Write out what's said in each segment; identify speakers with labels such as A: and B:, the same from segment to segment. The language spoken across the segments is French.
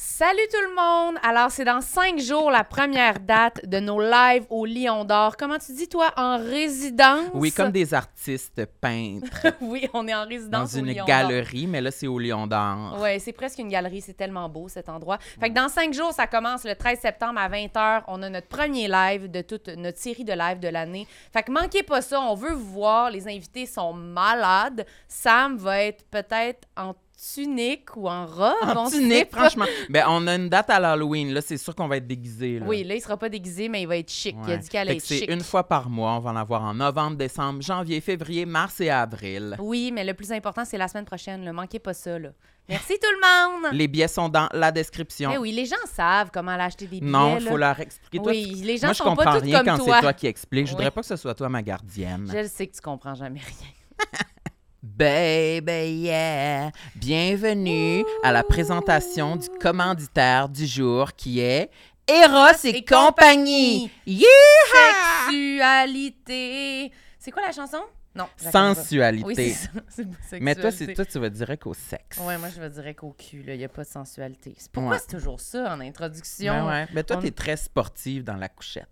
A: Salut tout le monde! Alors, c'est dans cinq jours la première date de nos lives au Lion d'Or. Comment tu dis, toi, en résidence?
B: Oui, comme des artistes peintres
A: oui, on est en résidence
B: dans
A: au
B: une
A: Lion d'Or.
B: galerie, mais là, c'est au Lion d'Or.
A: Ouais, c'est presque une galerie, c'est tellement beau cet endroit. Fait que dans cinq jours, ça commence le 13 septembre à 20h. On a notre premier live de toute notre série de live de l'année. Fait que manquez pas ça, on veut vous voir. Les invités sont malades. Sam va être peut-être en tunique ou en robe. on
B: En
A: sait
B: tunique,
A: pas.
B: franchement. Ben, on a une date à l'Halloween. Là, c'est sûr qu'on va être déguisé.
A: Oui, là, il sera pas déguisé, mais il va être chic. Il a dit qu'il allait être
B: C'est
A: chic.
B: une fois par mois. On va en avoir en novembre, décembre, janvier, février, mars et avril.
A: Oui, mais le plus important, c'est la semaine prochaine. Ne manquez pas ça. Là. Merci tout le monde!
B: Les billets sont dans la description.
A: Mais Ben oui, les gens savent comment aller acheter des billets.
B: non, il
A: là.
B: faut leur expliquer. Toi,
A: Oui, les gens
B: Moi, je
A: sont
B: comprends
A: pas tous
B: rien
A: comme
B: quand
A: toi.
B: c'est toi qui explique. Je voudrais
A: Oui.
B: pas que ce soit toi ma gardienne.
A: Je le sais que tu comprends jamais rien.
B: Baby, yeah! Bienvenue à la présentation du commanditaire du jour qui est Eros et,
A: Et compagnie.
B: compagnie. Yeah!
A: Sexualité. C'est quoi la chanson? Non. je la connais pas.
B: Sensualité.
A: Oui, c'est ça. C'est pas sexualité.
B: Mais toi, c'est toi, tu vas dire qu'au sexe.
A: Ouais, moi, je me dirais qu'au cul, là, il n'y a pas de sensualité. C'est- Pourquoi
B: Ouais.
A: c'est toujours ça en introduction?
B: Ben ouais. Mais toi,
A: on-
B: t'es très sportive dans la couchette.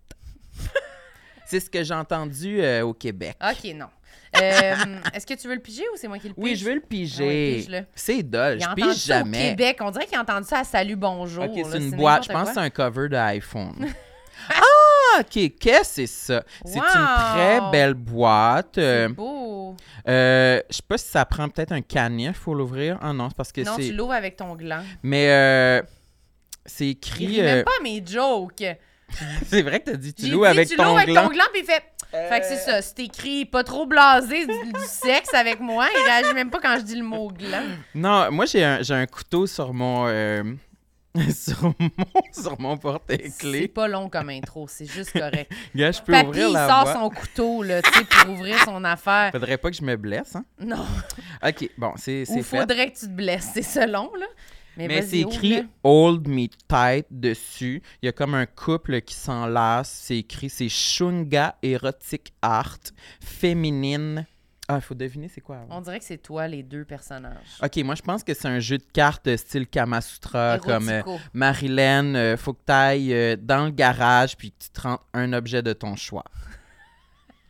B: c'est ce que j'ai entendu euh, au Québec.
A: OK, non. Euh, Est-ce que tu veux le piger ou c'est moi qui le pige?
B: Oui, je veux le
A: Ah oui,
B: piger.
A: pige-le.
B: c'est dole,
A: Il a
B: je
A: entendu
B: pige
A: ça Au
B: jamais.
A: Québec, on dirait qu'il a entendu ça à Salut Bonjour.
B: Ok,
A: là,
B: c'est une boîte. Je
A: n'importe
B: pense que c'est
A: quoi.
B: un cover d'iPhone. ah, ok, qu'est-ce que c'est ça? C'est une
A: Wow!
B: très belle boîte. Euh,
A: C'est beau.
B: euh, je sais pas si ça prend peut-être un canif faut l'ouvrir. Ah non, c'est parce que
A: Non, tu
B: c'est.
A: l'ouvres avec ton gland.
B: Mais euh, c'est
A: Il
B: écrit.
A: rit
B: euh,
A: même pas à mes jokes.
B: C'est vrai que t'as dit tu
A: J'ai
B: loues
A: dit,
B: avec
A: tu
B: ton
A: loues avec
B: gland.
A: ton gland, puis il fait. Fait que c'est ça, c'est écrit pas trop blasé du, du sexe avec moi. Il réagit même pas quand je dis le mot gland.
B: Non, moi j'ai un, j'ai un couteau sur mon. euh, sur mon, sur mon
A: C'est
B: porte-clés.
A: pas long comme intro, c'est juste correct.
B: Gars, je peux
A: Papy,
B: ouvrir
A: il
B: la
A: sort
B: boîte.
A: son couteau, là, tu sais, pour ouvrir son affaire.
B: Faudrait pas que je me blesse, hein?
A: Non,
B: Ok, bon, c'est
A: ou
B: c'est fait.
A: faudrait que tu te blesses, c'est ça long, là. Mais,
B: Mais
A: Eh, vas-y,
B: c'est écrit
A: ouvre-le.
B: Hold Me Tight dessus. Il y a comme un couple qui s'enlace. C'est écrit, c'est Shunga Erotic Art Féminine. Ah, il faut deviner c'est quoi avant.
A: On dirait que c'est toi, les deux personnages.
B: Ok, moi je pense que c'est un jeu de cartes euh, style Kama Sutra, comme euh,
A: Érotico.
B: Marilyn, euh, faut que t'ailles euh, dans le garage puis que tu te rentres un objet de ton choix.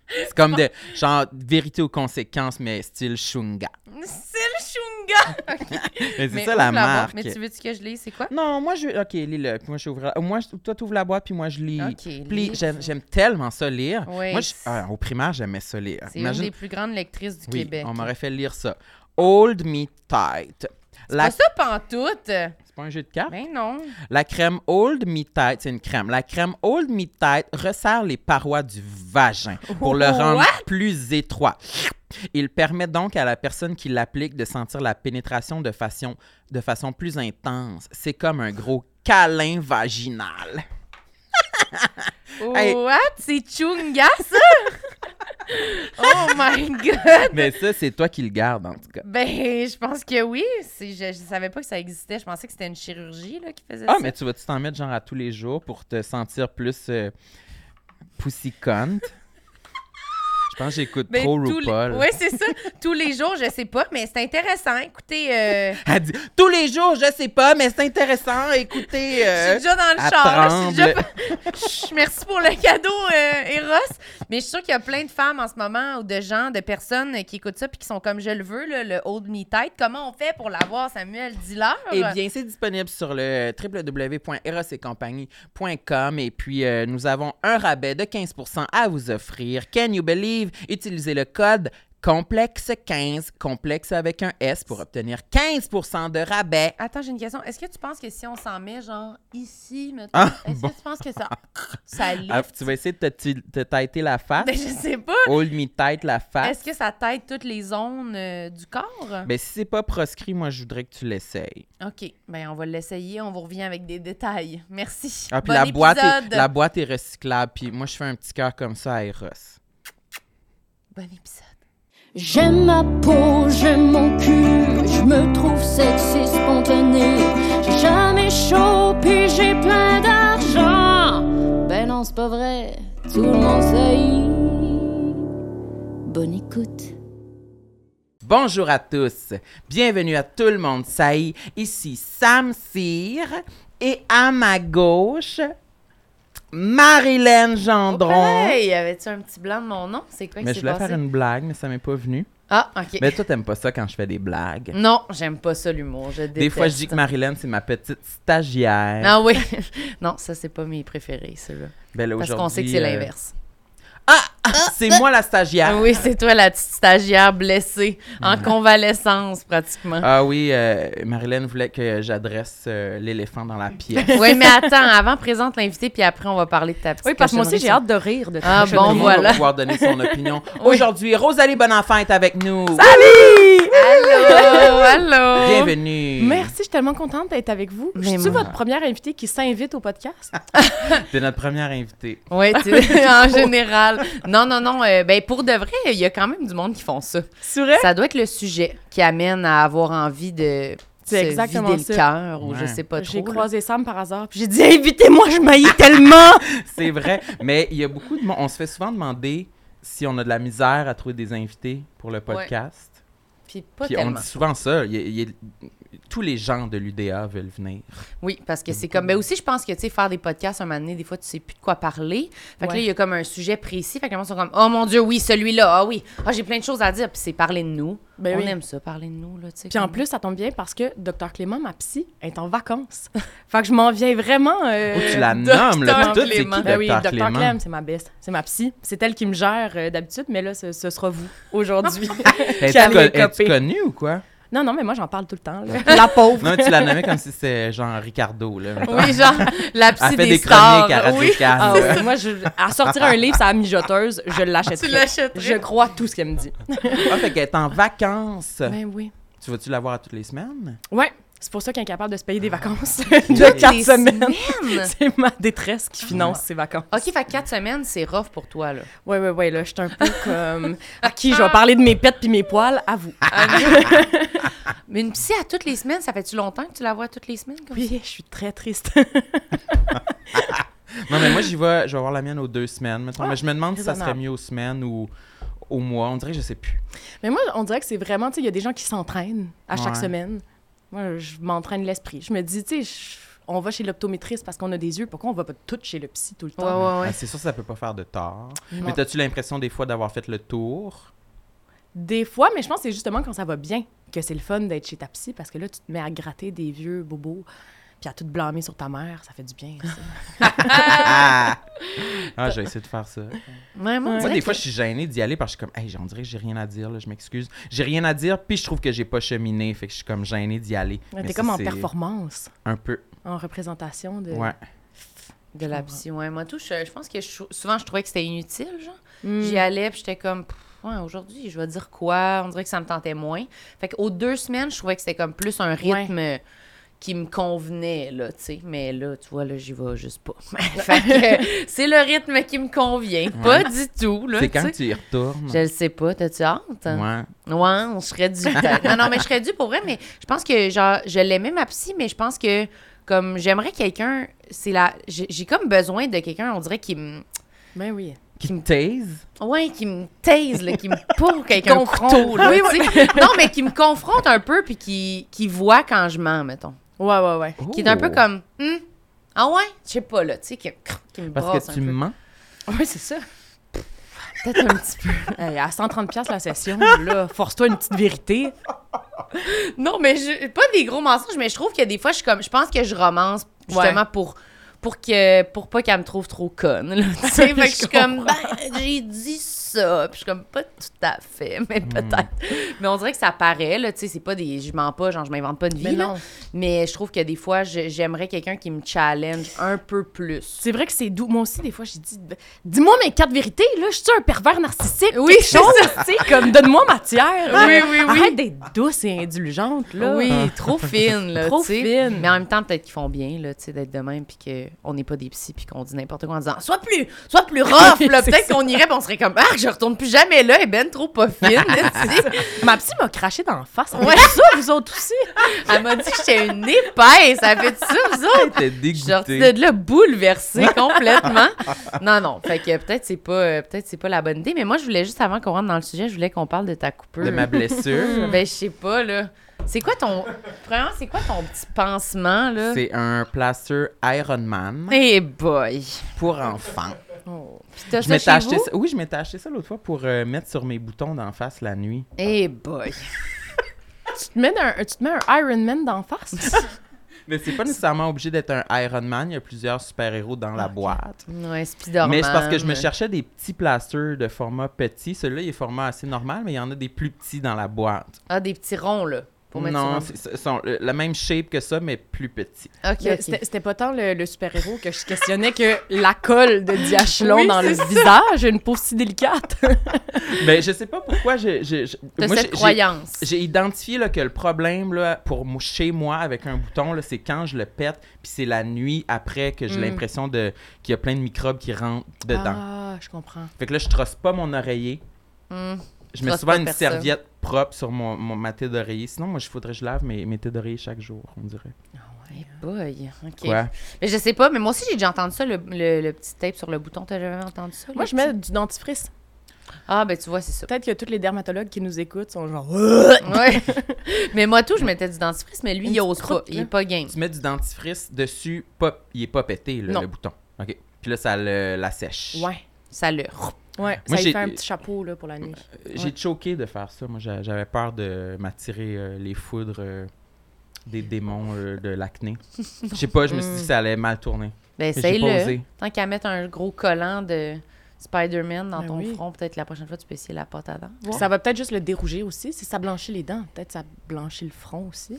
B: c'est comme de genre vérité aux conséquences, mais style Shunga.
A: C'est le Shunga!
B: Mais
A: Mais
B: c'est ça la
A: ouvre boîte.
B: marque.
A: Mais tu veux-tu que je lise, c'est quoi?
B: Non, moi je. Ok, lis-le. Puis moi je ouvre. Moi, je- toi, tu ouvres la boîte, puis moi je lis.
A: Ok,
B: Puis
A: lis.
B: j'aime, j'aime tellement ça lire.
A: Oui,
B: moi, je-
A: c'est-
B: ah, au primaire, j'aimais ça lire.
A: C'est
B: Imagine-
A: une des plus grandes lectrices du
B: oui,
A: Québec.
B: on m'aurait fait lire ça. Hold me tight. La...
A: Pas ça pantoute!
B: C'est pas un jeu de cartes?
A: Ben non!
B: La crème Hold Me Tight, c'est une crème. La crème Hold Me Tight resserre les parois du vagin pour le
A: What?
B: rendre plus étroit. Il permet donc à la personne qui l'applique de sentir la pénétration de façon, de façon plus intense. C'est comme un gros câlin vaginal. Hey.
A: What? C'est Chunga, ça? oh my God!
B: Mais ça, c'est toi qui le gardes, en tout cas.
A: Ben, je pense que oui. C'est- Je, je savais pas que ça existait. Je pensais que c'était une chirurgie là, qui faisait
B: Ah,
A: ça.
B: mais tu vas-tu t'en mettre genre à tous les jours pour te sentir plus euh, pussycunt? Je pense que j'écoute
A: Ben,
B: trop
A: tous les-
B: RuPaul.
A: Ouais, c'est ça. tous les jours, je sais pas, mais c'est intéressant. Écoutez, euh,
B: Elle dit, tous les jours, je sais pas, mais c'est intéressant. Écoutez.
A: je
B: euh,
A: suis déjà dans le
B: elle
A: char. Je suis déjà-
B: tremble.
A: Chut, Merci pour le cadeau, euh, Eros. Mais je suis sûre qu'il y a plein de femmes en ce moment ou de gens, de personnes qui écoutent ça puis qui sont comme je le veux, là, le Hold Me Tight. Comment on fait pour l'avoir, Samuel? Dis-leur.
B: Eh bien, c'est disponible sur le www.erosetcompagnie.com et puis euh, nous avons un rabais de 15% à vous offrir. Can you believe? Utilisez le code complexe 15 complexe avec un S pour obtenir 15% de rabais.
A: Attends, j'ai une question. Est-ce que tu penses que si on s'en met, genre, ici, mettons,
B: Ah,
A: est-ce
B: bon.
A: que tu penses que ça, ça lift?
B: Ah, tu vas essayer de te, te têter la face.
A: Ben, je sais pas.
B: Hold me tight la face.
A: Est-ce que ça tête toutes les zones euh, du corps?
B: Ben, si c'est pas proscrit, moi, je voudrais que tu l'essayes.
A: OK. Ben, on va l'essayer. On vous revient avec des détails. Merci.
B: Ah, puis
A: Bon
B: la,
A: épisode.
B: boîte est, la boîte est recyclable. Puis moi, je fais un petit cœur comme ça à Eros.
A: Bon épisode.
C: J'aime ma peau, j'aime mon cul, je me trouve sexy spontané. J'ai jamais chaud, puis j'ai plein d'argent. Ben non, c'est pas vrai, tout le monde sait. Bonne écoute.
B: Bonjour à tous. Bienvenue à tout le monde. Ça y est, ici Sam Cyr et à ma gauche, Marilyn Gendron.
A: Hey, y avait-tu un petit blanc de mon nom? C'est quoi
B: Mais
A: qui s'est
B: je voulais
A: passé?
B: faire une blague, mais ça m'est pas venu.
A: Ah, OK.
B: Mais toi, t'aimes pas ça quand je fais des blagues.
A: Non, j'aime pas ça, l'humour. Mm, Je
B: Des fois, je dis que Marilyn, c'est ma petite stagiaire.
A: Ah oui. non, ça, c'est pas mes préférés, ceux-là.
B: Ben là,
A: Parce qu'on sait que c'est
B: aujourd'hui, euh,
A: l'inverse.
B: Ah! Ah! C'est moi la stagiaire.
A: Ah oui, c'est toi la petite stagiaire blessée, en
B: Mm.
A: convalescence, pratiquement.
B: Ah oui, euh, Marilyn voulait que j'adresse euh, l'éléphant dans la pièce.
A: Oui, mais attends, avant, présente l'invité, puis après, on va parler de ta petite
D: Oui, parce que moi aussi, j'ai
A: cochonnerie.
D: hâte de rire de ta
A: Ah,
D: cochonnerie.
A: bon,
B: Tout le monde
A: voilà.
B: va pouvoir donner son opinion. Aujourd'hui, Rosalie Bonenfant est avec nous.
A: Allô, allô.
B: Bienvenue.
D: Merci, je suis tellement contente d'être avec vous.
A: Mais
D: Je suis
A: moi- Ah,
D: votre première invitée qui s'invite au podcast.
B: T'es notre première invitée.
A: Oui, tu- en général. Non, non, non. euh, ben, pour de vrai, il y a quand même du monde qui font ça.
D: C'est vrai?
A: Ça doit être le sujet qui amène à avoir envie de se
D: C'est exactement
A: vider le
D: ça.
A: cœur ou je
B: Ouais.
A: sais pas trop.
D: J'ai
A: là.
D: croisé Sam par hasard, puis j'ai dit invitez-moi, je m'haïs tellement.
B: C'est vrai, mais il y a beaucoup de monde. On se fait souvent demander si on a de la misère à trouver des invités pour le podcast.
A: Puis pas
B: Puis on
A: tellement.
B: dit souvent ça. Il y a- il y a- tous les gens de l'UDA veulent venir.
A: Oui, parce que c'est comme. Ben aussi, je pense que, tu sais, faire des podcasts, un moment donné, des fois, tu sais plus de quoi parler. Fait que
D: Ouais.
A: là, il y a comme un sujet précis. Fait que les gens sont comme, oh mon Dieu, oui, celui-là. Ah oui. Ah, j'ai plein de choses à dire. Puis c'est parler de nous.
D: Ben
A: on
D: oui.
A: aime ça, parler de nous, là, tu sais.
D: Puis en
A: comme-
D: plus, ça tombe bien parce que Dr Clément, ma psy, est en vacances. fait que je m'en viens vraiment. euh,
B: Oh, tu la
D: de-
B: nommes, le
A: Docteur
B: tout, c'est qui,
A: Clément.
B: Dr.
D: Ben oui, Dr
B: Clément?
D: Clem, c'est ma best, c'est ma psy. C'est elle qui me gère euh, d'habitude, mais là, ce, ce sera vous aujourd'hui.
B: Es-tu
D: J'allais
B: con-
D: les
B: Es-tu
D: copier.
B: connue ou quoi?
D: non, non, mais moi, j'en parle tout le temps. là. La pauvre.
B: Non, mais tu l'as nommée comme si c'était genre Ricardo. Là, mettons.
A: Oui, genre, la psy
B: Elle fait des,
A: stars.
B: chroniques à Radio
A: oui.
B: Cannes,
D: Ah
B: là.
D: ouais, moi, je, à sortir un livre, ça la mijoteuse, je l'achèterai.
A: Tu l'achèterais.
D: Je crois tout ce qu'elle me dit.
B: Ah, fait qu'elle est en vacances.
D: Ben oui.
B: Tu vas-tu la voir toutes les semaines?
D: Ouais, c'est pour ça qu'elle est incapable de se payer des vacances
A: Toutes
D: de
A: les
D: quatre semaines.
A: semaines.
D: C'est ma détresse qui finance ses vacances.
A: OK, fait que quatre semaines, c'est rough pour toi, là.
D: Ouais, ouais, ouais, là, je suis un peu comme. À qui je vais parler de mes pets puis mes poils, à vous.
A: Mais une psy à toutes les semaines, ça fait-tu longtemps que tu la vois toutes les semaines? Comme
D: Oui, je suis très triste.
B: Non, mais moi, j'y vais, je vais voir la mienne aux deux semaines. mettons.
D: Ah,
B: mais je me demande si ça serait
D: raisonnable.
B: mieux aux semaines ou au mois. On dirait que je sais plus.
D: Mais moi, on dirait que c'est vraiment, tu sais, il y a des gens qui s'entraînent à chaque
B: Ouais.
D: semaine. Moi, je m'entraîne l'esprit. Je me dis, tu sais, je- on va chez l'optométriste parce qu'on a des yeux. Pourquoi on va pas toutes chez le psy tout le
A: ça?
D: temps?
A: Ouais, ouais, ouais.
B: Ah, c'est sûr que ça peut pas faire de tort.
D: Non.
B: Mais as-tu l'impression des fois d'avoir fait le tour?
D: Des fois, mais je pense que c'est justement quand ça va bien que c'est le fun d'être chez ta psy parce que là, tu te mets à gratter des vieux bobos puis à tout te blâmer sur ta mère. Ça fait du bien. ça.
B: Ah! Ah, j'ai essayé de faire ça.
A: Vraiment, on
D: Ouais.
B: Moi,
A: dirait
B: des
A: que-
B: fois, je suis gênée d'y aller parce que je suis comme, hey, j'en dirais que j'ai rien à dire, là, je m'excuse. J'ai rien à dire, puis je trouve que j'ai pas cheminé. Fait que je suis comme gênée d'y aller.
D: Ouais,
B: Mais
D: T'es
B: ça,
D: comme en
B: c'est
D: performance,
B: Un peu.
D: en représentation
A: Euh,
D: de.
B: Ouais.
A: De la psy, ouais. Moi, tout, je, je pense que je- souvent, je trouvais que c'était inutile, genre.
B: Hmm.
D: Mm.
A: J'y allais, puis j'étais comme, Pff, ouais, aujourd'hui, je vais dire quoi? On dirait que ça me tentait moins. Fait qu'aux deux semaines, je trouvais que c'était comme plus un rythme qui me convenait, là, tu sais. Mais là, tu vois, là, j'y vais juste pas. fait que euh, c'est le rythme qui me convient. Pas du tout, là.
B: C'est
A: tu
B: quand
A: sais.
B: tu y retournes.
A: Je le sais pas, t'as-tu hâte?
B: Ouais.
A: Ouais, on serait dû. peut-être. non, non, mais je serais dû pour vrai, mais je pense que, genre, je l'aimais, ma psy, mais je pense que, comme, j'aimerais quelqu'un. C'est la. J'ai j'ai comme besoin de quelqu'un, on dirait, qui me.
D: Ben oui.
B: Qui te taise?
A: Ouais, qui me taise, là, qui me pourre quelqu'un un
D: confronte.
A: couteau, là, tu sais. Non, mais qui me confronte un peu, puis qui, qui voit quand je mens, mettons.
D: Ouais, ouais, ouais.
A: Qui est un peu
B: Oh.
A: comme. Hum, Ah ouais? Je sais pas, là, tu sais, qui, qui me
B: Parce
A: brasse
B: que
A: un
B: tu
A: peu.
B: mens.
D: Ouais, c'est ça.
A: Peut-être un petit peu.
D: Hey, à 130$ la session, là, force-toi une petite vérité.
A: Non, mais je, pas des gros mensonges, mais je trouve que des fois, je, suis comme, je pense que je romance justement
D: Ouais.
A: pour, pour, que, pour pas qu'elle me trouve trop conne. là, tu sais, fait que je suis
D: Je
A: comme, ben, j'ai dit ça. Puis je suis comme, pas tout à fait, mais peut-être. Mais on dirait que ça paraît, là, tu sais, c'est pas des. Je mens pas, genre, je m'invente pas de vie.
D: Ben
A: là.
D: non.
A: Mais je trouve que des fois, je- j'aimerais quelqu'un qui me challenge un peu plus.
D: C'est vrai que c'est doux. Moi aussi, des fois, j'ai dit Dis-moi mes quatre vérités, là, je suis un pervers narcissique.
A: Oui,
D: quelque chose, tu sais, comme donne-moi matière. là.
A: Oui, oui, oui.
D: Arrête d'être douce et indulgente, là. Ah.
A: Oui, trop fine, là,
D: Trop
A: tu sais.
D: fine.
A: Mais en même temps, peut-être qu'ils font bien, là, tu sais, d'être de même, puis qu'on n'est pas des psys, puis qu'on dit n'importe quoi en disant « Sois plus, sois plus rough, là! »
D: C'est
A: Peut-être
D: ça.
A: qu'on irait, puis on serait comme « Ah, je retourne plus jamais là, elle est ben trop pas fine. là, tu sais.
D: Ma psy m'a craché dans la face.
A: Ouais.
D: Ouais. ça, vous autres aussi.
A: Elle m'a dit que j'étais une épaisse. Elle fait ça, vous autres?
B: T'es
A: Je suis sortie
B: dégoûté.
A: de là bouleversée complètement. Non, non. Fait que peut-être c'est pas, euh, peut-être c'est pas la bonne idée. Mais moi, je voulais juste, avant qu'on rentre dans le sujet, je voulais qu'on parle de ta coupure.
B: De ma blessure.
A: Ben, je sais pas, là. C'est quoi ton. Vraiment, c'est quoi ton petit pansement, là?
B: C'est un plaster Iron Man
A: Eh boy!
B: pour enfants.
D: Oh.
A: Puis t'as
B: Je
A: ça
B: m'étais
A: chez
B: acheté
A: vous?
B: ça. Oui, je m'étais acheté ça l'autre fois pour euh, mettre sur mes boutons d'en face la nuit.
A: Eh boy!
D: Tu te mets un, tu te mets un Iron Man d'en face.
B: Mais c'est pas nécessairement obligé d'être un Iron Man. Il y a plusieurs super-héros dans la boîte.
A: Ouais, Spiderman.
B: Mais c'est parce que je me cherchais des petits plasters de format petit. Celui-là, il est format assez normal, mais il y en a des plus petits dans la boîte.
A: Ah, des petits ronds, là. Pour mettre
B: non,
A: sur
B: c'est c'est- sont euh, la même shape que ça, mais plus petit.
A: un- Ok,
D: Mais
A: ok.
D: C'était c'était pas tant le, le super-héros que je questionnais que la colle de Diachelon
A: Oui,
D: dans le
A: c'est
D: visage, une peau si délicate.
B: Mais Ben, je sais pas pourquoi j'ai... j'ai- j'ai-
A: T'as
B: moi,
A: cette
B: j'ai-
A: croyance.
B: j'ai- J'ai identifié là, que le problème là, pour mo- chez moi avec un bouton, là, c'est quand je le pète, puis c'est la nuit après que j'ai
A: Mm.
B: l'impression de qu'il y a plein de microbes qui rentrent dedans.
D: Ah, je comprends.
B: Fait que là, je trosse pas mon oreiller.
A: Hmm.
B: Je mets
A: Trosse
B: souvent
A: pas
B: une
A: personne.
B: serviette propre sur mon, mon- ma tête d'oreiller. Sinon, moi, il faudrait que je lave mes, mes têtes d'oreiller chaque jour, on dirait.
A: Eh boy! Ok.
B: Quoi?
A: Mais je sais pas, mais moi aussi, j'ai déjà entendu ça, le, le- le petit tape sur le bouton. T'as jamais entendu ça?
D: Moi,
A: le
D: je mets
A: petit-
D: du dentifrice.
A: Ah, ben, tu vois, c'est ça.
D: Peut-être que tous les dermatologues qui nous écoutent sont genre...
A: Ouais. mais moi, tout, je mettais du dentifrice, mais lui,
D: Une
A: il ose
D: petite
A: pas.
D: croûte,
A: Il
D: là.
A: est pas game.
B: Tu mets du dentifrice dessus, pas, il est pas pété, là,
D: Non.
B: le bouton. OK. Puis là, ça le- la sèche.
D: Ouais.
A: Ça le. Ben,
D: Ouais,
B: Moi,
D: ça
B: j'ai-
D: lui fait un petit chapeau là, pour la nuit.
B: Euh, J'ai choqué de faire ça. Moi, j'a- j'avais peur de m'attirer euh, les foudres euh, des démons euh, de l'acné. Je sais pas, je me suis dit que ça allait mal tourner.
A: Ben,
B: Mais J'ai pas
A: essaye-le.
B: osé.
A: Tant qu'à mettre un gros collant de Spider-Man dans
D: Ben
A: ton
D: oui.
A: front, peut-être la prochaine fois, tu peux essayer la pâte à dents.
D: Puis Ça va peut-être juste le dérouger aussi. Si ça blanchit les dents, peut-être ça blanchit le front aussi.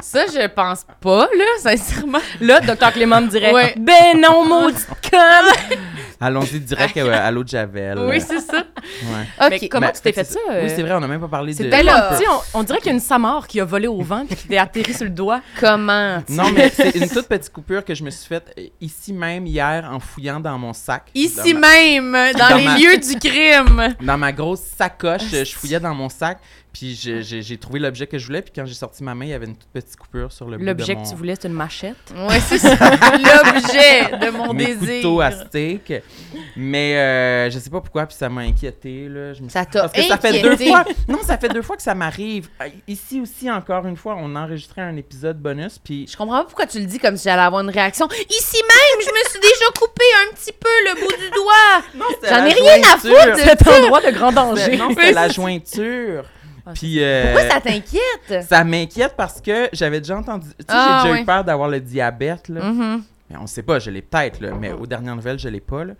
A: Ça, je pense pas, là, sincèrement.
D: Là, docteur Clément me dirait
A: Ouais.
D: Ben non, maudite conne!
B: Allons-y direct euh, à l'eau de Javel.
A: Oui, c'est ça.
B: Ouais.
A: OK.
D: Mais comment
B: Mais-
D: tu t'es fait ça? euh?
B: Oui, c'est vrai, on n'a même pas parlé
D: C'est
B: de...
A: Ben
D: tellement
A: là-
D: petit, on, on dirait qu'il y a une samar qui a volé au vent puis qui est atterri sur le doigt.
A: Comment? tu-
B: Non, mais c'est une toute petite coupure que je me suis faite euh, ici même hier en fouillant dans mon sac.
A: Ici
B: Dans ma-
A: même, dans,
B: Dans
A: les
B: ma-
A: lieux du crime.
B: Dans ma grosse
D: Ah,
B: sacoche, euh, je fouillais dans mon sac, puis je- j'ai j'ai trouvé l'objet que je voulais, puis quand j'ai sorti ma main, il y avait une toute petite coupure sur le bout de
D: L'objet
B: mon-
D: que tu voulais, c'est une machette.
A: Ouais, c'est ça. L'objet de mon
B: mes
A: désir.
B: couteaux à steak. Mais euh, je sais pas pourquoi, puis ça m'a inquiété. Là. Je me suis-
A: Ça t'a
B: Parce que ça fait
A: inquiété.
B: deux fois. Non, ça fait deux fois que ça m'arrive. Euh, Ici aussi, encore une fois, on enregistrait un épisode bonus, puis
A: Je comprends pas pourquoi tu le dis comme si j'allais avoir une réaction. Ici même, je me suis déjà coupé un petit peu le bout du doigt.
B: c'était
A: J'en
B: la
A: ai rien à
B: jointure.
A: foutre.
D: Cet endroit de grand danger.
B: C'était- Non, c'était la jointure.
D: Ah,
B: Puis euh,
A: Pourquoi ça t'inquiète?
B: ça m'inquiète parce que j'avais déjà entendu. Tu sais,
A: Ah,
B: j'ai déjà
A: ouais.
B: eu peur d'avoir le diabète. Là.
A: Mhm.
B: Mais on sait pas, je l'ai peut-être, là, mais aux dernières nouvelles, je l'ai pas. Là.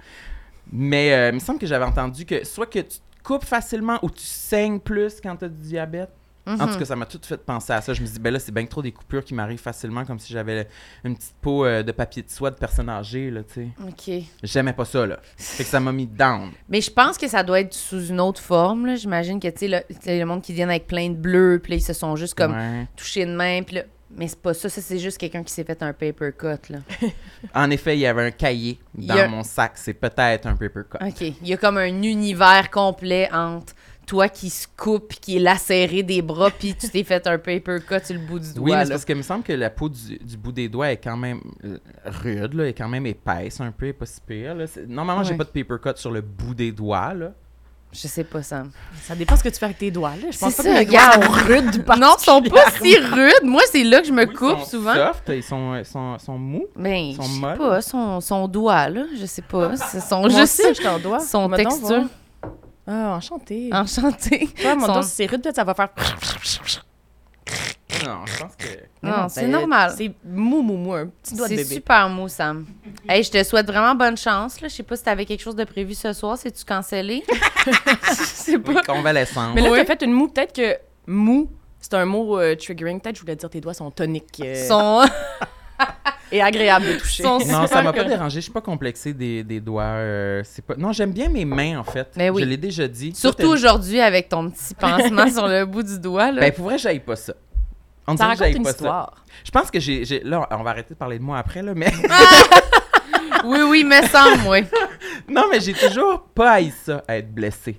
B: Mais euh, il me semble que j'avais entendu que soit que tu te coupes facilement ou tu saignes plus quand tu as du diabète. En
A: Mhm. Mm-hmm.
B: tout cas, ça m'a tout fait penser à ça. Je me dis, ben là, c'est bien que trop des coupures qui m'arrivent facilement, comme si j'avais une petite peau euh, de papier de soie de personne âgée, là, tu sais.
A: OK.
B: J'aimais pas ça, là. Fait que ça m'a mis down.
A: Mais je pense que ça doit être sous une autre forme. là. J'imagine que, tu sais, le, tu sais, le monde qui vient avec plein de bleus, puis là, ils se sont juste comme
B: Ouais.
A: touchés de main, puis là... Mais c'est pas ça, ça c'est juste quelqu'un qui s'est fait un paper cut, là.
B: En effet, il y avait un cahier
A: Il y
B: dans
A: a-
B: mon sac. C'est peut-être un paper cut.
A: OK. Il y a comme un univers complet entre toi qui se coupe, qui est lacéré des bras, puis tu t'es fait un paper cut sur le bout du doigt,
B: Oui, mais c'est
A: là.
B: parce que il me semble que la peau du, du bout des doigts est quand même euh, rude, là, est quand même épaisse un peu, elle est pas si pire. là. C'est- Normalement, j'ai
A: Ouais.
B: pas de paper cut sur le bout des doigts. Là.
A: Je sais pas, ça.
D: Ça dépend ce que tu fais avec tes doigts. Là. Je pense
A: C'est
D: pas
A: ça,
D: que les doigts
A: regarde.
D: sont rudes.
A: Non, ils sont pas si rudes. Moi, c'est là que je me
B: Oui,
A: coupe
B: ils sont
A: souvent.
B: soft, ils sont, euh, sont, sont mous.
A: Mais je
B: Sont
A: sais
B: molles.
A: pas, son, son doigt, là, je sais pas. Ce sont
D: Moi
A: juste
D: aussi, je t'en dois.
A: son
D: Mettons,
A: texture.
D: voir. Ah, enchanté.
A: Enchanté.
D: Toi, mon
A: Son-
D: dos, si c'est rude, peut-être ça va faire.
B: Non, je pense que.
A: Non, c'est
D: ça-
A: normal.
D: ben, C'est mou, mou, mou, un petit doigt de
A: C'est
D: bébé.
A: super mou, Sam. Hey, je te souhaite vraiment bonne chance. Là. Je sais pas si t'avais quelque chose de prévu ce soir. C'est-tu cancellé? Je sais pas.
B: Oui, convalescence.
D: Mais là,
A: Oui.
D: t'as fait une mou, peut-être que mou, c'est un mot euh, triggering. Peut-être que je voulais dire tes doigts sont toniques euh,
A: Son...
D: et agréables de toucher.
A: sont
B: Non, ça
A: super
B: m'a pas
A: corrects.
B: dérangé. Je suis pas complexée des, des doigts. euh, c'est pas... Non, j'aime bien mes mains, en fait.
A: Mais oui.
B: Je l'ai déjà dit. Toi,
A: Surtout
B: t'as-
A: aujourd'hui avec ton petit pansement sur le bout du doigt. Là.
B: Ben, pour vrai, j'aille pas ça. On
D: Ça
B: dirait que j'aille
D: raconte une
B: pas
D: histoire.
B: ça. Je pense que j'ai. j'ai- Là, on va arrêter de parler de moi après, là, mais.
A: Oui, oui, me semble, oui.
B: Non, mais j'ai toujours pas haï ça, être blessé.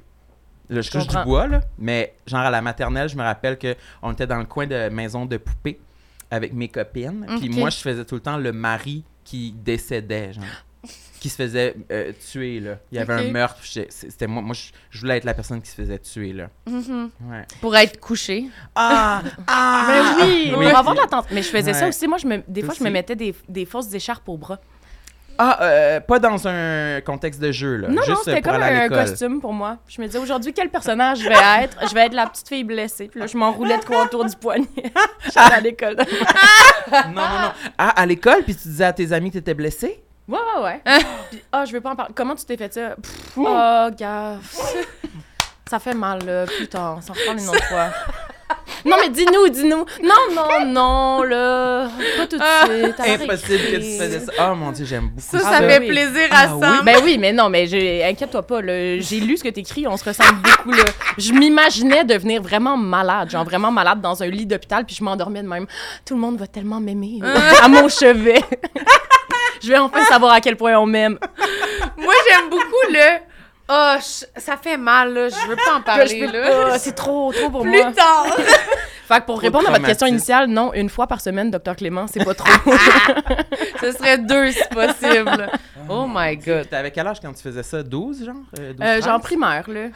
B: Là, je touche du
D: comprends.
B: bois, là, mais genre à la maternelle, je me rappelle que on était dans le coin de maison de poupée avec mes copines. Puis
A: Ok.
B: moi, je faisais tout le temps le mari qui décédait, genre. Qui se faisait euh, tuer, là. Il y avait
D: Ok.
B: un meurtre. puis j'étais- C'était moi. Moi, je, je voulais être la personne qui se faisait tuer, là.
D: Mm-hmm.
A: Mhm.
B: Ouais.
A: Pour être couché.
B: Ah! Ah!
D: Mais oui,
B: Oui.
D: on va avoir de la tente. Mais je faisais ça
B: Ouais.
D: aussi. Moi, je me, des
B: Toi
D: fois, je me
B: aussi.
D: mettais des, des fausses écharpes aux bras.
B: Ah, euh, pas dans un contexte de jeu, là.
D: Non,
B: Euh, Juste
D: non, c'était
B: pour
D: comme
B: aller à
D: un
B: l'école.
D: costume pour moi. Je me disais, aujourd'hui, quel personnage je vais être? Je vais être la petite fille blessée. Puis là, je m'enroulais de quoi autour du poignet. J'allais à l'école.
B: Non, non, non. Ah, à l'école, puis tu disais à tes amis que t'étais blessé?
D: Ouais, ouais, ouais. Puis, ah, je veux pas en parler. Comment tu t'es fait ça? Pff, oh, gaffe. ça fait mal, là. Putain, on s'en reprend une autre fois. Non, mais dis-nous, dis-nous. Non, non, non, là. Pas tout de suite. arrête
B: Impossible que tu
D: d'écrire.
B: faisais ça. Oh mon dieu, j'aime beaucoup ça.
A: Ça, ça
D: Ah, ben
A: fait
D: oui.
A: plaisir à
B: Ah, oui,
A: Sam.
D: Ben oui, mais non, mais je- inquiète-toi pas. là. J'ai lu ce que t'écris, on se ressemble beaucoup. Là. Je m'imaginais devenir vraiment malade, genre vraiment malade dans un lit d'hôpital, puis je m'endormais de même. Tout le monde va tellement m'aimer
A: Ah.
D: à mon chevet. je vais enfin savoir à quel point on m'aime.
A: Ben, Moi, j'aime beaucoup le. Oh, je- ça fait mal, là. Je veux pas en
D: Là,
A: parler,
D: je peux
A: là.
D: pas, C'est trop, trop pour moi.
A: Plus tard.
D: Fait que
B: Trop
D: pour répondre à votre
B: traumatisme.
D: question initiale, non, une fois par semaine, docteur Clément, c'est pas trop.
A: Ce serait deux, si possible. Oh my God.
B: T'avais quel âge quand tu faisais ça? 12, genre? Euh, 12,
D: Euh, genre
B: 13?
D: primaire, là.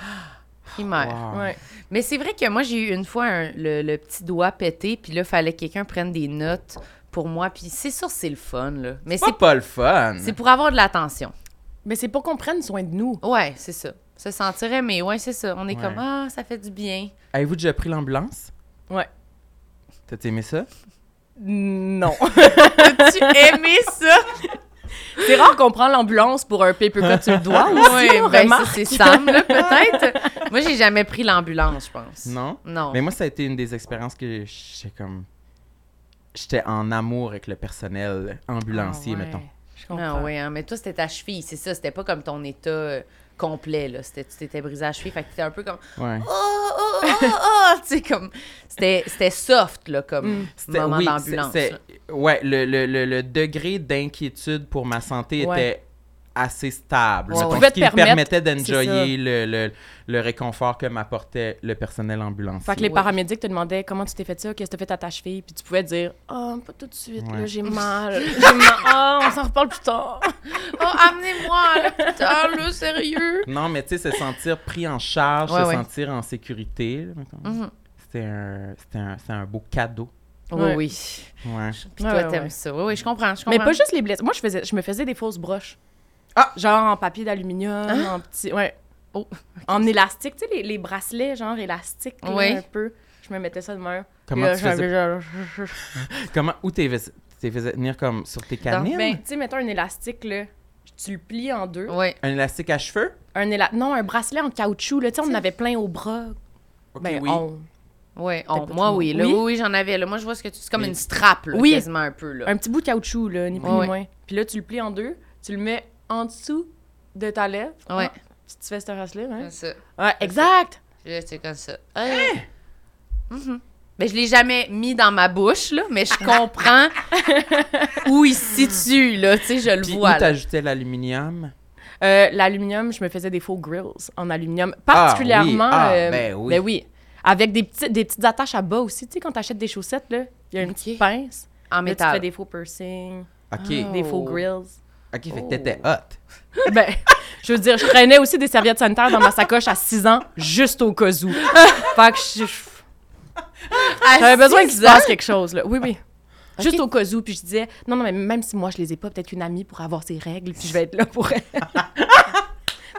A: Primaire.
B: Wow.
D: Ouais.
A: Mais c'est vrai que moi, j'ai eu une fois un- le, le petit doigt pété, puis là, fallait que quelqu'un prenne des notes pour moi. Puis c'est sûr, c'est le fun, là. Mais
B: C'est
A: c'est,
B: pas hein. le fun.
A: c'est pour avoir de l'attention.
D: Mais c'est pour qu'on prenne soin de nous.
A: Ouais, c'est ça. Se sentir aimé, ouais, c'est ça. On est
B: Ouais.
A: comme, ah, ça fait du bien.
B: Avez-vous déjà pris l'ambulance?
D: Ouais.
B: T'as aimé ça?
D: Non.
A: As-tu aimé ça?
D: C'est rare qu'on prend l'ambulance pour un paper cut sur le doigt. aussi,
A: Ouais,
D: on
A: ben,
D: remarque.
A: c'est, c'est Sam, là, peut-être. moi, j'ai jamais pris l'ambulance, je pense.
B: Non?
A: Non.
B: Mais moi, ça a été une des expériences que j'étais comme. J'étais en amour avec le personnel ambulancier,
D: Ah ouais,
B: mettons.
D: Je
A: Ah
D: comprends.
A: oui, hein, mais toi, c'était ta cheville, c'est ça. C'était pas comme ton état euh, complet, là. C'était, tu t'étais brisé la cheville, fait que t'étais un peu comme «
B: Ouais.
A: Oh, oh, oh, oh, oh! » Tu sais, comme... C'était, c'était soft, là,
D: Mm.
A: comme
B: C'était-
A: moment
B: oui,
A: d'ambulance.
B: c'est-
A: là.
B: c'est- ouais, le, le- le- le degré d'inquiétude pour ma santé
D: Ouais.
B: était assez stable.
A: Ouais,
B: mettons,
A: ouais.
B: Ce
D: Pouvait te
B: qui me
D: permettre-
B: permettait
D: c'est ça.
B: d'enjoyer le, le- le réconfort que m'apportait le personnel ambulancier.
D: Fait que les
A: Ouais.
D: paramédics te demandaient comment tu t'es fait ça, qu'est-ce que t'as fait à ta cheville, puis tu pouvais dire Ah, pas tout de suite,
B: Ouais.
D: là, j'ai mal. J'ai mal. Ah, on s'en reparle plus tard.
A: Oh, amenez-moi, là, putain, là, sérieux!
B: Non, mais tu sais, se sentir pris en charge,
A: Ouais,
B: se
A: ouais.
B: sentir en sécurité, là, mettons.
D: Mm-hmm.
A: Mhm.
B: c'était un, c'était un- c'était un beau cadeau.
A: Oui,
D: Ouais.
A: oui.
B: Ouais.
A: Puis
D: Ouais,
A: toi,
D: ouais,
A: t'aimes
D: ouais.
A: ça. Oui, oui, je comprends, je comprends.
D: Mais pas juste les blessures. Moi, je, faisais, je me faisais des fausses broches.
B: Ah!
D: Genre en papier d'aluminium,
A: Hein?
D: en petit. Ouais. En élastique, tu sais, les, les bracelets, genre élastiques, là,
A: Oui.
D: un peu. Je me mettais ça de main.
B: Comment
D: Là,
B: tu faisais...
D: j'avais genre-
B: Comment... Où t'es t'es faisais tenir comme sur tes canines?
D: Ben, tu sais, mettons un élastique, là. Tu le plies en deux.
A: Oui.
B: Un élastique à cheveux?
D: Un éla- Non, un bracelet en caoutchouc, là. Tu sais, on en avait plein au bras.
B: Ok,
D: Ben,
B: oui.
D: on-
A: Oui,
D: Peut-être pas
A: Oh, moi,
D: tout le
A: oui,
D: monde.
A: là, oui,
D: Oui.
A: oui, j'en avais. Là, moi, je vois ce que tu... C'est comme
B: Mais-
A: une strap, là,
D: Oui.
A: quasiment un peu, là.
D: un petit bout de caoutchouc, là, ni plus
A: Ouais.
D: ni moins. Puis là, tu le plies en deux, tu le mets en dessous de ta lèvre.
A: Ouais.
D: Ah, tu te fais ce bracelet, hein?
A: Comme ça.
D: Ouais, exact!
A: Là, c'est comme ça.
D: Hein?
A: Mhm. Ben, je l'ai jamais mis dans ma bouche, là, mais je comprends où il se situe, là. Tu sais, je le
B: Puis
A: vois.
B: où
A: là.
B: t'ajoutais l'aluminium?
D: Euh, L'aluminium, je me faisais des faux grills en aluminium. Particulièrement.
B: Ah, oui. Ah,
D: euh,
B: ben oui.
D: Avec des petites, des petites attaches à bas aussi. Tu sais, quand t'achètes des chaussettes, là, il y a une
A: Ok.
D: petite pince.
A: En
D: Là, tu te fais
A: métal.
D: des faux piercings,
B: OK.
A: Ah.
D: des
A: Oh.
D: faux grills.
B: OK, fait
A: Oh.
B: que t'étais hot.
D: Ben, je veux dire, je traînais aussi des serviettes sanitaires dans ma sacoche à 6 ans, juste au cas où. Fait que je- je- Ah,
A: Ah,
D: j'avais besoin qu'il se passe quelque chose, là. Oui, oui. Juste
A: Ok.
D: au cas où, puis je disais, non, non, mais même si moi je les ai pas, peut-être une amie pour avoir ses règles, puis je vais être là pour elle.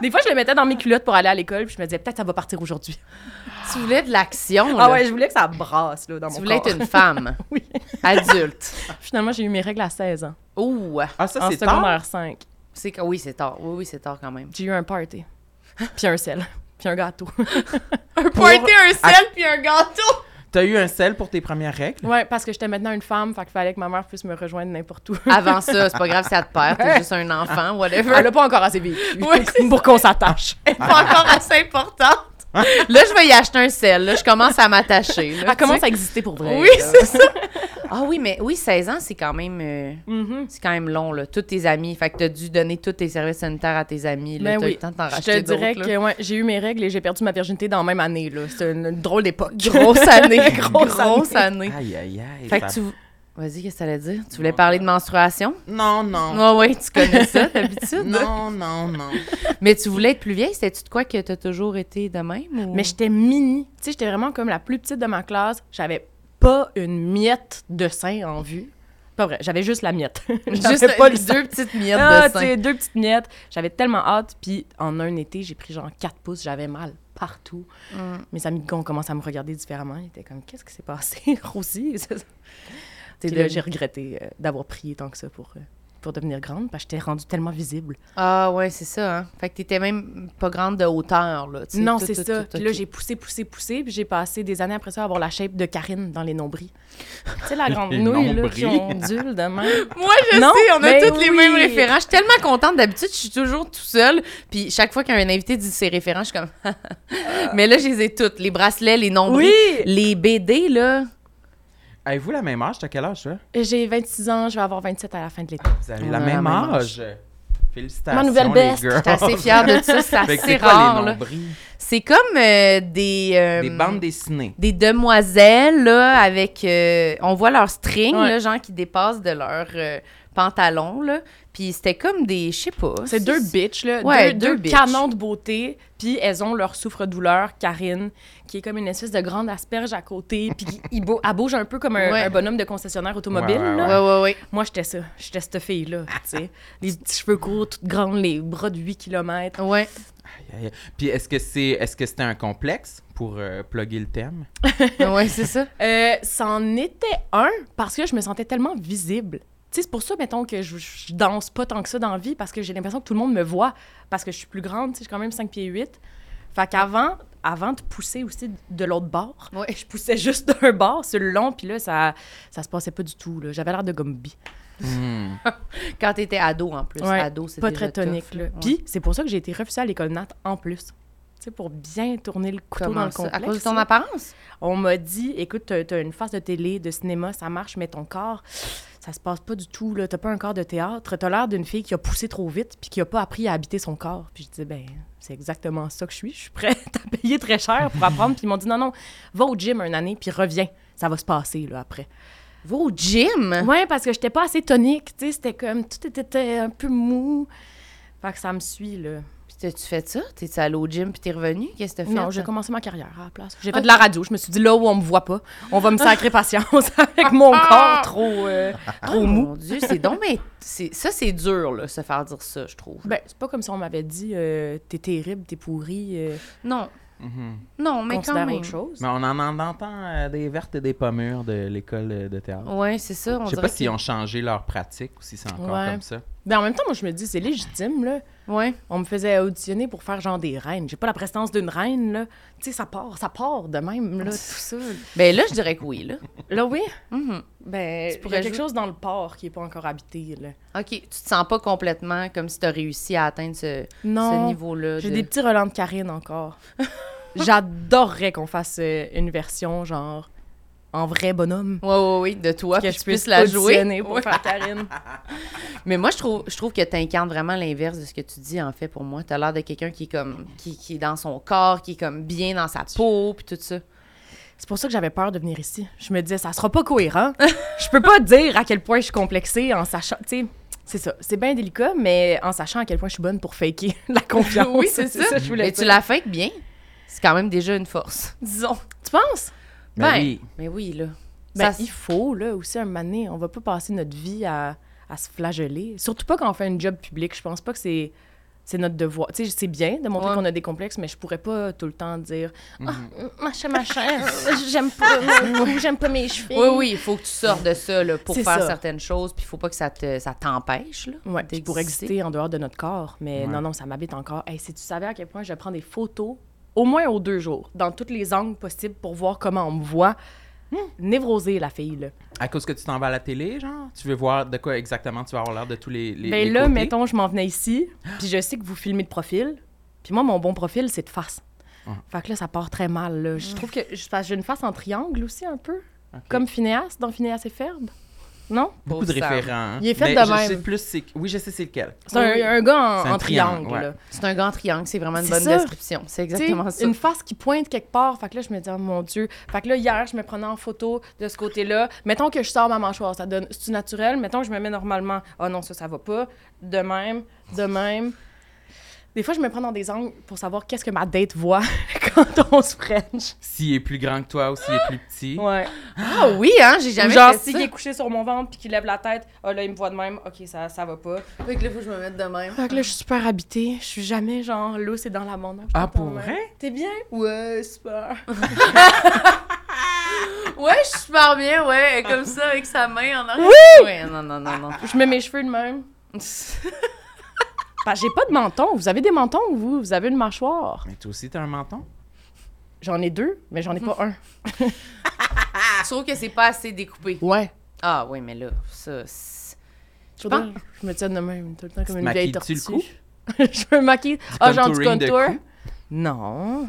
D: Des fois, je le mettais dans mes culottes pour aller à l'école, puis je me disais, peut-être ça va partir aujourd'hui.
A: Tu voulais de l'action, là.
D: Ah ouais, je voulais que ça brasse, là, dans
A: tu
D: mon
A: voulais
D: corps.
A: être une femme
D: Oui.
A: adulte.
D: Finalement, j'ai eu mes règles à 16 ans,
A: Ouh!
B: Ah, ça,
D: en
B: c'est tard?
D: secondaire 5.
A: C'est que- Oui, c'est tard. Oui, oui, c'est tard quand même.
D: J'ai eu un party, puis un sel, puis un gâteau.
A: Un
B: pointé,
A: un
B: sel,
A: puis un gâteau!
B: T'as eu un sel pour tes premières règles?
D: Ouais, parce que j'étais maintenant une femme, fait qu'il fallait que ma mère puisse me rejoindre n'importe où.
A: Avant ça, c'est pas grave si elle te perd. T'es juste un enfant, whatever.
D: Elle a pas encore assez vécu
A: Ouais, c'est
D: pour qu'on s'attache.
A: pas encore assez importante. Là, je vais y acheter un sel. Là, je commence à m'attacher. là,
D: Elle
A: tu
D: commence
A: sais.
D: à exister pour vrai.
A: Oui,
D: là.
A: c'est ça. Ah oui, mais oui, 16 ans, c'est quand même... euh,
D: Mhm.
A: C'est quand même long, là. Tous tes amis. Fait que t'as dû donner tous tes services sanitaires à tes amis. Là,
D: Ben
A: t'as
D: oui.
A: eu le temps de t'en
D: Je
A: racheter
D: te
A: d'autres,
D: dirais
A: là.
D: que ouais, j'ai eu mes règles et j'ai perdu ma virginité dans la même année. là. C'était une, une drôle d'époque.
A: Grosse année. grosse,
D: Grosse
A: année.
B: Aïe, aïe, aïe.
A: Fait
B: ça-
A: que tu... Vas-y, qu'est-ce que t'allais dire? Tu voulais parler de menstruation?
B: Non, non.
A: Ah oui, tu connais ça d'habitude.
B: Non, non, non.
A: Mais tu voulais être plus vieille, c'était-tu de quoi que t'as toujours été de même? ou-
D: Mais j'étais mini. Tu sais, j'étais vraiment comme la plus petite de ma classe. J'avais pas une miette de sein en vue. Pas vrai, j'avais juste la miette. J'avais
A: juste
D: pas le sein.
A: deux petites miettes
D: Ah,
A: de
D: tu
A: sein.
D: sais, deux petites miettes. J'avais tellement hâte. Puis en un été, j'ai pris genre 4 pouces. J'avais mal partout.
A: Mm.
D: Mes amis de gars ont commencé à me regarder différemment. Ils étaient comme, qu'est-ce qui s'est passé, Rosie?
A: T'es
D: Puis là,
A: devenue-
D: j'ai regretté euh, d'avoir prié tant que ça pour, euh, pour devenir grande parce que j'étais rendue tellement visible.
A: Ah ouais, c'est ça. Hein? Fait que t'étais même pas grande de hauteur, là. tu sais,
D: non,
A: tout,
D: c'est
A: tout,
D: ça.
A: tout,
D: Puis
A: ok.
D: là, j'ai poussé, poussé, poussé. Puis j'ai passé des années après ça à avoir la shape de Karine dans les nombris. tu sais, la grande
B: Les
D: nouille là, qui
B: nombris.
D: ondule de même.
A: Moi, je
D: Non,
A: sais, on a
D: ben
A: toutes les mêmes
D: oui.
A: références. Je suis tellement contente. D'habitude, je suis toujours tout seule. Puis chaque fois qu'un invité dit ses références, je suis comme.
B: Ah.
A: Mais là, je les ai toutes. Les bracelets, les nombrils. Les BD, là.
B: Avez-vous la même âge? T'as quel âge, ça?
D: J'ai 26 ans, je vais avoir 27 à la fin de l'été.
B: Vous avez
A: On
B: la
A: a
B: même, âge. Félicitations,
D: Ma nouvelle
B: les
D: best.
B: girls.
A: J'étais assez fière de ça. C'est
B: Fait que
A: assez
B: c'est quoi,
A: rare,
B: les
A: là.
B: nombris?
A: C'est comme euh, des. euh,
B: Des bandes dessinées.
A: des demoiselles, là, avec. euh, on voit leurs strings,
D: Ouais.
A: là, genre, qui dépassent de leurs euh, pantalons, là. Puis c'était comme des. Je sais pas.
D: C'est deux bitches, là.
A: Ouais,
D: deux,
A: deux
D: deux
A: bitches.
D: canons de beauté. Puis elles ont leur souffre-douleur, Karine, qui est comme une espèce de grande asperge à côté. Puis il bou- elle bouge un peu comme un,
A: Ouais.
D: un bonhomme de concessionnaire automobile,
B: Ouais, ouais,
D: là.
A: Ouais, ouais, ouais.
D: Moi, j'étais ça. J'étais cette fille-là, tu sais. Les petits cheveux courts, toutes grandes, les bras de 8 km.
A: Ouais.
B: Aïe, aïe, aïe. Puis est-ce que c'est est-ce que c'était un complexe pour euh, plugger le thème?
A: ouais, c'est ça.
D: Euh, C'en était un parce que je me sentais tellement visible. Tu sais, c'est pour ça, mettons, que je, je danse pas tant que ça dans la vie parce que j'ai l'impression que tout le monde me voit parce que je suis plus grande, tu sais, j'ai quand même 5 pieds 8. Fait qu'avant avant de pousser aussi de l'autre bord,
A: Ouais.
D: je poussais juste d'un bord sur le long, puis là, ça, ça se passait pas du tout. là. J'avais l'air de Gumby.
B: Hmm.
A: Quand t'étais ado, en plus.
D: Ouais,
A: ado, c'est
D: Pas
A: déjà
D: très
A: tough,
D: tonique, là.
A: Ouais.
D: Puis c'est pour ça que j'ai été refusée à l'école nat en plus. Tu sais, pour bien tourner le couteau
A: Comment
D: dans le
A: ça?
D: complexe.
A: À cause de ton
D: là.
A: apparence?
D: On m'a dit, écoute, t'as t'as une face de télé, de cinéma, ça marche, mais ton corps, ça se passe pas du tout, là. T'as pas un corps de théâtre. T'as l'air d'une fille qui a poussé trop vite puis qui a pas appris à habiter son corps. Puis je disais, ben, c'est exactement ça que je suis. Je suis prête à payer très cher pour apprendre. puis ils m'ont dit, non, non, va au gym une année puis reviens. Ça va se passer, là, après.
A: Va au gym?
D: Ouais, parce que j'étais pas assez tonique, tu sais. C'était comme, tout était un peu mou. Fait que ça me suit, là.
A: Puis t'as-tu fait ça? T'es-tu allé au gym puis t'es revenu? Qu'est-ce que t'as fait?
D: Non, j'ai
A: ça?
D: commencé ma carrière à la place. J'ai
A: Ah,
D: fait de la radio. Je me suis dit, là où on me voit pas, on va me sacrer patience avec mon corps trop, euh, trop
A: Oh,
D: mou.
A: Mon Dieu, c'est donc... Mais c'est- ça, c'est dur, là, se faire dire ça, je trouve.
D: Ben, c'est pas comme si on m'avait dit, euh, t'es terrible, t'es pourri, euh,
A: Non.
B: Mhm.
A: Non, mais quand
D: considère
A: même.
D: autre chose.
B: Mais on en, en entend euh, des vertes et des pommures de l'école euh, de théâtre.
A: Ouais, c'est ça. on
B: Je sais
A: dirait
B: pas s'ils ont changé leur pratique ou si c'est encore
D: Ouais.
B: comme ça.
D: Ben, en même temps, moi, je me dis, c'est légitime, là.
A: que- Ouais.
D: On me faisait auditionner pour faire genre des reines. J'ai pas la prestance d'une reine, là. Tu sais, ça part, ça part de même, là, tout ça.
A: Ben là, je dirais que oui, là.
D: Là, oui,
A: Mhm.
D: ben,
A: Tu
D: il y
A: pourrais
D: a quelque
A: jouer-
D: chose dans le port qui est pas encore habité, là.
A: OK, tu te sens pas complètement comme si t'as réussi à atteindre ce, ce
D: Non,
A: niveau-là.
D: J'ai
A: de-
D: des petits relents de Karine encore. J'adorerais qu'on fasse euh, une version genre en vrai bonhomme.
A: Ouais, ouais, ouais, de toi,
D: que
A: puis
D: je
A: tu
D: puisse
A: puisses la jouer.
D: auditionner pour
A: Ouais.
D: faire Karine.
A: Mais moi, je trouve, je trouve que tu incarnes vraiment l'inverse de ce que tu dis, en fait, pour moi. Tu as l'air de quelqu'un qui est comme qui, qui est dans son corps, qui est comme bien dans sa peau, puis tout ça.
D: C'est pour ça que j'avais peur de venir ici. Je me disais, ça sera pas cohérent. je peux pas dire à quel point je suis complexée en sachant. Tu sais, c'est ça. C'est bien délicat, mais en sachant à quel point je suis bonne pour faker la confiance.
A: Oui, c'est ça.
D: je voulais
A: Mais tu
D: dire.
A: la fakes bien. C'est quand même déjà une force, disons.
D: Tu penses?
B: Ben
A: Ben,
B: oui.
A: Mais oui, là.
D: Ben,
A: Ça-
D: il faut, là, aussi, un moment donné, on va pas passer notre vie à, à se flageller. Surtout pas quand on fait un job public. Je pense pas que c'est c'est notre devoir. Tu sais, c'est bien de montrer
A: Ouais.
D: qu'on a des complexes, mais je pourrais pas tout le temps dire « Ah, machin, machin, j'aime pas mon cou, j'aime pas mes cheveux. »
A: Oui, oui, il faut que tu sortes de ça là, pour
D: C'est
A: faire
D: ça.
A: certaines choses, puis il faut pas que ça te- ça t'empêche. là,
D: Ouais, puis pour
A: d'exister.
D: exister en dehors de notre corps. Mais
B: Ouais.
D: non, non, ça m'habite encore. Hey, si tu savais à quel point je prends des photos, au moins aux deux jours, dans tous les angles possibles pour voir comment on me voit.
A: Hmm.
D: Névrosée, la fille, là.
B: À cause que tu t'en vas à la télé, genre, tu veux voir de quoi exactement tu vas avoir l'air de tous les, les,
D: Ben
B: les
D: là,
B: côtés?
D: mettons, je m'en venais ici, puis je sais que vous filmez de profil. Puis moi, mon bon profil, c'est de face.
B: Ah.
D: Fait que là, ça part très mal. là. Je trouve que je- parce que j'ai une face en triangle aussi, un peu. Comme Phineas, dans Phineas et Ferb. Non?
B: Beaucoup de
A: Pauvre Sam.
B: référents.
D: Il est fait
B: Mais
D: de
B: je
D: même.
B: sais plus c'est- Oui, je sais c'est lequel.
D: C'est un-
A: Oui.
D: un, gars en,
B: Ah C'est un
D: en
B: triangle,
D: triangle.
B: ouais.
D: là.
A: C'est un gant triangle, c'est vraiment une
D: C'est
A: bonne
D: ça.
A: description. C'est exactement
D: T'sais,
A: ça.
D: Une face qui pointe quelque part. Fait que là, je me dis, oh mon Dieu. Fait que là, hier, je me prenais en photo de ce côté-là. Mettons que je sors ma mâchoire, ça donne. C'est naturel. Mettons que je me mets normalement. Ah non, ça, ça va pas. De même, de même. Des fois, je me prends dans des angles pour savoir qu'est-ce que ma date voit quand on se French.
B: S'il est plus grand que toi ou s'il est plus petit.
D: Ouais.
A: Ah oui, hein, j'ai
D: Ou
A: jamais
D: genre,
A: fait
D: s'il
A: ça.
D: est couché sur mon ventre puis qu'il lève la tête, ah là, il me voit de même. OK, ça, ça va pas.
A: Fait que là, faut que je me mette de même.
D: Fait que là, je suis super habitée. Je suis jamais genre, là, c'est dans l'abondance.
B: Ah, pour vrai?
D: T'es bien? Ouais, super.
A: Ouais, je suis super bien, ouais, comme ça, avec sa main en arrière. Oui! Non, non, non, non.
D: Je mets mes cheveux de même. Bah, j'ai pas de menton. Vous avez des mentons, vous? Vous avez une mâchoire?
B: Mais toi aussi, t'as un menton?
D: J'en ai deux, mais j'en ai pas un.
A: Je trouve que c'est pas assez découpé.
D: Ouais.
A: Ah oui, mais là, ça. c'est-
D: Je,
A: pense-
D: je me tiens de même tout le temps comme
B: te
D: une vieille
B: maquilles-tu
D: tortue.
B: le
D: je me maquille. Ah, genre du
B: contouring de
D: contour?
B: cou?
D: Non.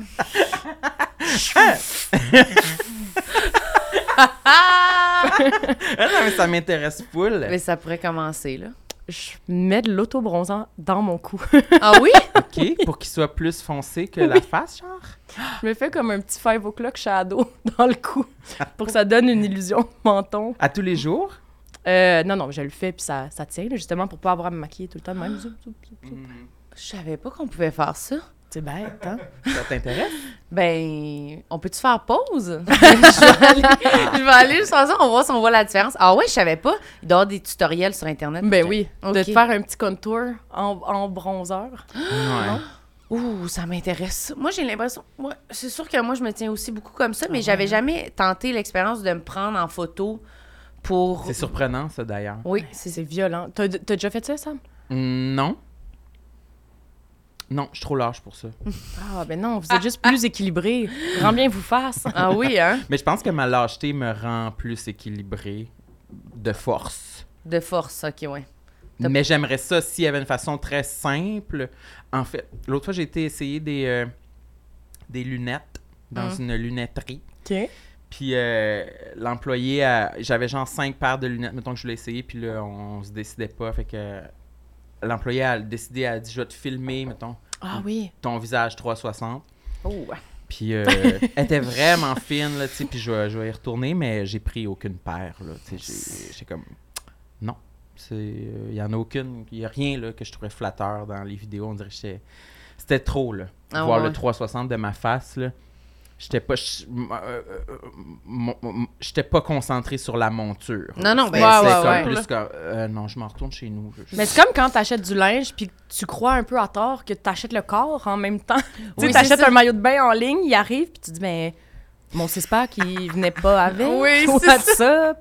A: Ah!
B: Ah non, mais ça m'intéresse full.
A: mais ça pourrait commencer, là.
D: Je mets de l'autobronzant dans mon cou.
A: Ah oui?
B: OK, pour qu'il soit plus foncé que la face, genre?
D: je me fais comme un petit five o'clock shadow dans le cou pour que ça donne une illusion de menton.
B: À tous les jours?
D: Euh, non, non, je le fais puis ça, ça tient, là, justement, pour pas avoir à me maquiller tout le temps de même. Zoup, zoup, zoup,
B: Ah.
D: zoup.
A: Je savais pas qu'on pouvait faire ça.
D: C'est bête, hein?
B: Ça t'intéresse?
A: Ben, on peut-tu faire pause? je vais aller, je vais aller juste faire ça, on voit si on voit la différence. Ah ouais, je savais pas. Il doit y avoir des tutoriels sur Internet.
D: Ben oui, de
A: Ok.
D: te faire un petit contour en, en bronzeur.
B: Ouais.
A: Ouh, ça m'intéresse. Moi, j'ai l'impression. Moi, c'est sûr que moi, je me tiens aussi beaucoup comme ça, mais j'avais jamais tenté l'expérience de me prendre en photo pour.
B: C'est surprenant, ça, d'ailleurs.
A: Oui, c'est
D: C'est violent. T'as t'as déjà fait ça, Sam?
B: Mm, Non. Non, je suis trop large pour ça.
D: Ah, ben non, vous êtes juste plus équilibré. Rends bien vous face.
A: Ah oui, hein?
B: Mais je pense que ma lâcheté me rend plus équilibrée de force.
A: De force, ok, ouais. T'as-
B: Mais j'aimerais ça s'il y avait une façon très simple. En fait, l'autre fois, j'ai été essayer des, euh, des lunettes dans une lunetterie.
D: OK.
B: Puis euh, l'employé, euh, j'avais genre cinq paires de lunettes, mettons que je voulais essayer, puis là, on se décidait pas. Fait que l'employé a décidé, elle a dit, je vais te filmer, mettons,
D: Ah oui.
B: ton visage 360.
A: Mm. Oh.
B: Puis euh, elle était vraiment fine, là, tu sais, puis je, vais- je vais y retourner, mais j'ai pris aucune paire, là, tu sais, j'ai- j'ai comme, non, c'est, il y en a aucune, il y a rien, là, que je trouvais flatteur dans les vidéos, on dirait que j'étais- c'était trop, là,
A: Ah
B: voir
A: ouais.
B: le 360 de ma face, là, j'étais pas, je- m- euh, euh, mon- mon- j'étais pas concentré sur la monture.
A: Non, non,
B: mais
A: ben,
B: c'est
A: ouais,
B: comme
A: ouais, ouais.
B: plus comme, euh, non, je m'en retourne chez nous. je-
D: Mais c'est comme quand t'achètes du linge puis que tu crois un peu à tort que t'achètes le corps en même temps. tu
A: Oui,
D: sais,
A: c'est
D: t'achètes
A: ça.
D: un maillot de bain en ligne, il arrive puis tu dis, ben, mon six-pack, il venait pas avec.
A: Oui, c'est
D: What's up?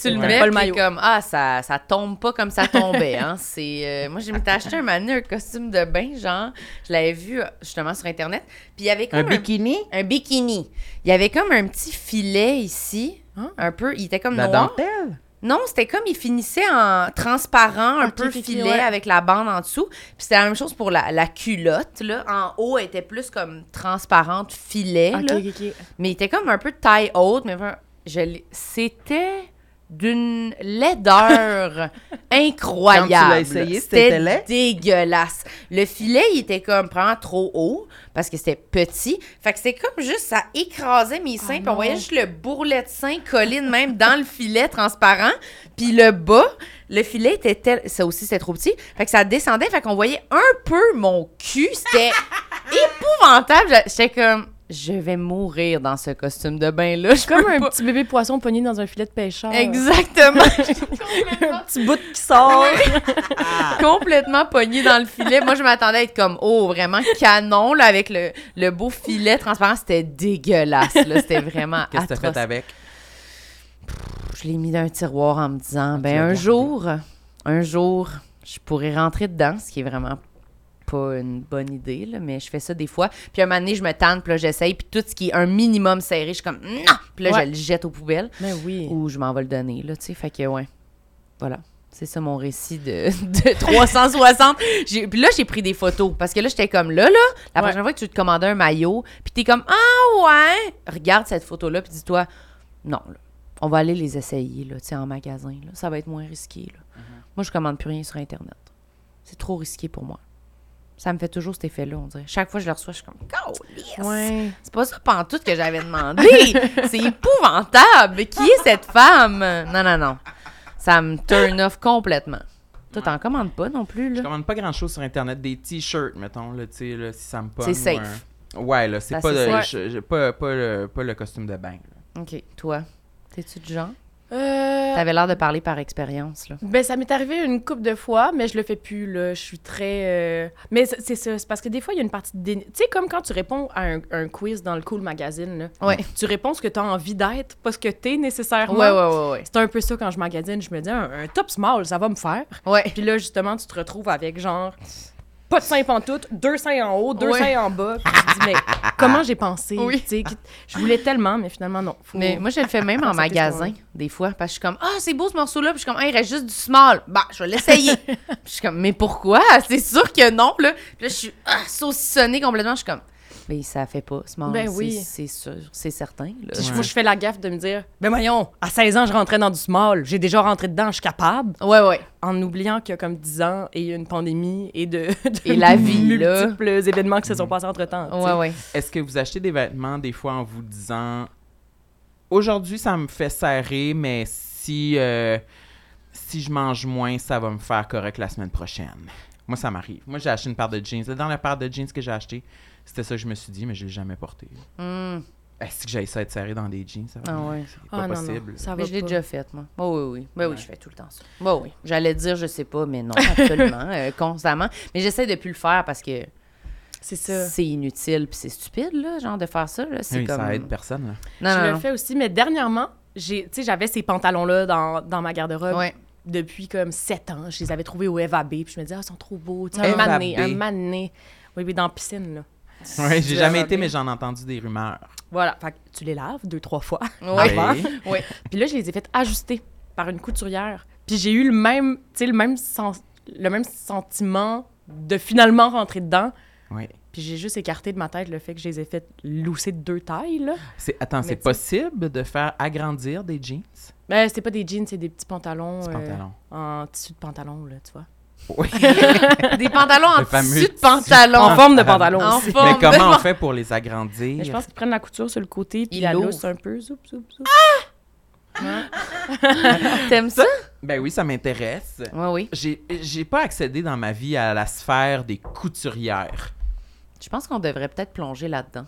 A: Tu le
B: Ouais.
A: mets,
D: Pas le
A: puis
D: maillot.
A: comme ah ça ça tombe pas comme ça tombait hein. C'est euh, moi j'ai m'étais acheté un mané un costume de bain genre je l'avais vu euh, justement sur internet puis il y avait comme
B: un
A: un,
B: bikini?
A: un bikini. Il y avait comme un petit filet ici,
D: Hein?
A: un peu, il était comme
B: La
A: noir.
B: dentelle?
A: Non, c'était comme il finissait en transparent, un
D: Ok,
A: peu
D: ok, ok,
A: filet
D: ouais.
A: avec la bande en dessous. Puis c'était la même chose pour la, la culotte là, en haut elle était plus comme transparente filet là. Mais il était comme un peu de taille haute, mais vraiment, je l'ai- c'était d'une laideur incroyable.
B: Quand tu l'as essayé, c'était laid?
A: dégueulasse. Le filet, il était comme vraiment trop haut parce que c'était petit. Fait que c'est comme juste, ça écrasait mes
D: Ah
A: seins. puis on voyait juste le bourrelet de sein collé de même dans le filet transparent. Puis le bas, le filet était tel. Ça aussi, c'était trop petit. Fait que ça descendait. Fait qu'on voyait un peu mon cul. C'était épouvantable. J'a- J'étais comme, je vais mourir dans ce costume de bain-là. Je
D: Comme
A: peux
D: un
A: pas.
D: petit bébé poisson pogné dans un filet de pêcheur.
A: Exactement.
D: Un petit bout qui sort.
A: complètement pogné dans le filet. Moi, je m'attendais à être comme, oh, vraiment canon, là, avec le, le beau filet transparent. C'était dégueulasse, là. C'était vraiment
B: Qu'est-ce que t'as
A: atroce.
B: fait avec?
A: Je l'ai mis dans un tiroir en me disant, ben,
B: l'as
A: un
B: gardé.
A: jour, un jour, je pourrais rentrer dedans, ce qui est vraiment pas une bonne idée, là, mais je fais ça des fois. Puis un moment donné, je me tente, puis là, j'essaye, puis tout ce qui est un minimum serré, je suis comme, non! Puis là,
D: Ouais.
A: je le jette aux poubelles.
D: Mais Ben oui.
A: ou je m'en vais le donner, là, tu sais. Fait que, ouais. Voilà. C'est ça mon récit de, de 360. J'ai- Puis là, j'ai pris des photos parce que là, j'étais comme là, là, la
D: Ouais.
A: prochaine fois que tu te commandais un maillot, puis t'es comme Ah ouais! Regarde cette photo-là, puis dis-toi, non, là, on va aller les essayer là, tu sais, en magasin. là. Ça va être moins risqué. Là.
D: Mm-hmm.
A: Moi, je commande plus rien sur Internet. C'est trop risqué pour moi. Ça me fait toujours cet effet-là, on dirait. Chaque fois que je le reçois, je suis comme Go!
D: Ouais.
A: C'est pas ça pantoute que j'avais demandé. C'est épouvantable. Mais Qui est cette femme? Non, non, non. Ça me turn off complètement. Toi, t'en commandes pas non plus,
B: Je
A: là?
B: commande pas grand chose sur Internet. Des t-shirts, mettons, là, tu sais, là, si ça me pomme.
A: C'est
B: ou
A: safe.
B: un- Ouais, là, c'est
A: Ça,
B: pas,
A: c'est
B: le-
A: safe.
B: je- je- pas, pas le, pas le costume de bain. là.
A: OK. Toi, t'es-tu de genre?
D: Euh,
A: T'avais l'air de parler par expérience, là.
D: Ben, ça m'est arrivé une couple de fois, mais je le fais plus, là. Je suis très... euh, Mais c'est c'est ça, c'est parce que des fois, il y a une partie... de déni- Tu sais, comme quand tu réponds à un, un quiz dans le Cool Magazine, là.
A: Ouais.
D: Tu réponds ce que tu as envie d'être, pas ce que t'es nécessairement.
A: ouais, ouais.
D: C'est un peu ça quand je magasine, je me dis un, un top small, ça va me faire.
A: Ouais.
D: Puis là, justement, tu te retrouves avec genre pas de seins pantoute, deux seins en haut, deux
A: Ouais.
D: seins en bas. Puis tu te dis, mais comment j'ai pensé?
A: Oui.
D: Tu sais, qui- Je voulais tellement, mais finalement, non. Faut-
A: Mais moi, je le fais même en
D: Faut accepter
A: magasin,
D: son-
A: des fois, parce que je suis comme, ah, c'est beau ce morceau-là, puis je suis comme, ah, il reste juste du small. Bah, je vais l'essayer. Puis je suis comme, mais pourquoi? C'est sûr que non, là. Puis là, je suis ah, saucissonnée complètement. Je suis comme, mais ça fait pas small.
D: Ben
A: C'est-
D: oui.
A: C'est sûr, c'est certain, là.
D: Puis je- Moi, je fais la gaffe de me dire, ben voyons, à 16 ans, je rentrais dans du small, j'ai déjà rentré dedans, je suis capable.
A: Ouais, ouais.
D: En oubliant qu'il y a comme 10 ans et une pandémie et de, de
A: Et la vie, là.
D: multiples événements qui se sont passés entre-temps. tu sais.
A: Ouais, ouais.
B: Est-ce que vous achetez des vêtements des fois en vous disant aujourd'hui ça me fait serrer, mais si euh, si je mange moins, ça va me faire correct la semaine prochaine. Moi, ça m'arrive. Moi, j'ai acheté une paire de jeans. Dans la paire de jeans que j'ai acheté, c'était ça que je me suis dit, mais je l'ai jamais porté.
A: Hmm.
B: Est-ce que j'ai ça être serré dans des jeans Ça va
A: Ah
B: bien.
A: ouais.
B: C'est
D: Ah,
B: pas
D: non, non,
B: possible.
D: ça
A: Mais
D: va
A: je l'ai
D: pas.
A: déjà faite, moi. Bah oui, oui. Bah
B: Ouais.
A: oui, je fais tout le temps ça. Bah oui. J'allais dire, je sais pas, mais non, absolument, euh, constamment. Mais j'essaie de plus le faire parce que
D: C'est ça.
A: c'est inutile puis c'est stupide, là, genre, de faire ça, là. C'est
B: Oui,
A: comme...
B: Ça aide personne. Là.
A: Non,
D: je
A: non,
D: le
A: non.
D: fais aussi, mais dernièrement, j'ai- tu sais, j'avais ces pantalons-là dans, dans ma garde-robe
A: Ouais.
D: depuis comme 7 ans. Je les avais trouvés au Eva B, puis je me disais, ah, ils sont trop beaux. Tu sais,
B: Eva
D: un mané,
B: B.
D: un mané. Oui, oui, dans la piscine, là.
B: Ouais, j'ai
D: Tu
B: jamais
D: vas
B: été,
D: laver.
B: mais j'en ai entendu des rumeurs.
D: Voilà. Fait que tu les laves deux, trois fois.
A: Ouais.
B: Ah oui?
A: Ouais.
D: Puis là, je les ai fait ajuster par une couturière. Puis j'ai eu le même, tu sais, le même sens, le même sentiment de finalement rentrer dedans.
B: Ouais.
D: Puis j'ai juste écarté de ma tête le fait que je les ai fait lousser de deux tailles. Là.
B: C'est- Attends,
D: Mais
B: c'est
D: tu-
B: possible de faire agrandir des jeans?
D: Ben, c'était pas des jeans, c'est des petits pantalons,
B: Des
D: euh,
B: pantalons.
D: en tissu de pantalon, là, tu vois.
B: Oui.
A: Des pantalons en
B: Le fameux
A: tissu de
B: tissu.
D: En
A: pantalon.
D: forme de pantalon
A: En
D: aussi.
A: forme
B: Mais comment
A: de-
B: on fait pour les
D: Mais
B: agrandir?
D: je pense qu'ils prennent la couture sur le côté, puis
A: Ils
D: la
A: l'ouvrent.
D: loussent un peu, zoup, zoup, zoup.
A: T'aimes ça?
B: Ben oui, ça m'intéresse.
A: Oui, oui.
B: J'ai j'ai pas accédé dans ma vie à la sphère des couturières.
A: Je pense qu'on devrait peut-être plonger là-dedans.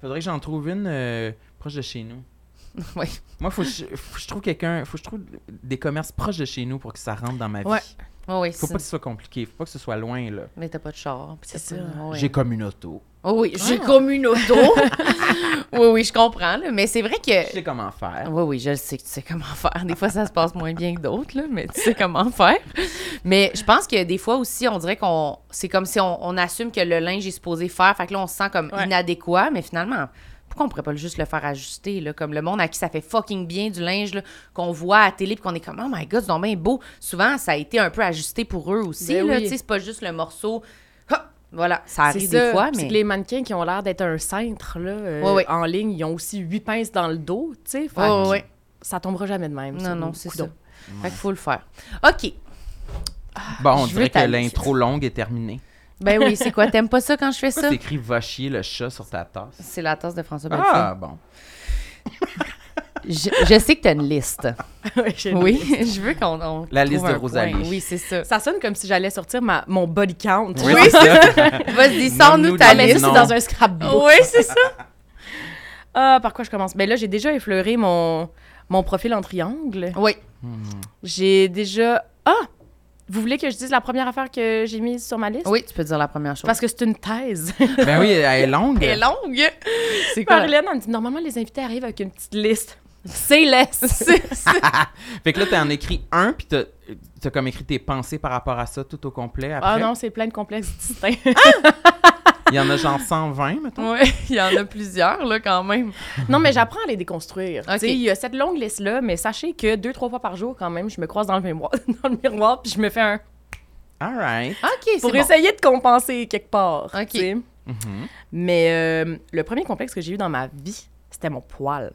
B: Faudrait que j'en trouve une euh, proche de chez nous.
A: Oui.
B: Moi, faut que je, faut que je trouve quelqu'un, faut que je trouve des commerces proches de chez nous pour que ça rentre dans ma vie.
D: Ouais.
A: Oui, oui.
B: Faut
A: c'est-
B: pas que ce soit compliqué, faut pas que ce soit loin là.
A: Mais t'as pas de char. puis
D: C'est
A: t'as pas-
D: ça.
A: ouais.
B: J'ai comme une auto.
A: Oh oui, j'ai comme une auto. oui, oui, je comprends. là, Mais c'est vrai
B: Je
A: que...
B: sais comment faire.
A: Ah Oui, oui, je le sais que tu sais comment faire. Des fois, ça se passe moins bien que d'autres, là, mais tu sais comment faire. Mais je pense que des fois aussi, on dirait qu'on. C'est comme si on, on assume que le linge est supposé faire. Fait que là, on se sent comme
D: Ouais.
A: inadéquat, mais finalement. Pourquoi on pourrait pas juste le faire ajuster, là, comme le monde à qui ça fait fucking bien du linge là, qu'on voit à la télé puis qu'on est comme Oh my god, c'est donc bien beau. Souvent, ça a été un peu ajusté pour eux aussi.
D: Ben
A: là,
D: oui.
A: tu sais, C'est pas juste le morceau. Hop! voilà, ça
D: C'est
A: arrive des
D: ça.
A: fois,
D: Puis c'est
A: mais.
D: que les mannequins qui ont l'air d'être un cintre, là, euh,
A: Ouais, ouais.
D: en ligne, ils ont aussi huit pinces dans le dos, tu sais. Fait
A: Ouais, ouais,
D: que
A: ouais.
D: Ça tombera jamais de même.
A: Non, non,
D: nous,
A: c'est ça.
D: coudonc.
A: Fait qu'il faut le faire. OK.
B: Bon, Bah, on
A: je veux
B: dirait que
A: ta-
B: l'intro longue est terminée.
A: Ben oui, c'est quoi? T'aimes pas ça quand je fais
B: Pourquoi
A: ça?
B: c'est écrit va chier le chat sur ta tasse?
A: C'est la tasse de François Bellefeuille.
B: Ah bon.
A: Je, je sais que t'as une liste.
D: Ouais, j'ai-
A: Oui, je veux qu'on. on
B: La
A: trouve
B: liste de
A: un
B: Rosalie.
A: point. Oui, c'est ça.
D: Ça sonne comme si j'allais sortir ma, mon body count.
B: Oui, c'est ça.
A: Vas-y, sors-nous
B: Nomme-nous
A: ta
B: des
D: mais
A: liste.
D: c'est
B: non.
D: dans un scrapbook.
A: Oui, c'est ça.
D: Ah, par quoi je commence? Ben là, j'ai déjà effleuré mon, mon profil en triangle.
A: Oui.
D: J'ai déjà... Ah! Vous voulez que je dise la première affaire que j'ai mise sur ma liste?
A: Oui, tu peux dire la première chose.
D: Parce que c'est une thèse.
B: ben oui, elle est longue.
A: qu'elle est longue. C'est quoi?
D: Marlène, elle me dit, normalement, les invités arrivent avec une petite liste. C'est laisse.
A: C'est- c'est-
B: Fait que là, t'en écris un, puis t'as t'as comme écrit tes pensées par rapport à ça tout au complet. Après.
D: Ah non, c'est plein de complexes distincts.
B: Il y en a genre 120, mettons.
A: Oui, il y en a plusieurs, là, quand même.
D: Non, mais j'apprends à les déconstruire.
A: Ok.
D: Tu sais, Il y a cette longue liste-là, mais sachez que deux, trois fois par jour, quand même, je me croise dans le miroir, dans le miroir puis je me fais un.
B: All right.
A: Ah, OK,
D: Pour essayer de compenser quelque part.
A: Ok.
D: tu sais.
B: Mhm.
D: Mais euh, le premier complexe que j'ai eu dans ma vie, c'était mon poil.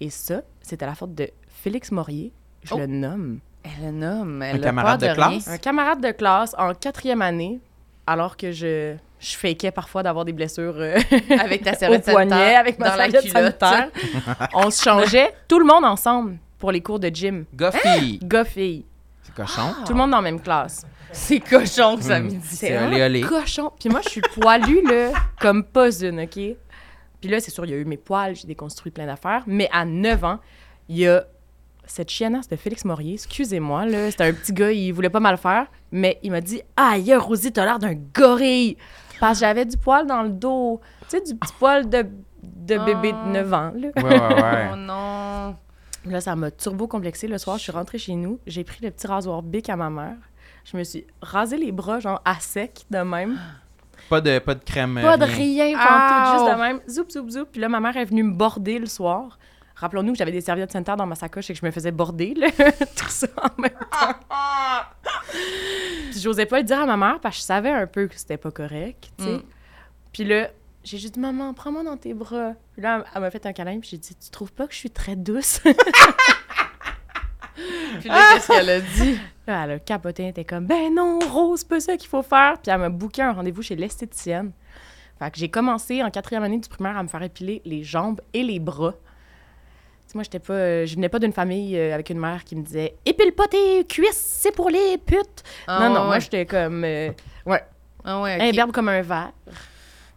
D: Et ça, c'était la faute de Félix Morier. Je
A: Oh.
D: le nomme.
A: Elle un homme, elle
B: Un
A: a
B: camarade
A: peur
B: de
A: de rien.
B: classe?
D: Un camarade de classe en quatrième année, alors que je, je fakeais parfois d'avoir des blessures euh,
A: Avec ta
D: au
A: serviette
D: poignet,
A: sanitaire,
D: avec ma
A: dans la
D: serviette
A: culotte. hein.
D: sanitaire. On se changeait, tout le monde ensemble, pour les cours de gym.
B: Goffy.
D: Gars-filles,
B: C'est cochon.
D: tout le monde dans la même classe.
A: C'est cochon, ça me dit. Oh
B: C'est
D: vraiment
B: olé olé.
D: cochon. Puis moi, je suis poilue, là, comme pas une, OK? Puis là, c'est sûr, il y a eu mes poils, j'ai déconstruit plein d'affaires. Mais à 9 ans, il y a cette chiennasse de Félix Morier, excusez-moi, là, c'était un petit gars, il voulait pas mal faire, mais il m'a dit « Aïe, Rosie, t'as l'air d'un gorille! » Parce que j'avais du poil dans le dos, tu sais, du petit poil de, de bébé de 9 ans, là.
B: Ouais, ouais, ouais.
A: Oh non.
D: Là, ça m'a turbo-complexé. Le soir, je suis rentrée chez nous. J'ai pris le petit rasoir bic à ma mère. Je me suis rasé les bras, genre à sec, de même.
B: Pas de, pas de crème. euh,
D: Pas de rien,
A: Ow!
D: pantoute, juste de même. Zoup, zoup, zoup. Puis là, ma mère est venue me border le soir. Rappelons-nous que j'avais des serviettes sanitaires dans ma sacoche et que je me faisais border, là. tout ça en même temps. Puis j'osais pas le dire à ma mère parce que je savais un peu que c'était pas correct, tu sais.
A: Mm.
D: Puis là, j'ai juste dit « Maman, prends-moi dans tes bras. » Puis là, elle m'a fait un câlin puis j'ai dit « Tu trouves pas que je suis très douce? »
A: Puis là, qu'est-ce qu'elle a dit?
D: Là, elle a capoté, elle était comme, ben non, Rose, c'est pas ça qu'il faut faire. Puis elle m'a booké un rendez-vous chez l'esthéticienne. Fait que j'ai commencé en quatrième année du primaire à me faire épiler les jambes et les bras. Tu sais, moi, j'étais pas, euh, je venais pas d'une famille euh, avec une mère qui me disait, épile pas tes cuisses, c'est pour les putes.
A: Ah,
D: non, non,
A: ouais.
D: moi, j'étais comme, euh, ouais,
A: Ah
B: Eh,
A: ouais, ok.
D: imberbe comme un verre.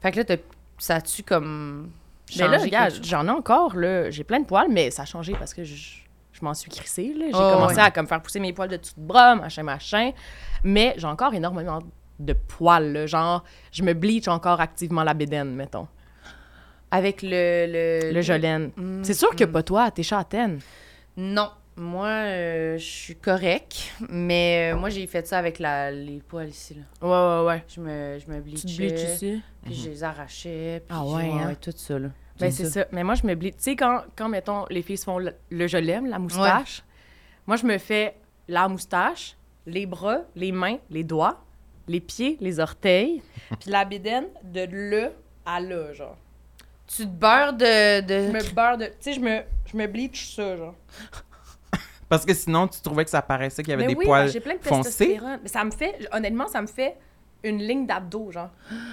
A: Fait que là, t'as- ça tue comme...
D: Mais Ben là,
A: changé
D: regarde,
A: quelque chose?
D: j'en ai encore, là. J'ai plein de poils, mais ça a changé parce que je, je m'en suis crissée, là. J'ai
A: Oh,
D: commencé
A: ouais.
D: à comme faire pousser mes poils de dessous de bras, machin, machin. Mais j'ai encore énormément de poils, là. Genre, je me bleach encore activement la bédaine, mettons.
A: Avec le... Le,
D: Le jolène.
A: Mm,
D: C'est sûr que pas toi, t'es châtaine.
A: Non. Moi, euh, je suis correct, mais euh, moi, j'ai fait ça avec la, les poils ici, là.
D: Ouais, ouais, ouais.
A: Je me, je me
D: Tu te
A: bleachais,
D: bleaches ici?
A: puis je les arrachais, puis
D: Ah ouais, hein?
A: tout ça, là.
D: Ben,
A: J'aime
D: c'est ça. Mais moi, je me bleach. Tu sais, quand, quand, mettons, les filles se font le, le je l'aime, la moustache, moi, je me fais la moustache, les bras, les mains, les doigts, les pieds, les orteils, puis la bédaine de le à là, genre.
A: Tu te beurres de...
D: Je
A: de...
D: me beurre de. Tu sais, je me, je me bleach ça, genre.
B: Parce que sinon, tu trouvais que ça paraissait qu'il y avait
D: Mais
B: des
D: oui,
B: poils
D: ben, j'ai plein de
B: foncés.
D: testostérone. Mais ça me fait, honnêtement, ça me fait une ligne d'abdos, genre,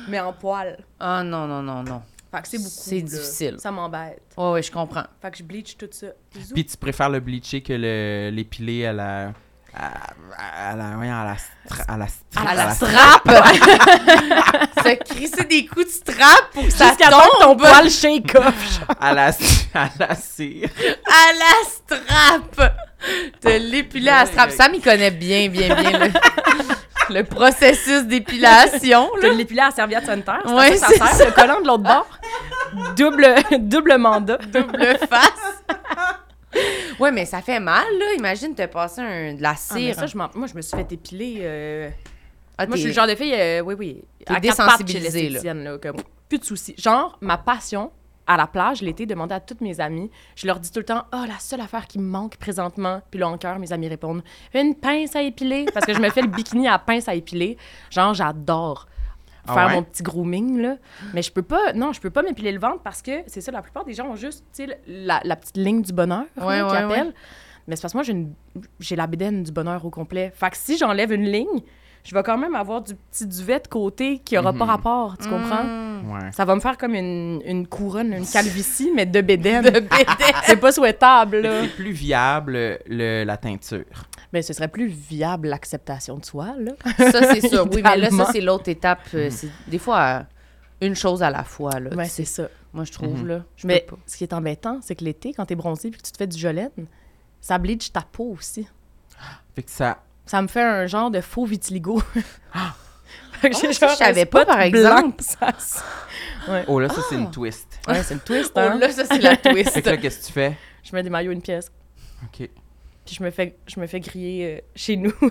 D: mais en poils.
A: Ah non, non, non, non.
D: Fait que c'est beaucoup.
A: C'est
D: là.
A: difficile.
D: Ça m'embête.
A: Ouais, ouais, je comprends.
D: Fait que je bleach tout ça. Bisous.
B: Puis tu préfères le bleacher que le- l'épiler à la. À, à- à la. ouais, à la. stra- À la. stra-
D: Ah,
A: À la
B: à la-
A: strap! Se crisser des coups de strap pour que ça
D: Jusqu'à temps que ton poil shake off. genre.
B: à la. À la cire.
A: à la strap. De l'épiler à la strap. Sam, il connaît bien, bien, bien le, le processus d'épilation.
D: T'as
A: là.
D: de l'épilé à la serviette sanitaire. c'est à
A: Ouais,
D: ça, que
A: c'est
D: ça sert. Le collant de l'autre bord. Double, double mandat.
A: Double face. Ouais, mais ça fait mal, là. Imagine te passer un, de la
D: Ah, mais
A: cire.
D: ça, je m'en- moi, je me suis fait épiler. euh,
A: Ah,
D: moi, je suis
A: t'es-
D: le genre de fille, euh, oui, oui.
A: T'es
D: à quatre pattes chez
A: désensibilisée, là.
D: l'esthéticienne, là, comme, plus de soucis. Genre, ma passion à la plage, l'été, demander à toutes mes amies, je leur dis tout le temps, oh, la seule affaire qui me manque présentement, puis là, en cœur, mes amis répondent, une pince à épiler, parce que je me fais le bikini à pince à épiler. Genre, j'adore
B: Ah
D: faire
B: ouais?
D: mon petit grooming, là. Mais je peux pas, non, je peux pas m'épiler le ventre parce que c'est ça, la plupart des gens ont juste, tu sais, la, la petite ligne du bonheur,
A: Ouais,
D: là,
A: ouais,
D: qui appelle. Mais c'est parce que moi, j'ai une- j'ai la bédaine du bonheur au complet. Fait que si j'enlève une ligne, je vais quand même avoir du petit duvet de côté qui aura pas
B: Mhm.
D: rapport, tu comprends?
A: Mm.
B: Ouais.
D: Ça va me faire comme une, une couronne, une calvitie, mais de bédaine.
A: De bédaine.
D: C'est pas souhaitable, là.
B: C'est plus viable le, la teinture.
D: Mais ce serait plus viable l'acceptation de soi, là.
A: Ça, c'est sûr. Oui, mais là, ça,
D: Idéalement. Hmm.
A: c'est l'autre étape. euh, C'est des fois euh, une chose à la fois, là.
D: Ouais,
A: tu sais.
D: c'est ça.
A: Moi, je trouve,
B: Mhm.
A: là. Je
D: Mais
A: peux pas.
D: ce qui est embêtant, c'est que l'été, quand t'es bronzé puis que tu te fais du jolène, ça bleach ta peau aussi.
B: Fait que ça.
D: Ça me fait un genre de faux vitiligo. Fait que
A: Ah,
D: j'ai
A: ça,
D: genre
A: je
D: un
A: savais pas,
D: spot
A: par
D: blanc,
A: exemple.
D: ça-
B: Oh là, ça, c'est une twist.
D: Ouais, c'est le twist,
A: Oh,
D: hein?
A: là, ça, c'est la
B: Fait
A: twist.
B: que là, qu'est-ce que tu fais?
D: Je mets des maillots, une pièce.
B: OK.
D: Puis je me fais, je me fais griller euh, chez nous.
A: pour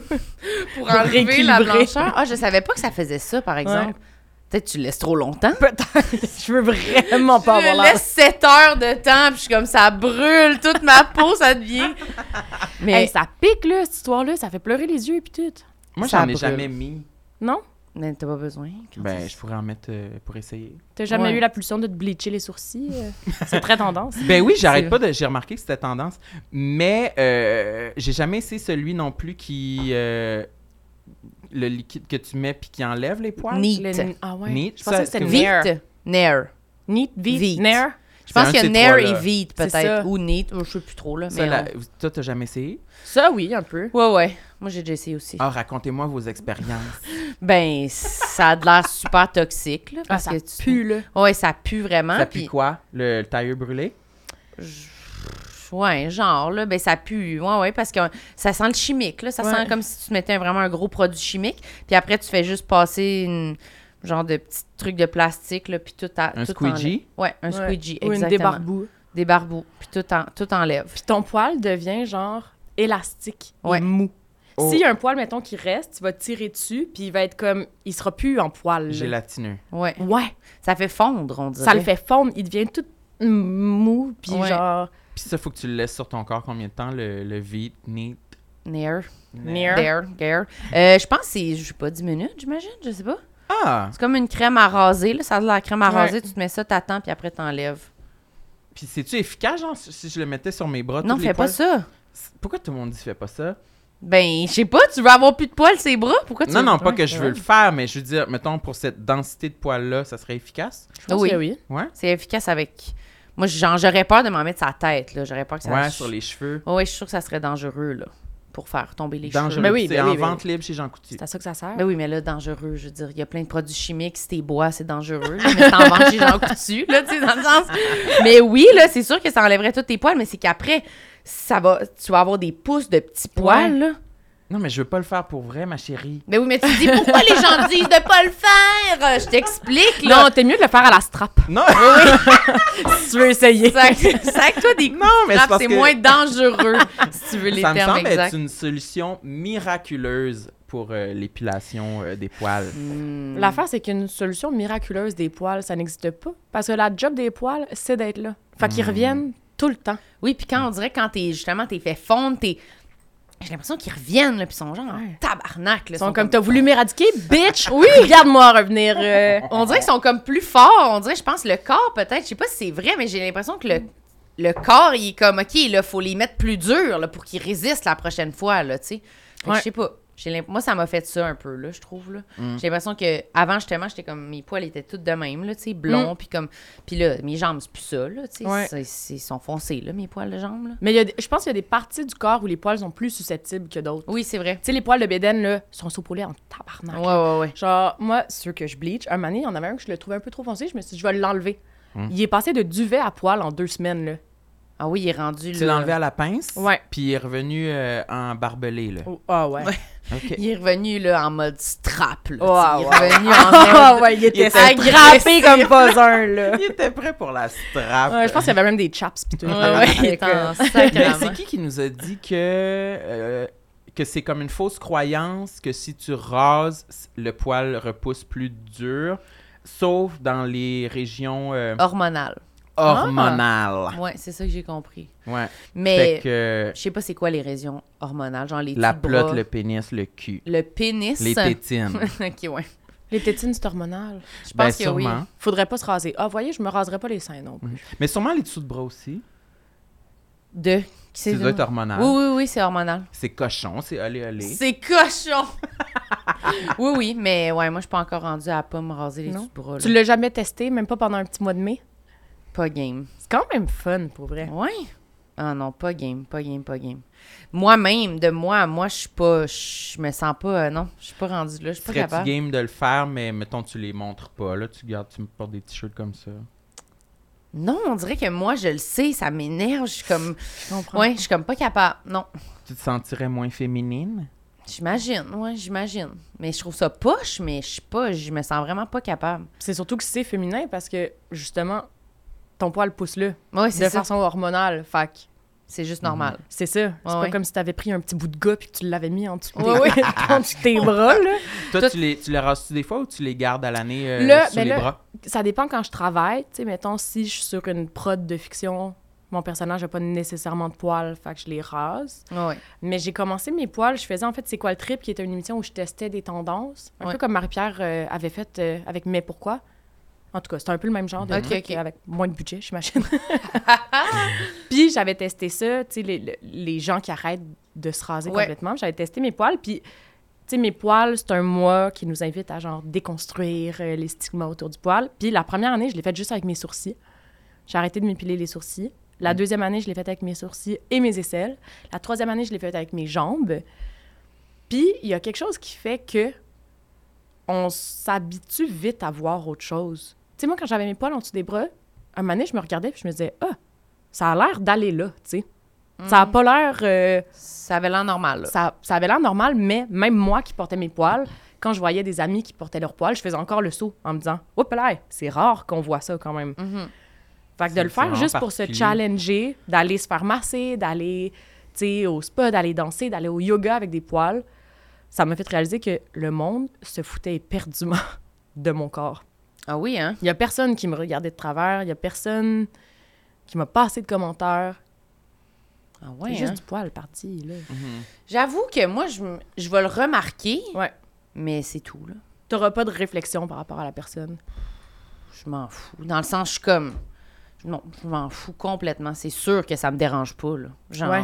A: enlever la
D: rééquilibrer.
A: blancheur. Ah, je savais pas que ça faisait ça, par exemple. Peut-être que tu le laisses trop longtemps.
D: Peut-être. Je veux vraiment pas
A: je
D: avoir l'air.
A: laisse 7 heures de temps, puis je suis comme ça brûle toute ma peau, ça devient. Mais,
D: Hey, ça pique, là, cette histoire-là. Ça fait pleurer les yeux et puis tout.
B: Moi,
A: Ça
B: j'en ai
A: brûle.
B: jamais mis.
D: Non?
A: mais t'as pas besoin. quand
B: Ben, je pourrais en mettre euh, pour essayer.
D: T'as jamais
A: Ouais.
D: eu la pulsion de te bleacher les sourcils? euh? C'est très tendance.
B: Ben oui,
A: C'est
B: j'arrête pas de. J'ai remarqué que c'était tendance. Mais euh, j'ai jamais essayé celui non plus qui. euh, le liquide que tu mets puis qui enlève les poils.
A: Neat.
D: Le- Ah ouais.
B: Neat,
D: Je pensais
B: ça,
D: que
B: c'est-
D: c'était
A: Vite.
D: Nair.
A: Nair.
D: Neat, vite,
A: Vite.
D: Nair.
A: Je pense
B: un
A: qu'il
B: de
A: y a
B: ces
A: Nair et
B: trois-là.
A: vite,
D: C'est
A: peut-être.
D: ça.
A: Ou Neat. ou je sais plus trop, là.
B: Ça,
A: Mais
B: là, vous- toi, t'as jamais essayé?
D: Ça, oui, un peu.
A: on- Ouais, ouais. Moi, j'ai déjà essayé aussi.
B: Ah, racontez-moi vos expériences.
A: Ben, ça a de l'air super toxique, là. Hein? Parce
D: ça
A: que tu...
D: pue, là.
A: Ouais, ça pue vraiment.
B: ça
A: puis-
B: pue quoi? Le, le tailleur brûlé?
A: Ouais, genre, là, ben ça pue. Ouais, ouais, parce que euh, ça sent le chimique, là. Ça
D: Ouais.
A: sent comme si tu te mettais un- vraiment un gros produit chimique. Puis après, tu fais juste passer une genre de petit truc de plastique, là, puis tout à,
B: Un
A: tout
B: squeegee?
A: enlève. Ouais, un
D: Ouais.
A: squeegee,
D: Ou une
A: exactement.
D: débarbou.
A: Des barbous. Puis tout, en- tout enlève.
D: Puis ton poil devient genre élastique
A: Ouais.
D: et mou.
B: Oh.
D: S'il y a un poil, mettons, qui reste, tu vas tirer dessus, puis il va être comme. Il sera plus en poil. là.
B: Gélatineux.
A: Ouais.
D: Ouais.
A: Ça fait fondre, on dirait.
D: Ça le fait fondre. Il devient tout mou, puis
A: Ouais.
D: genre.
B: Puis ça, faut que tu le laisses sur ton corps combien de temps? Le, le vide, neat,
A: Nair.
D: Nair.
A: Nair. Nair. Euh, je pense que c'est, je sais pas, 10 minutes, j'imagine. Je sais pas.
B: Ah!
A: C'est comme une crème à raser, là. Ça a de la crème à
D: Ouais.
A: raser. Tu te mets ça, t'attends, puis après, t'enlèves.
B: Puis c'est-tu efficace, genre, si si je le mettais sur mes bras?
A: Non,
B: tous les
A: fais pas
B: poils?
A: ça.
B: C'est- Pourquoi tout le monde dit fais pas ça?
A: Ben, je sais pas, tu veux avoir plus de poils ses bras? Pourquoi tu
B: Non,
A: veux-
B: non, pas que
D: Ouais,
B: je
D: c'est
B: veux le faire, mais je veux dire, mettons, pour cette densité de poils-là, ça serait efficace?
D: Je pense
A: Oui.
D: que oui.
B: Ouais?
A: C'est efficace avec. Moi, genre, j'aurais peur de m'en mettre sa tête, là. J'aurais peur que ça.
B: Ouais, sur les cheveux.
A: Ouais, ouais, je suis sûre que ça serait dangereux, là, pour faire tomber les
B: Dangereux.
A: cheveux.
D: Ben oui,
B: c'est
D: ben
B: en
D: oui, ben
B: vente libre chez Jean Coutu.
D: C'est à ça que ça sert.
A: Ben oui, mais là, dangereux, je veux dire, il y a plein de produits chimiques, si t'es bois, c'est dangereux, là, mais t'en vends chez Jean Coutu, là, tu sais, dans le sens... Mais oui, là, c'est sûr que ça enlèverait tous tes poils, mais c'est qu'après, ça va, tu vas avoir des pouces de petits poils, là.
B: Non, mais je veux pas le faire pour vrai, ma chérie.
A: Ben oui, mais tu te dis, pourquoi les gens disent de pas le faire? Je t'explique, là.
D: Non, t'es mieux de le faire à la strap,
B: Non,
D: si tu veux essayer.
A: Sac- Sac-toi des
B: non, mais c'est
A: straps,
B: parce
A: c'est
B: que
A: moins dangereux, si tu veux les
B: ça me
A: termes
B: semble
A: exacts.
B: être une solution miraculeuse pour euh, l'épilation euh, des poils.
D: L'affaire, c'est qu'une solution miraculeuse des poils, ça n'existe pas. Parce que la job des poils, c'est d'être là. Fait qu'ils reviennent tout le temps.
A: Oui, puis quand on dirait quand t'es justement t'es fait fondre, t'es j'ai l'impression qu'ils reviennent là, puis ils sont genre en
D: Ouais.
A: tabarnak là,
D: Ils sont comme, t'as voulu m'éradiquer, bitch! Oui! Regarde-moi revenir. euh.
A: on dirait qu'ils sont comme plus forts, on dirait je pense le corps peut-être, je sais pas si c'est vrai mais j'ai l'impression que le le corps il est comme OK là, faut les mettre plus durs là, pour qu'ils résistent la prochaine fois là, tu sais. Fait que
D: Ouais.
A: je sais pas. J'ai l'imp- Moi, ça m'a fait ça un peu, là, je trouve. Là.
B: Mm.
A: J'ai l'impression que avant justement, j'étais comme. Mes poils étaient tous de même, là, tu sais, blonds, puis comme. Puis là, mes jambes, c'est plus ça, là, tu sais.
D: Ouais.
A: c'est- c'est- Ils sont foncés, là, mes poils de jambes, là.
D: Mais il y a des- je pense qu'il y a des parties du corps où les poils sont plus susceptibles que d'autres.
A: Oui, c'est vrai.
D: Tu sais, les poils de Béden, là, sont saupoulés en tabarnak.
A: Ouais, ouais, ouais.
D: Genre, moi, ceux que je bleach, un moment donné, il y en avait un que je le trouvais un peu trop foncé, je me suis dit, je vais l'enlever. Il est passé de duvet à poil en deux semaines, là.
A: Ah oui, il est rendu.
B: Tu
A: là-
B: l'as enlevé à la pince,
D: Ouais.
B: puis il est revenu euh, en barbelé, là.
D: Oh, Ah ouais.
A: Ouais.
B: OK.
A: Il est revenu là, en mode strap. Là,
D: Ouais,
A: tu sais,
D: ouais.
A: il est revenu en
D: Ah
A: mode.
D: ouais, il était
A: était
D: aggrappé comme pas un, là.
B: Il était prêt pour la strap.
D: Ouais, je pense qu'il y avait même des chaps, pis tout. euh,
A: Ouais, ouais, il est
D: Fait que-
A: en
B: Mais
A: sacrément.
B: c'est qui qui nous a dit que, euh, que c'est comme une fausse croyance que si tu rases, s- le poil repousse plus dur, sauf dans les régions euh,
A: Hormonal.
B: hormonales.
A: Ouais, c'est ça que j'ai compris.
B: Ouais.
A: Mais
B: Fait que
A: je sais pas c'est quoi les régions hormonales, genre les
B: la
A: petits
B: plotte,
A: bras,
B: le pénis, le cul,
A: le pénis.
B: les tétines.
A: ok, ouais.
D: Les tétines, c'est hormonal.
A: Je
B: ben
A: pense que oui.
B: sûrement.
D: Faudrait pas se raser. Ah, voyez, je me raserai pas les seins non plus.
B: Mais sûrement les dessous de bras aussi.
A: Deux. Qui
B: Ça
A: c'est
B: doit être hormonal.
A: Oui, oui, oui, c'est hormonal.
B: C'est cochon, c'est allé allé.
A: C'est cochon. oui, oui, mais ouais, moi je suis pas encore rendue à pas me raser les
D: Non.
A: petits bras.
D: Tu
A: là.
D: l'as jamais testé, même pas pendant un petit mois de mai?
A: Pas game.
D: C'est quand même fun, pour vrai.
A: Ouais. Ah non, pas game, pas game, pas game. Moi-même, de moi à moi, je suis pas. Je me sens pas. euh, non, je suis pas rendue là, je suis pas
B: Serais-tu
A: capable.
B: game de le faire, mais mettons, tu les montres pas. Là, tu gardes, tu me portes des t-shirts comme ça.
A: Non, on dirait que moi, je le sais, ça m'énerve. Je suis comme.
D: Je comprends.
A: Ouais, je suis comme pas capable. Non.
B: Tu te sentirais moins féminine?
A: J'imagine, ouais, j'imagine. Mais je trouve ça poche, mais je suis pas. Je me sens vraiment pas capable.
D: C'est surtout que c'est féminin parce que, justement, ton poil pousse-le
A: Ouais,
D: de
A: c'est ça.
D: façon hormonale. Fac.
A: C'est juste normal.
D: C'est ça. C'est
A: Ouais,
D: pas
A: ouais.
D: comme si t'avais pris un petit bout de gars puis que tu l'avais mis en dessous de tes,
A: Ouais, ouais.
D: en dessous de tes bras, là.
B: Toi,
A: Tout-
B: tu les, tu les rases-tu des fois ou tu les gardes à l'année euh,
D: Là,
B: sous
D: ben
B: les
D: là-
B: bras?
D: Ça dépend quand je travaille. Tu sais, mettons, si je suis sur une prod de fiction, mon personnage n'a pas nécessairement de poils, fait que je les rase.
A: Mhm. Ouais, ouais.
D: Mais j'ai commencé mes poils, je faisais en fait C'est quoi le trip, qui était une émission où je testais des tendances. Un
A: Ouais.
D: peu comme Marie-Pierre euh, avait fait euh, avec Mais pourquoi. En tout cas, c'était un peu le même genre de
A: Ok,
D: truc,
A: ok.
D: avec moins de budget, j'imagine. puis j'avais testé ça, tu sais, les, le- les gens qui arrêtent de se raser
A: Ouais.
D: complètement. J'avais testé mes poils, puis tu sais, mes poils, c'est un mois qui nous invite à genre déconstruire euh, les stigmas autour du poil. Puis la première année, je l'ai faite juste avec mes sourcils. J'ai arrêté de m'épiler les sourcils. La deuxième année, je l'ai faite avec mes sourcils et mes aisselles. La troisième année, je l'ai faite avec mes jambes. Puis il y a quelque chose qui fait que on s'habitue vite à voir autre chose. Tu sais, moi, quand j'avais mes poils en dessous des bras, un moment donné, je me regardais puis je me disais, ah, ça a l'air d'aller là, tu sais. Ça
A: Mm.
D: a pas l'air. euh,
A: Ça avait l'air normal. là.
D: ça, ça avait l'air normal, mais même moi qui portais mes poils, quand je voyais des amis qui portaient leurs poils, je faisais encore le saut en me disant Oups là, c'est rare qu'on voit ça quand même.
A: Mhm.
D: Fait que de
B: C'est-
D: le
B: c'est
D: faire
B: vraiment
D: juste pour se
B: particulier.
D: challenger, d'aller se faire masser, d'aller tu sais, au spa, d'aller danser, d'aller au yoga avec des poils, ça m'a fait réaliser que le monde se foutait éperdument de mon corps.
A: Ah oui, hein?
D: Il y a personne qui me regardait de travers, il y a personne qui m'a passé de commentaires.
A: Ah
D: C'est
A: ouais,
D: juste
A: hein?
D: du poil parti, là.
A: J'avoue que moi, je, m- je vais le remarquer,
D: Ouais.
A: mais c'est tout, là.
D: T'auras pas de réflexion par rapport à la personne.
A: Je m'en fous. Dans le sens, je suis comme... Non, je m'en fous complètement. C'est sûr que ça me dérange pas, là. Genre...
D: Ouais.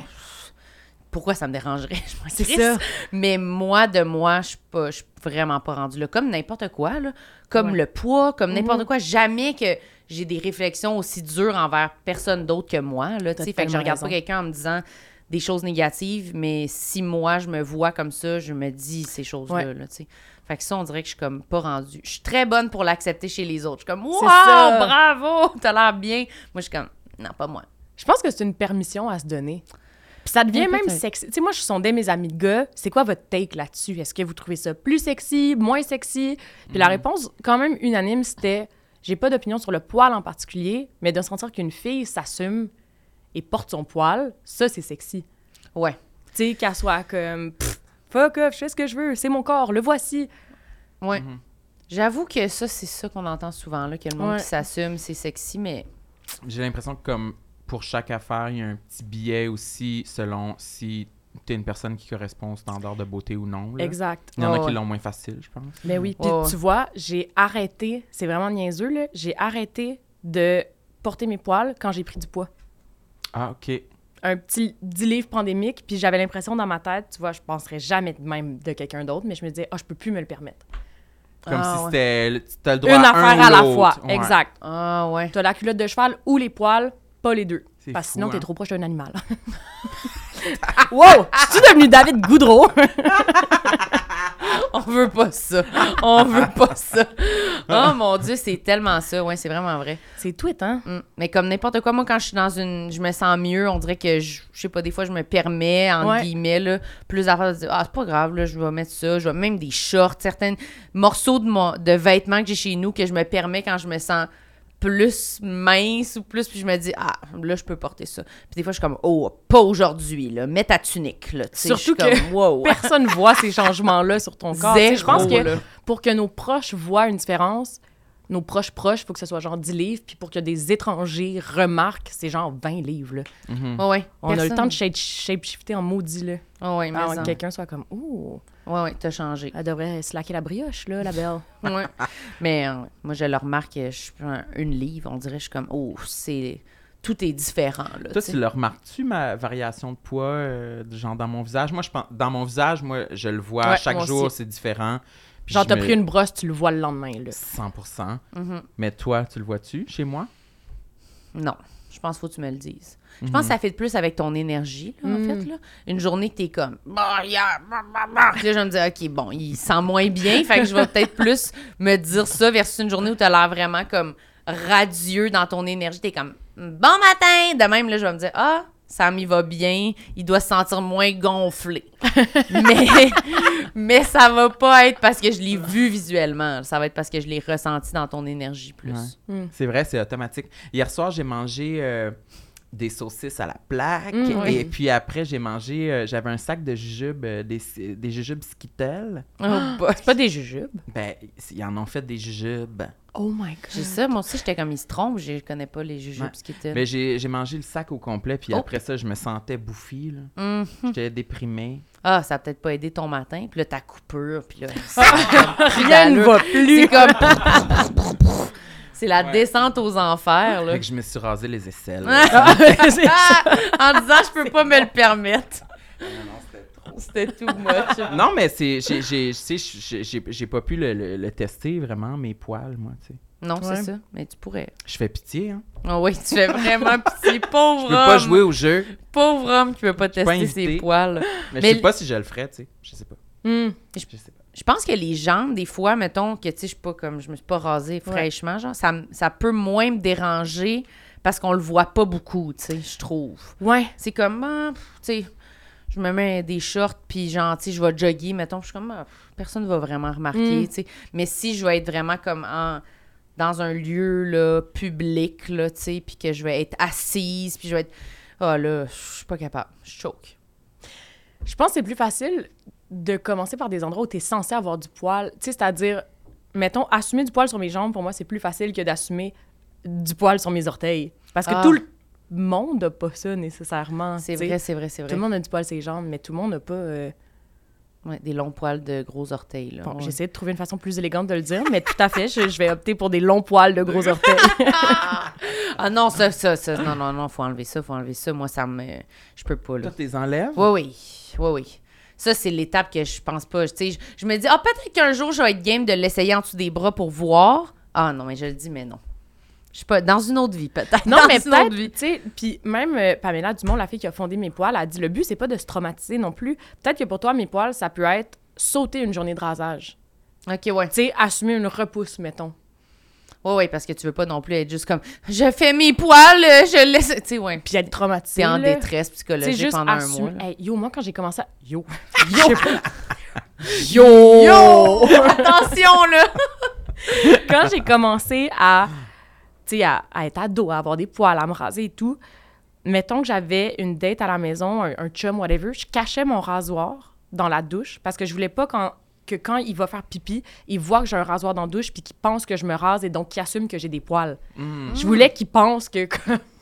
A: Pourquoi ça me dérangerait? Je m'en
D: C'est
A: crisse.
D: ça.
A: Mais moi, de moi, je suis pas- je suis vraiment pas rendue là. Comme n'importe quoi, là. Comme
D: Ouais. Mhm.
A: le poids, comme n'importe quoi. Jamais que j'ai des réflexions aussi dures envers personne d'autre que moi, là. tu sais. Fait que je
D: tellement
A: regarde pas
D: raison.
A: quelqu'un en me disant des choses négatives, mais si moi, je me vois comme ça, je me dis ces choses-là,
D: Ouais.
A: là, tu sais. Fait que ça, on dirait que je suis comme pas rendue. Je suis très bonne pour l'accepter chez les autres. Je suis comme, wow,
D: ça.
A: bravo, t'as l'air bien. Moi, je suis comme, non, pas moi.
D: Je pense que c'est une permission à se donner. Puis ça devient
A: Oui,
D: même
A: peut-être.
D: sexy. Tu sais, moi, je sondais mes amis de gars. C'est quoi votre take là-dessus? Est-ce que vous trouvez ça plus sexy, moins sexy? Puis
B: Mm.
D: la réponse, quand même unanime, c'était j'ai pas d'opinion sur le poil en particulier, mais de sentir qu'une fille s'assume et porte son poil, ça, c'est sexy.
A: Ouais.
D: Tu sais, qu'elle soit comme Pff, fuck off, je fais ce que je veux, c'est mon corps, le voici.
A: Ouais. J'avoue que ça, c'est ça qu'on entend souvent, là, que le monde
D: Ouais.
A: qui s'assume, c'est sexy, mais
B: J'ai l'impression que comme pour chaque affaire, il y a un petit billet aussi selon si t'es une personne qui correspond au standard de beauté ou non. là.
D: Exact.
B: hein.
D: Ah
B: Il y en
A: Ouais,
B: a
A: ouais.
B: qui l'ont moins facile, je pense.
D: Mais Ben oui, puis
A: Ouais, ouais.
D: tu vois, j'ai arrêté, c'est vraiment niaiseux, là, j'ai arrêté de porter mes poils quand j'ai pris du poids.
B: Ah, OK.
D: un petit 10 livres pandémique, puis j'avais l'impression dans ma tête, tu vois, je penserais jamais de même de quelqu'un d'autre, mais je me disais, ah, je peux plus me le permettre.
B: Comme
A: Ah,
B: si
A: ouais.
B: c'était... le- T'as le droit
D: Une
B: à un
D: affaire
B: ou
D: à la
B: l'autre.
D: fois,
B: Ouais.
D: exact.
A: Ah ouais.
D: T'as la culotte de cheval ou les poils, pas les deux.
B: C'est
D: Parce que
B: fou,
D: sinon,
B: hein.
D: t'es trop proche d'un animal. wow! Je suis devenu David Goudreau!
A: On veut pas ça. On veut pas ça. Oh mon Dieu, c'est tellement ça. Ouais, c'est vraiment vrai.
D: C'est tweet, hein?
A: Mm. Mais comme n'importe quoi, moi, quand je suis dans une. Je me sens mieux, on dirait que je, je sais pas, des fois, je me permets, en
D: Ouais.
A: guillemets, là, plus d'affaires de dire Ah, c'est pas grave, là, je vais mettre ça. Je vais même des shorts, certains morceaux de, mon, de vêtements que j'ai chez nous que je me permets quand je me sens plus mince ou plus, puis je me dis Ah, là, je peux porter ça. Puis des fois, je suis comme Oh, pas aujourd'hui, là, mets ta tunique, là. Tu sais, je suis
D: Surtout que-
A: comme Wow.
D: Personne voit ces changements-là sur ton corps. Tu sais, Je pense
A: Zéro,
D: que
A: là.
D: pour que nos proches voient une différence, nos proches proches, faut que ce soit genre 10 livres, puis pour que des étrangers remarquent, c'est genre 20 livres, là.
A: Ouais, ouais.
D: On a le temps de Ah, shape- shape-shifter en maudit, là.
A: Ouais, ouais, mais
D: Avant
A: en-
D: que quelqu'un soit comme, ouh,
A: ouais, ouais, t'as changé.
D: elle devrait slacker la brioche, là, la belle.
A: Ouais. Mais euh, moi, je le remarque, je suis un- une livre, on dirait, je suis comme, oh, c'est. Tout est différent, là. tu
B: Toi,
A: sais.
B: tu le remarques-tu, ma variation de poids, euh, genre dans mon visage? Moi, je pense, dans mon visage, moi, je le vois
D: Ouais,
B: chaque
D: moi
B: jour,
D: aussi.
B: c'est différent. Puis
D: Genre,
B: je
D: t'as
B: me-
D: pris une Mm-hmm. brosse, tu le vois le lendemain, là.
B: 100%.
A: Mhm.
B: Mais toi, tu le vois-tu chez moi?
A: Non. Je pense qu'il faut que tu me le dises. Je
D: Mhm.
A: pense que ça fait de plus avec ton énergie, là, en fait. Là. Une journée que t'es comme. Bah, hier, bah, bah, bah. Puis Là, je vais me dis, OK, bon, il sent moins bien. fait que je vais peut-être plus me dire ça versus une journée où t'as l'air vraiment comme radieux dans ton énergie. T'es comme, bon matin. De même, là, je vais me dire, ah, Sam, il va bien. Il doit se sentir moins gonflé. mais, mais ça va pas être parce que je l'ai vu visuellement. Ça va être parce que je l'ai ressenti dans ton énergie plus.
D: Mm.
B: Ouais. C'est vrai, c'est automatique. Hier soir, j'ai mangé euh, des saucisses à la plaque.
D: Mm,
B: Et puis après, j'ai mangé, euh, j'avais un sac de jujubes, euh, des, des jujubes Skittles.
A: Oh,
D: C'est pas des jujubes.
B: Ben, ils en ont fait des jujubes.
D: Oh my God.
A: J'ai ça, moi aussi, j'étais comme, il se trompe, je connais pas les jujubes
B: Ouais.
A: Skittles.
B: Mais j'ai j'ai mangé le sac au complet, puis
A: Oh.
B: après ça, je me sentais bouffie.
D: Mm.
B: là.
A: Hum.
B: J'étais déprimée.
A: Ah, ça a peut-être pas aidé ton matin, puis là, ta coupure, puis là...
D: Rien ne va plus.
A: C'est comme... C'est la
B: Ouais.
A: descente aux enfers, là.
B: Fait que je me suis rasé les aisselles.
A: Ah! en disant, je peux pas me le permettre. C'était too much.
B: non, mais c'est j'ai- j'ai- tu sais, j'ai j'ai- j'ai pas pu le, le- le tester vraiment, mes poils, moi. tu sais.
A: Non, c'est
D: Ouais.
A: ça, mais tu pourrais.
B: Je fais pitié. Hein.
A: Ah oui, tu fais vraiment pitié.
B: Je
A: Pauvre
B: peux pas
A: homme.
B: jouer au jeu,
A: Pauvre homme qui veut pas
B: suis pas
A: tester ses
B: invitée.
A: poils. Mais
B: mais, je sais
A: le-
B: pas si je le ferais. tu sais. Je sais pas.
D: Hum.
B: Je sais pas.
A: Je pense que les jambes, des fois, mettons que tu sais, je suis pas comme je me suis pas rasée fraîchement, genre, ça, m- ça peut moins me déranger parce qu'on le voit pas beaucoup, tu sais, je trouve.
D: Ouais.
A: C'est comme, ah, pff, tu sais, je me mets des shorts puis gentil, je vais jogger, mettons, je suis comme, ah, pff, personne va vraiment remarquer,
D: Mm.
A: tu sais. Mais si je vais être vraiment comme en dans un lieu là, public là, tu sais, puis que je vais être assise, puis je vais être, ah là, je suis pas capable, je choque.
D: Je pense que c'est plus facile de commencer par des endroits où tu es censé avoir du poil. Tu sais, c'est-à-dire, mettons, assumer du poil sur mes jambes, pour moi, c'est plus facile que d'assumer du poil sur mes orteils. Parce que
A: Ah.
D: tout le monde n'a pas ça nécessairement.
A: C'est
D: Ah, tu sais.
A: vrai, c'est vrai, c'est vrai.
D: Tout le monde a du poil sur les jambes, mais tout le monde n'a pas. euh,
A: Ouais, des longs poils de gros orteils. Là.
D: Bon,
A: Ouais.
D: j'essaie de trouver une façon plus élégante de le dire, mais tout à fait, je, je vais opter pour des longs poils de gros orteils.
A: Ah non, ça, ça, ça, non, non, non, faut enlever ça, faut enlever ça. Moi, ça me. Je peux pas, là.
B: Toi, tes enlèves?
A: Oui, oui, oui, oui. Ça, c'est l'étape que je pense pas. Tu sais, je, je me dis, ah, peut-être qu'un jour, je vais être game de l'essayer en dessous des bras pour voir. Ah non, mais je le dis, mais non. Je sais pas, dans une autre vie, peut-être.
D: Non,
A: Dans
D: mais
A: une autre
D: peut-être,
A: vie.
D: tu sais, puis même euh, Pamela Dumont, la fille qui a fondé Mes Poils, a dit le but, c'est pas de se traumatiser non plus. Peut-être que pour toi, Mes Poils, ça peut être sauter une journée de rasage.
A: Ok, ouais.
D: Tu sais, assumer une repousse, mettons.
A: Ouais, ouais, parce que tu veux pas non plus être juste comme, je fais mes poils, euh, je laisse. Tu sais, ouais.
D: Puis être traumatisée.
A: T'es en
D: là.
A: détresse
D: Tu sais,
A: psychologique
D: juste
A: pendant
D: assumer-
A: un mois. là.
D: Hey, yo, moi, quand j'ai commencé à. Yo!
B: Yo!
A: Yo! Attention, là!
D: quand j'ai commencé à, tu sais, à, à être ado, à avoir des poils, à me raser et tout, mettons que j'avais une date à la maison, un, un chum, whatever, je cachais mon rasoir dans la douche parce que je voulais pas qu'en- que quand il va faire pipi, il voit que j'ai un rasoir dans la douche puis qu'il pense que je me rase et donc qu'il assume que j'ai des poils.
B: Mm.
D: Je voulais qu'il pense que, que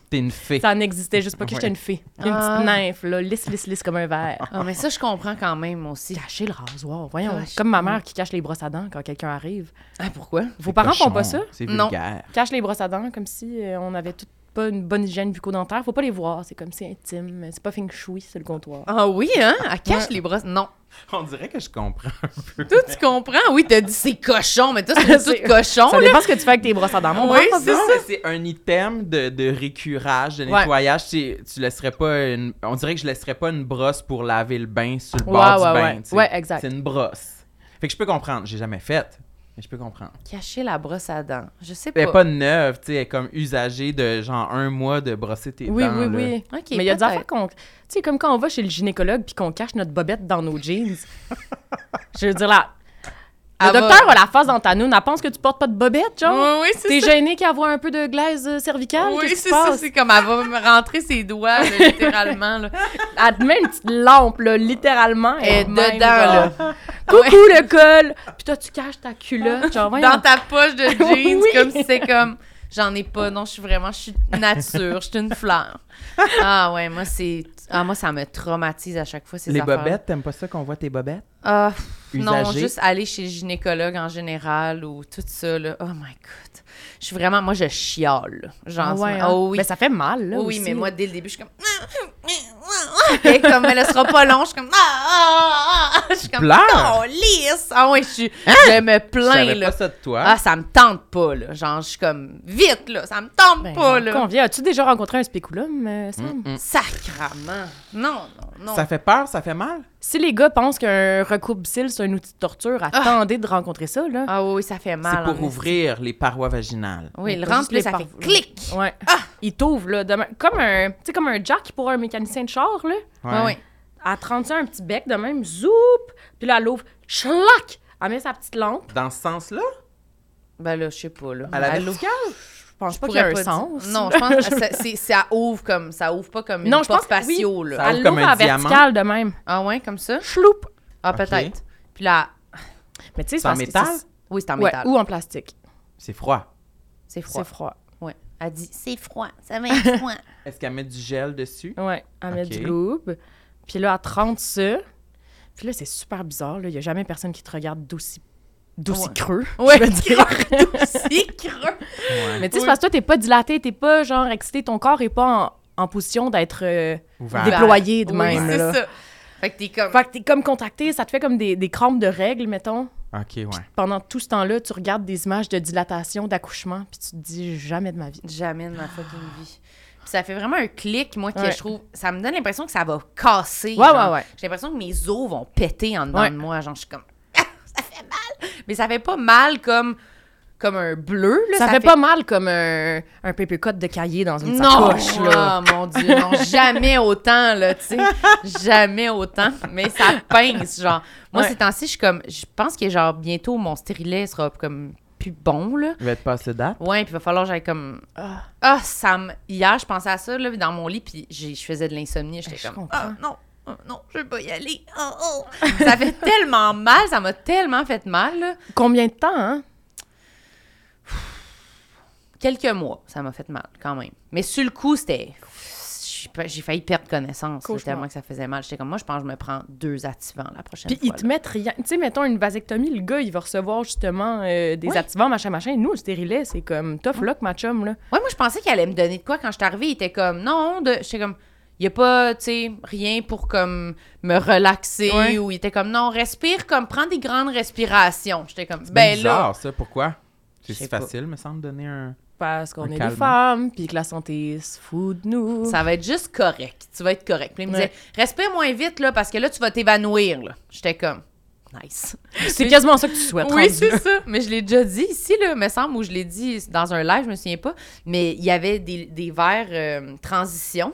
B: T'es une fée.
D: ça n'existait juste pas, que j'étais
B: Ouais.
D: une fée, une
A: Ah.
D: petite nymphe, là, lisse, lisse, lisse comme un verre.
A: Ah, mais ça, je comprends quand même aussi.
D: Cacher le rasoir, voyons.
A: Cache-
D: Comme ma mère qui cache les brosses à dents quand quelqu'un arrive.
A: Ah, pourquoi?
D: Vos parents font pas ça?
B: C'est
A: Non.
B: vulgaire.
D: cache les brosses à dents comme si euh, on avait toutes pas une bonne hygiène bucco-dentaire. Faut pas les voir, c'est comme c'est intime, c'est pas feng shui sur le comptoir.
A: Ah oui, hein? Elle cache les brosses. Non.
B: On dirait que je comprends.
A: Toi, tu comprends? Oui, t'as dit c'est cochon, mais toi, c'est tout
D: C'est-
A: cochon.
D: ça
A: là.
D: dépend ce que tu fais avec tes brosses à dents. Mon
A: Oui,
D: bras,
A: c'est
B: Non,
A: ça.
B: mais c'est un item de, de récurage, de
A: Ouais.
B: nettoyage. Tu, tu laisserais pas une... On dirait que je laisserais pas une brosse pour laver le bain sur le
D: Ouais,
B: bord
D: ouais,
B: du bain.
D: ouais.
B: tu sais.
D: Ouais, exact.
B: C'est une brosse. Fait que je peux comprendre. J'ai jamais fait, mais je peux comprendre.
A: Cacher la brosse à dents. Je sais
B: Elle est
A: pas.
B: pas neuve, tu sais, elle est comme usagée de genre un mois de brosser tes
D: oui,
B: dents.
D: oui,
B: là.
D: oui.
A: Ok,
D: Mais il y a des
A: peut-être.
D: affaires qu'on. Tu sais, comme quand on va chez le gynécologue puis qu'on cache notre bobette dans nos jeans. Je veux dire, là. Le
A: Elle va-
D: docteur a la face dans ta noune, elle pense que tu portes pas de bobette, genre.
A: Oui, oui,
D: T'es
A: c'est ça.
D: gêné qu'elle voit un peu de glaise euh, cervicale?
A: Oui,
D: Qu'est-ce qui
A: c'est
D: se
A: ça.
D: passe?
A: C'est comme elle va me rentrer ses doigts, là, littéralement. Là.
D: Elle te met une petite lampe, là, littéralement.
A: Elle est
D: de
A: Eh, dedans,
D: même,
A: là.
D: genre. Coucou le col! Puis toi, tu caches ta culotte. Genre, voyons.
A: Dans ta poche de jeans,
D: Oui.
A: comme si c'est comme. J'en ai pas, non, je suis vraiment, je suis nature, je suis une fleur. Ah ouais, moi, c'est. Ah, moi, ça me traumatise à chaque fois, ces
B: Les
A: affaires.
B: bobettes, t'aimes pas ça qu'on voit tes bobettes?
A: Ah, non,
B: Usagées?
A: juste aller chez le gynécologue en général ou tout ça, là. Oh my God. Je suis vraiment... Moi, je chiale. Genre,
D: Ah
A: en ce
D: ouais,
A: moment.
D: hein.
A: oh oui.
D: Ben, ça fait mal, là.
A: oui,
D: aussi.
A: mais moi, dès le début, je suis comme... Et comme elle sera pas long, je suis comme... Ah, ah, ah. Je suis comme...
B: Pleure.
A: Oh, lisse! Ah ouais, je, suis...
D: Hein?
A: je me
B: Je
A: plains,
B: savais
A: là.
B: pas ça de toi.
A: Ah, ça me tente pas, là. Genre, je suis comme... Vite, là! Ça me tente
D: Ben,
A: pas, là!
D: Convient. As-tu déjà rencontré un spéculum, euh, Sam?
B: Mm, mm.
A: Sacrament! Non, non, non.
B: Ça fait peur, ça fait mal?
D: Si les gars pensent qu'un recoupe-cils, c'est un outil de torture, attendez de rencontrer ça, là.
A: Ah oui, oui, ça fait mal.
B: C'est
A: en
B: pour
A: esti.
B: ouvrir les parois vaginales.
A: Oui, le
D: Pas
A: rentre,
D: juste
A: là,
D: les
A: ça
D: par-
A: fait clic!
D: Ouais.
A: Ah.
D: Il t'ouvre, là, demain. Comme un, tu sais, comme un jack pour un mécanicien de char, là.
A: Ouais, ouais.
D: Elle te rentre ça un petit bec de même, zoup! Puis là, elle l'ouvre, chlac! Elle met sa petite lampe.
B: Dans ce sens-là?
A: Ben là, je sais pas, là.
B: À la
A: Allô?
B: verticale?
D: pense pas qu'il y
A: pourrais
D: a
A: pas
D: un sens.
A: dire- Non, je pense que ça, c'est- ça ouvre comme ça ouvre pas comme
D: Non,
A: une
D: je pense
A: porte
D: que oui.
A: patio là.
B: Ça
D: Elle
B: ouvre comme
D: l'ouvre
B: un
D: en
B: diamant.
D: verticale de même.
A: Ah ouais, comme ça
D: Chloup!
A: Ah
B: Ok.
A: peut-être. Puis là,
D: Mais tu sais,
B: C'est en
D: parce que
B: métal?
A: oui, c'est en
D: Ouais,
A: métal.
D: ou en plastique.
B: C'est froid.
A: C'est froid.
D: C'est froid.
A: Ouais. Elle dit c'est froid, ça va être froid.
B: Est-ce qu'elle met du gel dessus?
D: Ouais, elle met
B: Ok.
D: du lube. Puis là, à 30 ça. Puis là, c'est super bizarre. là. Il n'y a jamais personne qui te regarde d'aussi d'aussi
A: Ouais.
D: creux.
A: Ouais.
D: je veux dire.
A: c'est creux.
B: Ouais.
D: Mais tu sais, c'est parce que toi, t'es pas dilaté, t'es pas genre excité, ton corps est pas en, en position d'être euh,
B: Ouvert.
D: déployé de
A: Oui,
D: même.
A: c'est
D: là.
A: ça. Fait que t'es comme
D: Fait que t'es comme contacté, ça te fait comme des, des crampes de règles, mettons.
B: OK, ouais.
D: Pendant tout ce temps-là, tu regardes des images de dilatation, d'accouchement, puis tu te dis jamais de ma vie.
A: jamais de ma fucking vie. Puis ça fait vraiment un clic, moi, que
D: Ouais.
A: je trouve. Ça me donne l'impression que ça va casser.
D: Ouais,
A: genre.
D: ouais, ouais.
A: J'ai l'impression que mes os vont péter en dedans
D: Ouais.
A: de moi. Genre, je suis comme. Ah, ça fait mal! Mais ça fait pas mal comme, comme un bleu, là.
D: Ça, fait, pas mal comme un, un papercut de cahier dans une
A: Non!
D: sacoche, là.
A: Ah, mon Dieu, non, jamais autant, là, tu sais. Jamais autant. Mais ça pince, genre. Moi,
D: Ouais.
A: ces temps-ci, je suis comme. Je pense que, genre, bientôt, mon stérilet sera comme plus bon, là.
B: Il va être passé date.
A: Ouais, puis il va falloir que j'aille comme
D: Ah.
A: ah ça me hier je pensais à ça là dans mon lit puis j'ai- je faisais de l'insomnie, j'étais
D: Je
A: comme
D: comprends.
A: ah non, ah, non, je veux pas y aller. Oh, oh. ça fait tellement mal, ça m'a tellement fait mal là.
D: Combien de temps, hein?
A: Quelques mois, ça m'a fait mal quand même. Mais sur le coup, c'était j'ai pas- j'ai failli perdre connaissance là,
D: Cauchemar.
A: tellement que ça faisait mal. J'étais comme moi je pense que je me prends deux activants la prochaine
D: Puis ils
A: fois.
D: te mettent rien. Tu sais, mettons une vasectomie, le gars, il va recevoir justement euh, des
A: Oui.
D: activants, machin, machin. Nous, le stérilet, c'est comme tough luck, ma chum, là.
A: Ouais, moi je pensais qu'il allait me donner de quoi quand je suis arrivée, il était comme non, de j'étais comme il y a pas tu sais rien pour comme me relaxer
D: Ouais.
A: ou il était comme non, respire comme prends des grandes respirations. J'étais comme
B: C'est bien
A: ben là
B: bizarre, ça. Pourquoi? C'est
A: Je sais
B: si
A: pas.
B: facile, me semble, donner un...
D: Parce qu'on
B: Un
D: est
B: calmant.
D: des femmes, puis que la santé se fout de nous.
A: ça va être juste correct. Tu vas être correct. Puis il me
D: Ouais.
A: disait respire moins vite là parce que là tu vas t'évanouir là. J'étais comme nice.
D: C'est quasiment ça que tu souhaites.
A: Oui,
D: rendu
A: c'est
D: là.
A: ça. Mais je l'ai déjà dit ici, là, me semble, ou je l'ai dit dans un live, je me souviens pas. Mais il y avait des, des verres euh, transition.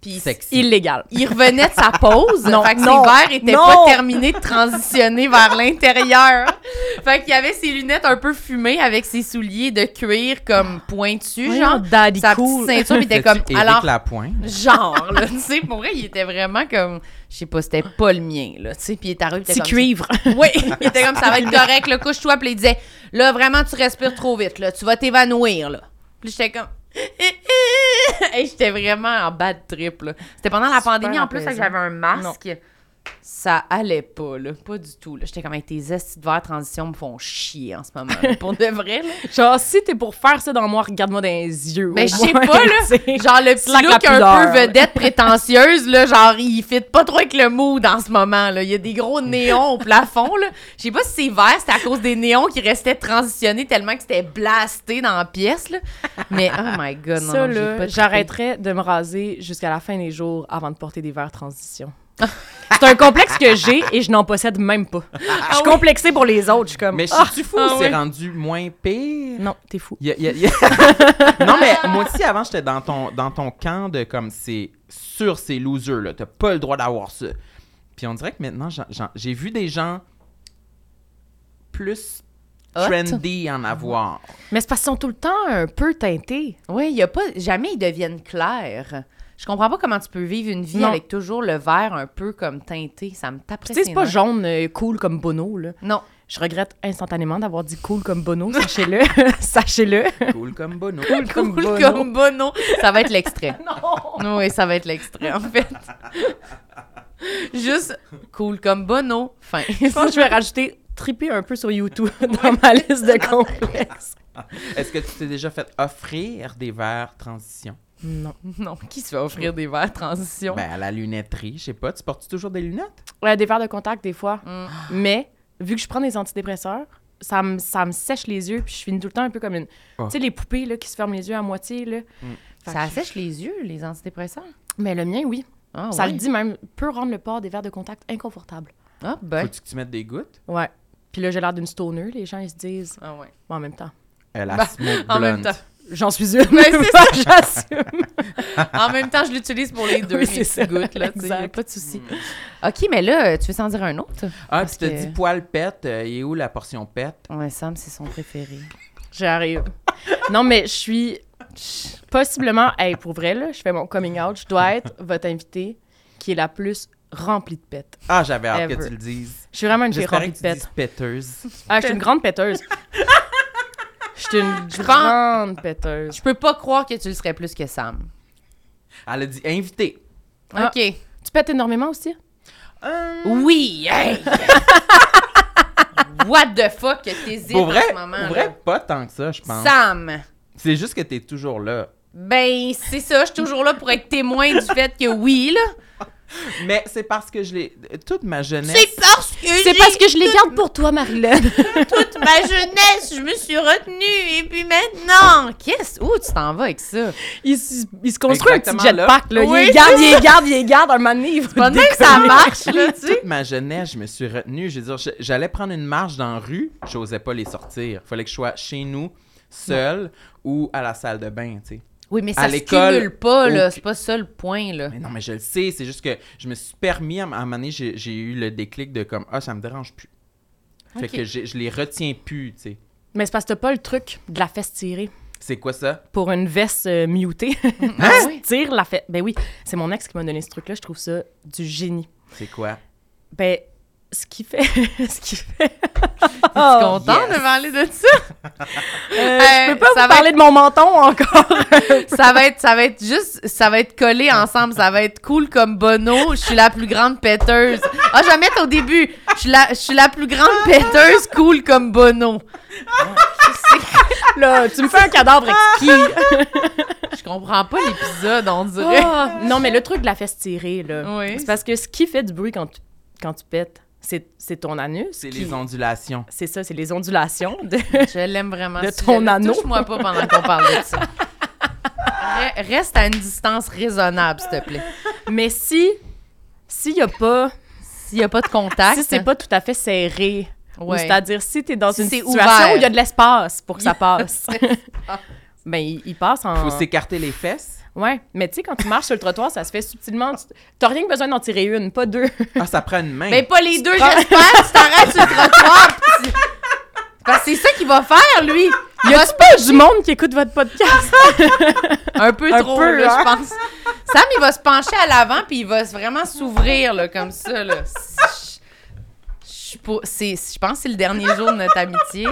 A: Puis
B: Sexy.
D: Illégal.
A: il revenait de sa pause.
D: Non,
A: fait que
D: non,
A: ses verres étaient
D: non.
A: pas terminés de transitionner vers l'intérieur. Fait qu'il avait ses lunettes un peu fumées avec ses souliers de cuir comme pointus, genre.
D: daddy
A: Sa
D: cool.
A: petite ceinture, puis il était comme...
B: C'était-tu Éric
A: Alors,
B: Lapointe.
A: genre, là, tu sais, pour vrai, il était vraiment comme... Je sais pas, c'était pas le mien, là, tu sais. Puis il est arrivé, puis il était
D: Petit
A: comme...
D: cuivre.
A: Oui, il était comme ça va être correct, le couche-toi. Puis il disait, là, vraiment, tu respires trop vite, là, tu vas t'évanouir, là. Puis j'étais comme. Et j'étais vraiment en bad trip, là. C'était pendant la
D: Super
A: pandémie, en plus,
D: apaisant.
A: fait que j'avais un masque. Ça allait pas, là. Pas du tout, là. J'étais comme, Hey, tes estis de verre transition me font chier en ce moment. là. Pour de vrai, là.
D: Genre, si t'es pour faire ça dans moi, regarde-moi dans les yeux.
A: Mais
D: au
A: Ben, je sais
D: moins,
A: pas, là.
D: tu sais.
A: Genre, le
D: Slack
A: petit
D: la
A: look un
D: pudeur,
A: peu
D: là.
A: vedette prétentieuse, là, genre, il fit pas trop avec le mood en ce moment, là. Il y a des gros néons au plafond, là. Je sais pas si c'est vert, c'était à cause des néons qui restaient transitionnés tellement que c'était blasté dans la pièce, là. Mais, oh my God, non,
D: Ça,
A: non, j'ai
D: là,
A: pas trippé.
D: j'arrêterais de me raser jusqu'à la fin des jours avant de porter des verres transition. C'est un complexe que j'ai et je n'en possède même pas. Je suis complexée pour les autres. Je suis comme.
B: Mais je
D: ah,
B: suis fou,
D: ah
B: c'est
D: ouais.
B: rendu moins
A: Mm.
B: pire.
D: Non, t'es fou.
B: Y a- y a- y a- non, mais moi aussi, avant, j'étais dans ton, dans ton camp de comme c'est sûr, c'est loser, là. T'as pas le droit d'avoir ça. Puis on dirait que maintenant, j'en- j'en- j'ai vu des gens plus
A: Hot.
B: trendy en avoir.
D: Mais c'est parce qu'ils sont tout le temps un peu teintés.
A: Ouais, il y a pas. Jamais ils deviennent clairs. Je comprends pas comment tu peux vivre une vie
D: Non.
A: avec toujours le vert un peu comme teinté. Ça me tape
D: Tu sais, c'est pas
A: nerfs.
D: jaune euh, cool comme Bono, là.
A: Non.
D: Je regrette instantanément d'avoir dit cool comme Bono, sachez-le. sachez-le.
B: Cool comme Bono.
A: Cool
D: Bono.
A: comme Bono. Ça va être l'extrait. Oui, ça va être l'extrait, en fait. Juste cool comme Bono. Fin.
D: Je pense que je vais rajouter triper un peu sur YouTube dans ma liste de complexes.
B: Est-ce que tu t'es déjà fait offrir des verres transition?
D: Non.
A: Non, qui se fait offrir des verres transition?
B: Ben, à la lunetterie, je sais pas. Tu portes toujours des lunettes?
D: Ouais, des verres de contact des fois.
A: Mm.
D: Mais vu que je prends des antidépresseurs, ça me, ça me sèche les yeux puis je finis tout le temps un peu comme une...
B: Ah.
D: Tu sais, les poupées là, qui se ferment les yeux à moitié. Là. Fait
A: ça
D: que-
A: assèche les yeux, les antidépresseurs?
D: Mais le mien, oui.
A: Ah,
D: ça
A: ouais.
D: le dit même, peut rendre le port des verres de contact inconfortable.
A: Ah, ben.
B: Faut-tu que tu mettes des gouttes?
D: Ouais. Puis là, j'ai l'air d'une stoner. Les gens, ils se disent...
A: Ah, ouais.
D: Bon, en même temps.
B: Euh, la
A: Ben,
B: smoke
A: en même
B: blunt. Ah,
A: temps.
D: J'en suis une.
A: Mais c'est ça.
D: J'assume.
A: En même temps, je l'utilise pour les deux,
D: Oui,
A: mes
D: c'est ça.
A: petites gouttes, là, tu sais, y a
D: Exact.
A: pas de souci. OK, mais là, tu veux s'en dire un autre?
B: Ah,
A: Parce
B: puis tu te
A: que-
B: dis poil pète, euh, et où la portion pète?
A: Ouais, Sam, c'est son préféré.
D: J'arrive. Non, mais je suis je- possiblement, hey, pour vrai, là, je fais mon coming out, je dois être votre invitée qui est la plus remplie de pète.
B: Ah, j'avais hâte que
D: Ever.
B: tu le dises.
D: Je suis vraiment une fille
B: J'espérais
D: remplie
B: que
D: de
B: tu
D: pète.
B: dises péteuse.
D: Ah, je suis une grande péteuse. Je suis une
A: Je prends-
D: grande péteuse.
A: Je peux pas croire que tu le serais plus que Sam.
B: Elle a dit invité.
D: Ah.
A: OK.
D: Tu pètes énormément aussi?
A: Hum,
B: Euh,
A: Oui! hey! What the fuck que t'hésites
B: pour vrai,
A: en ce moment?
B: pour
A: là.
B: vrai, pas tant que ça, je pense.
A: Sam!
B: C'est juste que t'es toujours là.
A: Ben, c'est ça, je suis toujours là pour être témoin du fait que oui, là.
B: Mais c'est parce que je l'ai. Toute ma jeunesse.
A: parce que
D: C'est parce que je les garde pour toi, Marilyn.
A: toute ma jeunesse, je me suis retenue. Et puis maintenant, qu'est-ce? Où tu t'en vas avec ça?
D: Il, s- il se construit un petit
B: Exactement, là.
D: jetpack, là.
A: Oui,
D: il les garde, il les garde, il les garde. Un moment donné, il va
A: Pas de même que ça marche, là, tu sais.
B: Toute ma jeunesse, je me suis retenue. Je veux dire, je- j'allais prendre une marche dans la rue, j'osais pas les sortir. Fallait que je sois chez nous, seule ou à la salle de bain, tu sais.
A: Oui, mais
B: À
A: ça se
B: l'école,
A: cumule pas, là.
B: au-
A: C'est pas ça le point, là.
B: Mais non, mais je le sais, c'est juste que je me suis permis, à un moment donné, j'ai j'ai eu le déclic de comme, ah, ça me dérange plus. Fait
A: Ok.
B: que j'ai- je les retiens plus, tu sais.
D: Mais c'est parce que t'as pas le truc de la fesse tirée
B: C'est quoi ça?
D: pour une veste euh, mutée.
A: Ah oui?
D: Tire la fesse. Ben oui, c'est mon ex qui m'a donné ce truc-là. Je trouve ça du génie.
B: C'est quoi?
D: Ben, ce qui fait. ce qui fait. Oh,
A: Je suis content
B: Oh, yes.
A: de parler de ça.
D: Euh,
A: Euh,
D: je peux pas
A: ça va
D: vous parler de mon menton encore.
A: ça va être ça va être juste ça va être collé ensemble ça va être cool comme Bono je suis la plus grande péteuse ah je vais mettre au début je suis la je suis la plus grande péteuse cool comme Bono
D: là, tu me fais un cadavre
A: Ah,
D: exquis.
A: je comprends pas l'épisode on dirait
D: Ah, non, mais le truc de la fesse tirée, là.
A: Oui.
D: C'est parce que ce qui fait du bruit quand tu, quand tu pètes, c'est c'est ton anus.
B: C'est
D: qui-
B: les ondulations.
D: C'est ça, c'est les ondulations. de-
A: je l'aime vraiment
D: De
A: ce
D: ton
A: sujet-là.
D: anneau.
A: touche-moi pas pendant qu'on parle de ça Re- reste à une distance raisonnable s'il te plaît
D: Mais si. S'il y a pas.
A: s'il y a pas de contact
D: Si c'est pas tout à fait serré. Ou
A: ouais.
D: C'est-à-dire, si tu es dans
A: Si
D: une
A: c'est
D: situation
A: ouvert.
D: où il y a de l'espace pour que ça
A: Yes.
D: passe, ben, il, il passe en.
B: Faut s'écarter les fesses.
D: Ouais, mais tu sais, quand tu marches sur le trottoir, ça se fait subtilement. Tu- T'as rien que besoin d'en tirer une, pas deux. Ah,
B: Ah, ça prend une main.
D: Ben,
A: mais pas les deux j'espère tu t'arrêtes sur le trottoir puis tu- parce que c'est ça qu'il va faire lui
D: Il y a pas du monde qui écoute votre podcast.
A: Un peu
D: Un
A: trop,
D: peu,
A: là,
D: hein?
A: je pense. Sam, il va se pencher à l'avant, puis il va s- vraiment s'ouvrir, là, comme ça, là. Je- Je suis pas- c'est- je pense que c'est le dernier jour de notre amitié. là.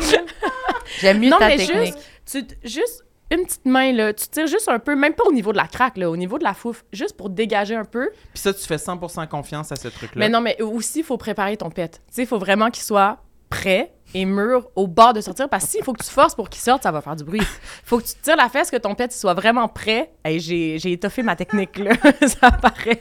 A: J'aime mieux
D: non,
A: ta
D: mais
A: technique.
D: juste, tu, juste une petite main, là. Tu tires juste un peu, même pas au niveau de la craque, là, au niveau de la fouf, juste pour dégager un peu.
B: Puis ça, tu fais 100% confiance à ce truc-là.
D: Mais non, mais aussi, il faut préparer ton pet. Tu sais, il faut vraiment qu'il soit prêt et mûr au bord de sortir. Parce que s'il faut que tu forces pour qu'il sorte, ça va faire du bruit. faut que tu tires la fesse, que ton pet il soit vraiment prêt. Hey, j'ai, j'ai étoffé ma technique, là. ça paraît.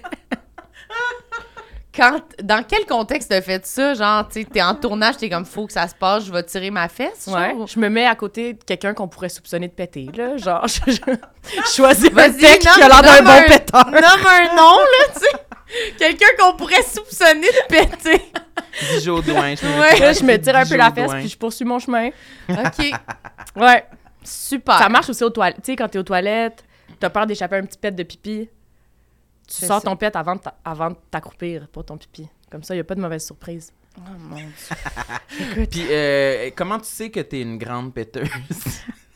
A: Quand, dans quel contexte t'as fait ça? Genre, tu sais, t'es en tournage, t'es comme, faut que ça se passe, je vais tirer ma fesse, genre?
D: Ouais. Je me mets à côté de quelqu'un qu'on pourrait soupçonner de péter, là. Genre, je, je- je choisis un
A: Vas-y,
D: tech qui a l'air
A: nomme-
D: d'un
A: nomme
D: bon
A: un-
D: péteur.
A: Nomme un nom, là, tu sais. Quelqu'un qu'on pourrait soupçonner de péter.
B: Dis Jodoin, je me
A: Ouais.
D: Là, je me tire un peu la
B: Jodoin.
D: fesse, puis je poursuis mon chemin.
A: OK,
D: Ouais.
A: super.
D: Ça marche aussi aux toilettes. Tu sais, quand t'es aux toilettes, t'as peur d'échapper un petit pet de pipi. Tu
A: C'est
D: sors
A: ça.
D: ton pet avant de t'a- avant de t'accroupir pour ton pipi. Comme ça, il a pas de mauvaise surprise.
A: Oh, mon Dieu.
B: Puis euh, comment tu sais que t'es une grande péteuse?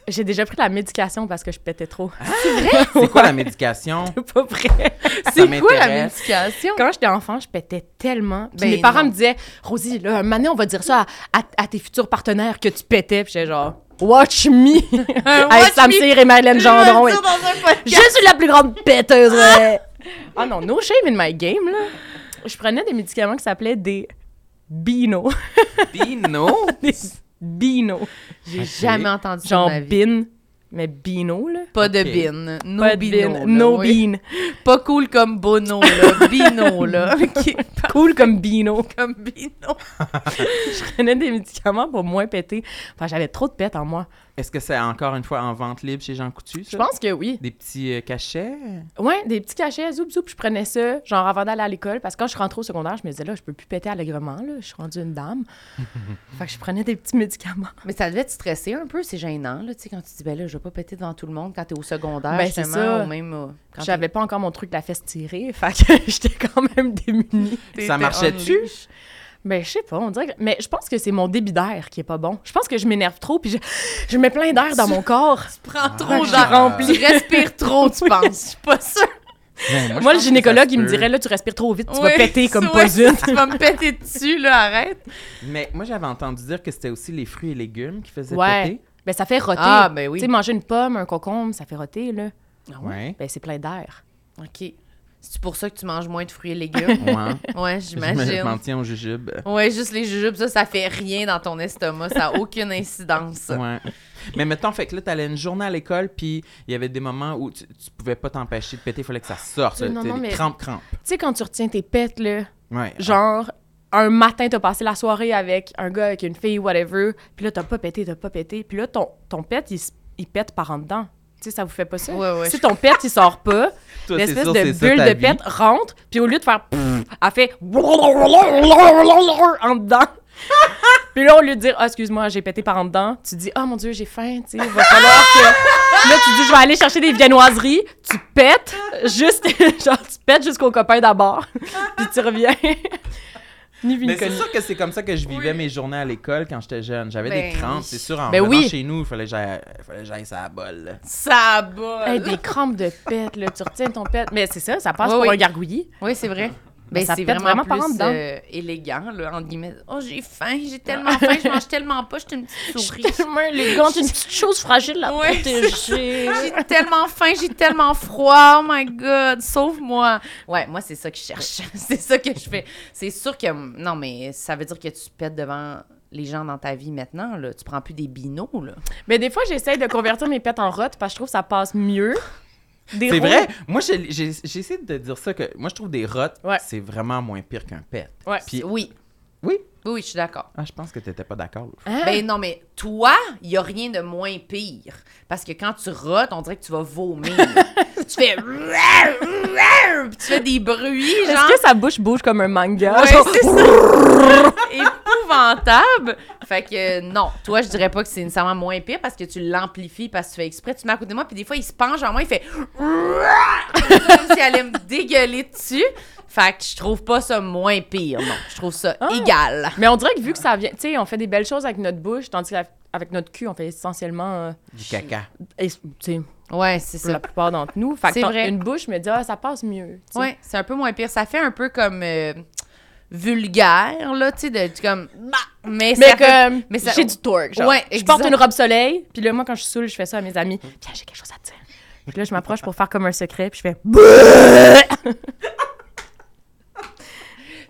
D: J'ai déjà pris de la médication parce que je pétais trop.
A: Hein?
D: Ben
B: c'est quoi la médication?
D: C'est pas vrai.
A: C'est quoi la
B: m'intéresse.
A: médication?
D: Quand j'étais enfant, je pétais tellement. Puis
A: Ben
D: mes parents
A: non.
D: me disaient, Rosie, là, un moment donné, on va dire ça à, à- à tes futurs partenaires que tu pétais. Puis j'étais genre, Watch me! Hey,
A: watch
D: Sam
A: me.
D: Cyr et Madeleine
A: Je vais le
D: Gendron.
A: dire dans un podcast.
D: Je suis la plus grande péteuse. ouais. Ah non, no shame in my game là. Je prenais des médicaments qui s'appelaient des Bino,
B: Dino?
D: des Bino,
A: J'ai
B: Ok.
A: jamais entendu ça de
D: genre
A: ma vie.
D: bin, mais Bino là.
A: Pas de
B: Ok.
A: bin. No
D: Pas de
A: bino.
D: bin,
A: là,
D: no
A: oui.
D: bean.
A: Pas cool comme Bono, là. Bino, là. OK.
D: Cool comme Bino.
A: Comme Bino.
D: Je prenais des médicaments pour moins péter. Enfin, j'avais trop de pète en moi.
B: Est-ce que c'est encore une fois en vente libre chez Jean Coutu, ça?
D: Je pense que oui.
B: Des petits euh, cachets?
D: Ouais, des petits cachets, zoup zoup, je prenais ça, genre avant d'aller à l'école, parce que quand je rentrais au secondaire, je me disais là, je peux plus péter allègrement, là, je suis rendue une dame. fait que je prenais des petits médicaments.
A: Mais ça devait te stresser un peu, c'est gênant, là, tu sais, quand tu dis, ben là, je vais pas péter devant tout le monde quand t'es au secondaire,
D: Ben, c'est
A: justement,
D: ça.
A: ou même euh, quand
D: J'avais pas encore mon truc de la fesse tirée, fait que j'étais quand même démunie.
A: t'es-
B: Ça
A: t'es
B: marchait-tu?
A: unleashed.
D: Ben, je sais pas, on dirait que... Mais je pense que c'est mon débit d'air qui est pas bon. Je pense que je m'énerve trop, puis je, je mets plein d'air dans mon corps.
A: Tu prends trop
B: je
A: d'air.
B: remplis.
A: Tu respires trop, tu penses. Je suis pas sûre.
B: Ben, je
D: Moi, le
B: pense que
D: gynécologue,
B: ça
D: il me
B: se
D: dirait, là, tu respires trop vite, tu
A: Oui,
D: vas péter comme
A: ouais,
D: pas une.
A: Tu vas me péter dessus, là, arrête.
B: peut. Mais moi, j'avais entendu dire que c'était aussi les fruits et légumes qui faisaient
D: Ouais.
B: péter.
D: Ben, ça fait roter.
A: Ah, ben oui. Ah
D: Tu sais, manger une pomme, un concombre, ça fait roter, là.
B: Ouais.
D: Ben, c'est plein d'air.
A: OK. C'est pour ça que tu manges moins de fruits et légumes?
B: Ouais.
A: ouais,
B: Je me- je m'en
A: j'imagine.
B: tiens aux jujubes.
A: Ouais, juste les jujubes, ça, ça fait rien dans ton estomac. Ça a aucune incidence.
B: Ouais. Mais mettons, fait que là, t'allais une journée à l'école, puis il y avait des moments où tu, tu pouvais pas t'empêcher de péter, il fallait que ça sorte.
D: Non,
B: là,
D: non,
B: t'as
D: non,
B: des
D: mais-
B: crampes, crampes.
D: Tu sais, quand tu retiens tes pets, là,
B: Ouais.
D: genre, un matin, t'as passé la soirée avec un gars, avec une fille, whatever, puis là, t'as pas pété, t'as pas pété, puis là, ton, ton pet, il, s- il pète par en dedans. Tu sais, ça vous fait pas ça?
A: Ouais, ouais.
D: Si ton pet, il sort
B: Toi,
D: pas,
B: c'est
D: l'espèce
B: sûr,
D: de
B: c'est ça,
D: bulle
B: ta
D: de
B: vie.
D: pète rentre, puis au lieu de faire pfff, elle fait en dedans. puis là, au lieu de dire, ah, excuse-moi, j'ai pété par en dedans, tu dis, ah, mon Dieu, j'ai faim, tu sais, va falloir que. Là, tu dis, je vais aller chercher des viennoiseries, tu pètes, juste, genre, tu pètes jusqu'au copain d'abord, puis tu reviens. ni vu ni
B: Mais c'est
D: connu.
B: sûr que c'est comme ça que je vivais
A: Oui.
B: mes journées à l'école quand j'étais jeune. J'avais
A: Ben
B: des crampes,
A: oui.
B: c'est sûr. En
D: Ben
B: venant
D: oui.
B: chez nous, il fallait que j'aille fallait que j'aille sur la bolle.
A: Ça bat.
D: Hey, des crampes de pète, là, tu retiens ton pète. Mais c'est ça, ça passe
A: Ouais,
D: pour
A: oui.
D: un gargouillis.
A: Oui, c'est vrai.
D: Mais
A: Ben,
D: ça
A: c'est
D: pète
A: vraiment,
D: vraiment par en
A: plus
D: dedans.
A: euh, élégant, là, entre guillemets. Oh, j'ai faim, j'ai tellement faim, je mange tellement pas, je suis une petite souris.
D: Tellement élégante, une petite chose fragile à
A: Ouais, c'est
D: protéger.
A: J'ai tellement faim, j'ai tellement froid. Oh my God, sauve-moi. Ouais, moi, c'est ça que je cherche. C'est ça que je fais. C'est sûr que. Non, mais ça veut dire que tu pètes devant les gens dans ta vie maintenant, là. Tu prends plus des binots, là.
D: Mais des fois, j'essaye de convertir mes pets en rottes parce que je trouve que ça passe mieux. Des
B: C'est
D: roues-
B: vrai? Moi, j'ai- j'ai j'ai essayé de dire ça que moi, je trouve des rottes,
D: Ouais.
B: c'est vraiment moins pire qu'un pet.
D: Ouais.
B: Puis-
A: Oui.
B: Oui?
A: Oui, oui, je suis d'accord.
B: Ah, je pense que t'étais pas d'accord.
D: Hein?
A: Ben non, mais toi, il n'y a rien de moins pire. Parce que quand tu rotes, on dirait que tu vas vomir. tu fais. Puis tu fais des bruits, genre.
D: Est-ce que sa bouche bouge comme un manga?
A: Ouais,
D: Genre-
A: c'est ça. Épouvantable. Fait que euh, non, toi, je dirais pas que c'est nécessairement moins pire parce que tu l'amplifies, parce que tu fais exprès. Tu te mets à côté de moi, puis des fois, il se penche en moi, il fait comme si elle allait me dégueuler dessus. Fait que je trouve pas ça moins pire, non. Je trouve ça égal.
D: Mais on dirait que vu que ça vient... Tu sais, on fait des belles choses avec notre bouche, tandis qu'avec notre cul, on fait essentiellement... euh,
B: Du caca.
D: et- tu sais,
A: Ouais, c'est
D: pour
A: ça.
D: la plupart d'entre nous. Fait
A: C'est
D: que t'en-
A: vrai.
D: une bouche me dit « Ah, ça passe mieux. » tu sais.
A: Ouais, c'est un peu moins pire. Ça fait un peu comme euh, vulgaire, là, tu sais, de tu comme. Bah! Mais,
D: Mais
A: ça fait-
D: comme,
A: mais ça-
D: j'ai du torque, genre.
A: Ouais,
D: je porte
A: exact.
D: une robe soleil, puis là, moi, quand je suis saoule, je fais ça à mes amis. « Tiens, j'ai quelque chose à te dire. » Fait que là, je m'approche pour faire comme un secret, puis je fais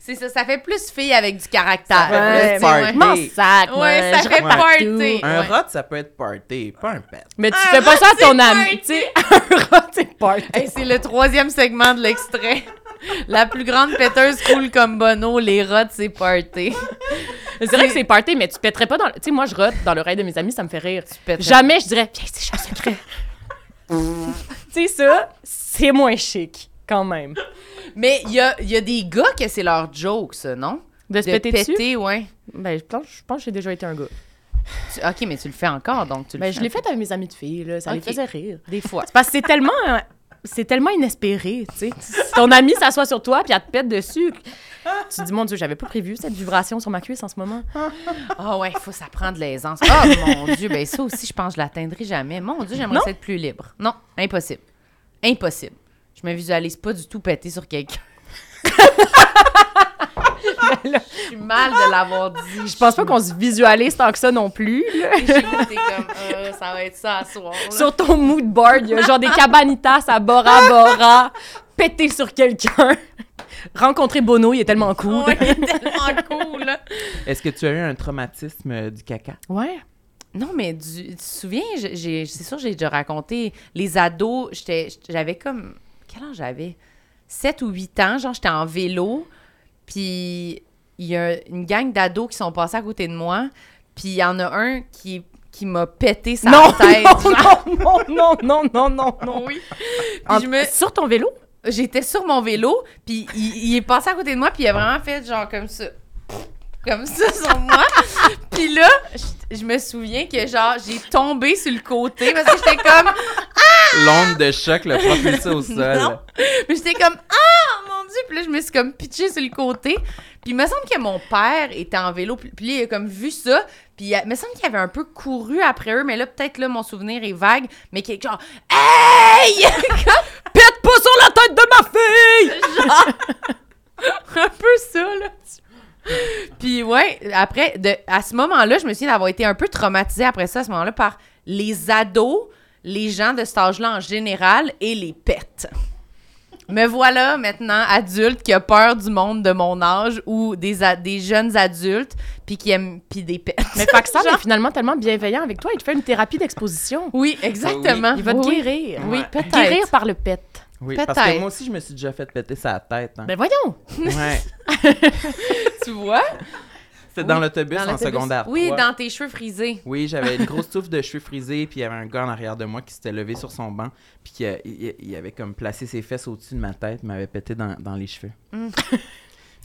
A: C'est ça, ça fait plus fille avec du caractère.
B: Ça fait
A: là,
B: plus
A: tu sais, ouais.
B: party.
D: « M'en sac,
A: Ouais, ça fait
B: comprends
A: party.
B: Un
A: Ouais.
B: rot, ça peut être party, pas un pet.
D: Mais tu
A: Un
D: fais pas ça à
A: rat,
D: ton
A: c'est
D: ami,
A: party.
D: tu sais. Un rat, c'est party.
A: Hey, c'est le troisième segment de l'extrait. La plus grande péteuse coule comme Bono, les rottes, c'est party.
D: C'est vrai que c'est party, mais tu pèterais pas dans. le- Tu sais, moi, je rote dans l'oreille de mes amis, ça me fait rire.
A: pèterais-
D: Jamais je dirais, viens, c'est un secret. tu sais, ça, c'est moins chic, quand même.
A: Mais il y a, il y a des gars que c'est leur joke, ça, non?
D: De se péter dessus?
A: ouais.
D: Ben, je pense, je pense que j'ai déjà été un gars.
A: Tu- ok, mais tu le fais encore, donc tu le
D: Ben,
A: fais.
D: je l'ai fait avec mes amis de filles, là. Ça
A: Ok.
D: les faisait rire.
A: des fois.
D: Parce que c'est tellement. euh, C'est tellement inespéré, tu sais. Ton ami s'assoit sur toi puis elle te pète dessus. Tu te dis, mon Dieu, j'avais pas prévu cette vibration sur ma cuisse en ce moment.
A: Ah ouais, faut ça prend de l'aisance. Oh mon Dieu, ben ça aussi, je pense que je l'atteindrai jamais. Mon Dieu, j'aimerais
D: Non?
A: ça être plus libre. Non, impossible. Impossible. Je me visualise pas du tout péter sur quelqu'un. je suis mal de l'avoir dit.
D: Je pense pas qu'on se visualise tant que ça non plus, là.
A: Chez vous, t'es comme, Euh, ça va être ça à soir. là.
D: Sur ton mood board, il y a genre des cabanitas à Bora Bora, péter sur quelqu'un. Rencontrer Bono, il est tellement cool.
A: Ouais, il est tellement cool. là.
B: Est-ce que tu as eu un traumatisme euh, du caca?
D: Ouais.
A: Non, mais du- tu te souviens, j'ai- j'ai- c'est sûr, j'ai déjà raconté. Les ados, j'étais- j'avais comme. Quel âge j'avais 7 ou 8 ans. Genre, j'étais en vélo. Puis il y a une gang d'ados qui sont passés à côté de moi. Puis il y en a un qui, qui m'a pété sa
D: Non,
A: tête. genre.
D: non, non, non, non, non, non, non.
A: Oui. Puis
D: En-
A: je me-
D: Sur ton vélo?
A: j'étais sur mon vélo, puis il, il est passé à côté de moi, puis il a vraiment fait genre comme ça. Comme ça sur moi. puis là, je, je me souviens que genre, j'ai tombé sur le côté parce que j'étais comme.
B: L'onde de choc l'a propulsé au sol.
A: Non. Mais j'étais comme Ah, mon Dieu! Puis là, je me suis comme pitchée sur le côté. Puis il me semble que mon père était en vélo. Puis puis il a comme vu ça. Puis il a- me semble qu'il avait un peu couru après eux. Mais là, peut-être, là, mon souvenir est vague. Mais qui est genre « Hey! »
D: Pète pas sur la tête de ma fille!
A: un peu ça, là. Puis ouais, après, de, à ce moment-là, je me souviens d'avoir été un peu traumatisée après ça, à ce moment-là, par les ados, les gens de cet âge-là en général et les pets. Me voilà maintenant adulte qui a peur du monde de mon âge ou des, a- des jeunes adultes puis qui aime puis des pets.
D: Mais Paxton est finalement tellement bienveillant avec toi, il te fait une thérapie d'exposition.
A: Oui,
B: Ah
A: exactement.
D: Il va te
A: Oui, oui.
D: guérir.
A: Oui,
B: Ouais.
A: peut-être.
D: Guérir par le pet.
B: Oui,
A: Peut-être.
B: parce que moi aussi, je me suis déjà fait péter sa tête. hein.
D: Ben voyons!
B: Ouais.
A: tu vois?
B: C'était dans
A: Oui,
B: l'autobus
A: Dans
B: en
A: l'autobus.
B: secondaire.
A: Oui,
B: trois.
A: dans tes cheveux frisés.
B: Oui, j'avais une grosse touffe de cheveux frisés, puis il y avait un gars en arrière de moi qui s'était levé sur son banc, puis qui, euh, il, il avait comme placé ses fesses au-dessus de ma tête, m'avait pété dans, dans les cheveux.
A: Mm.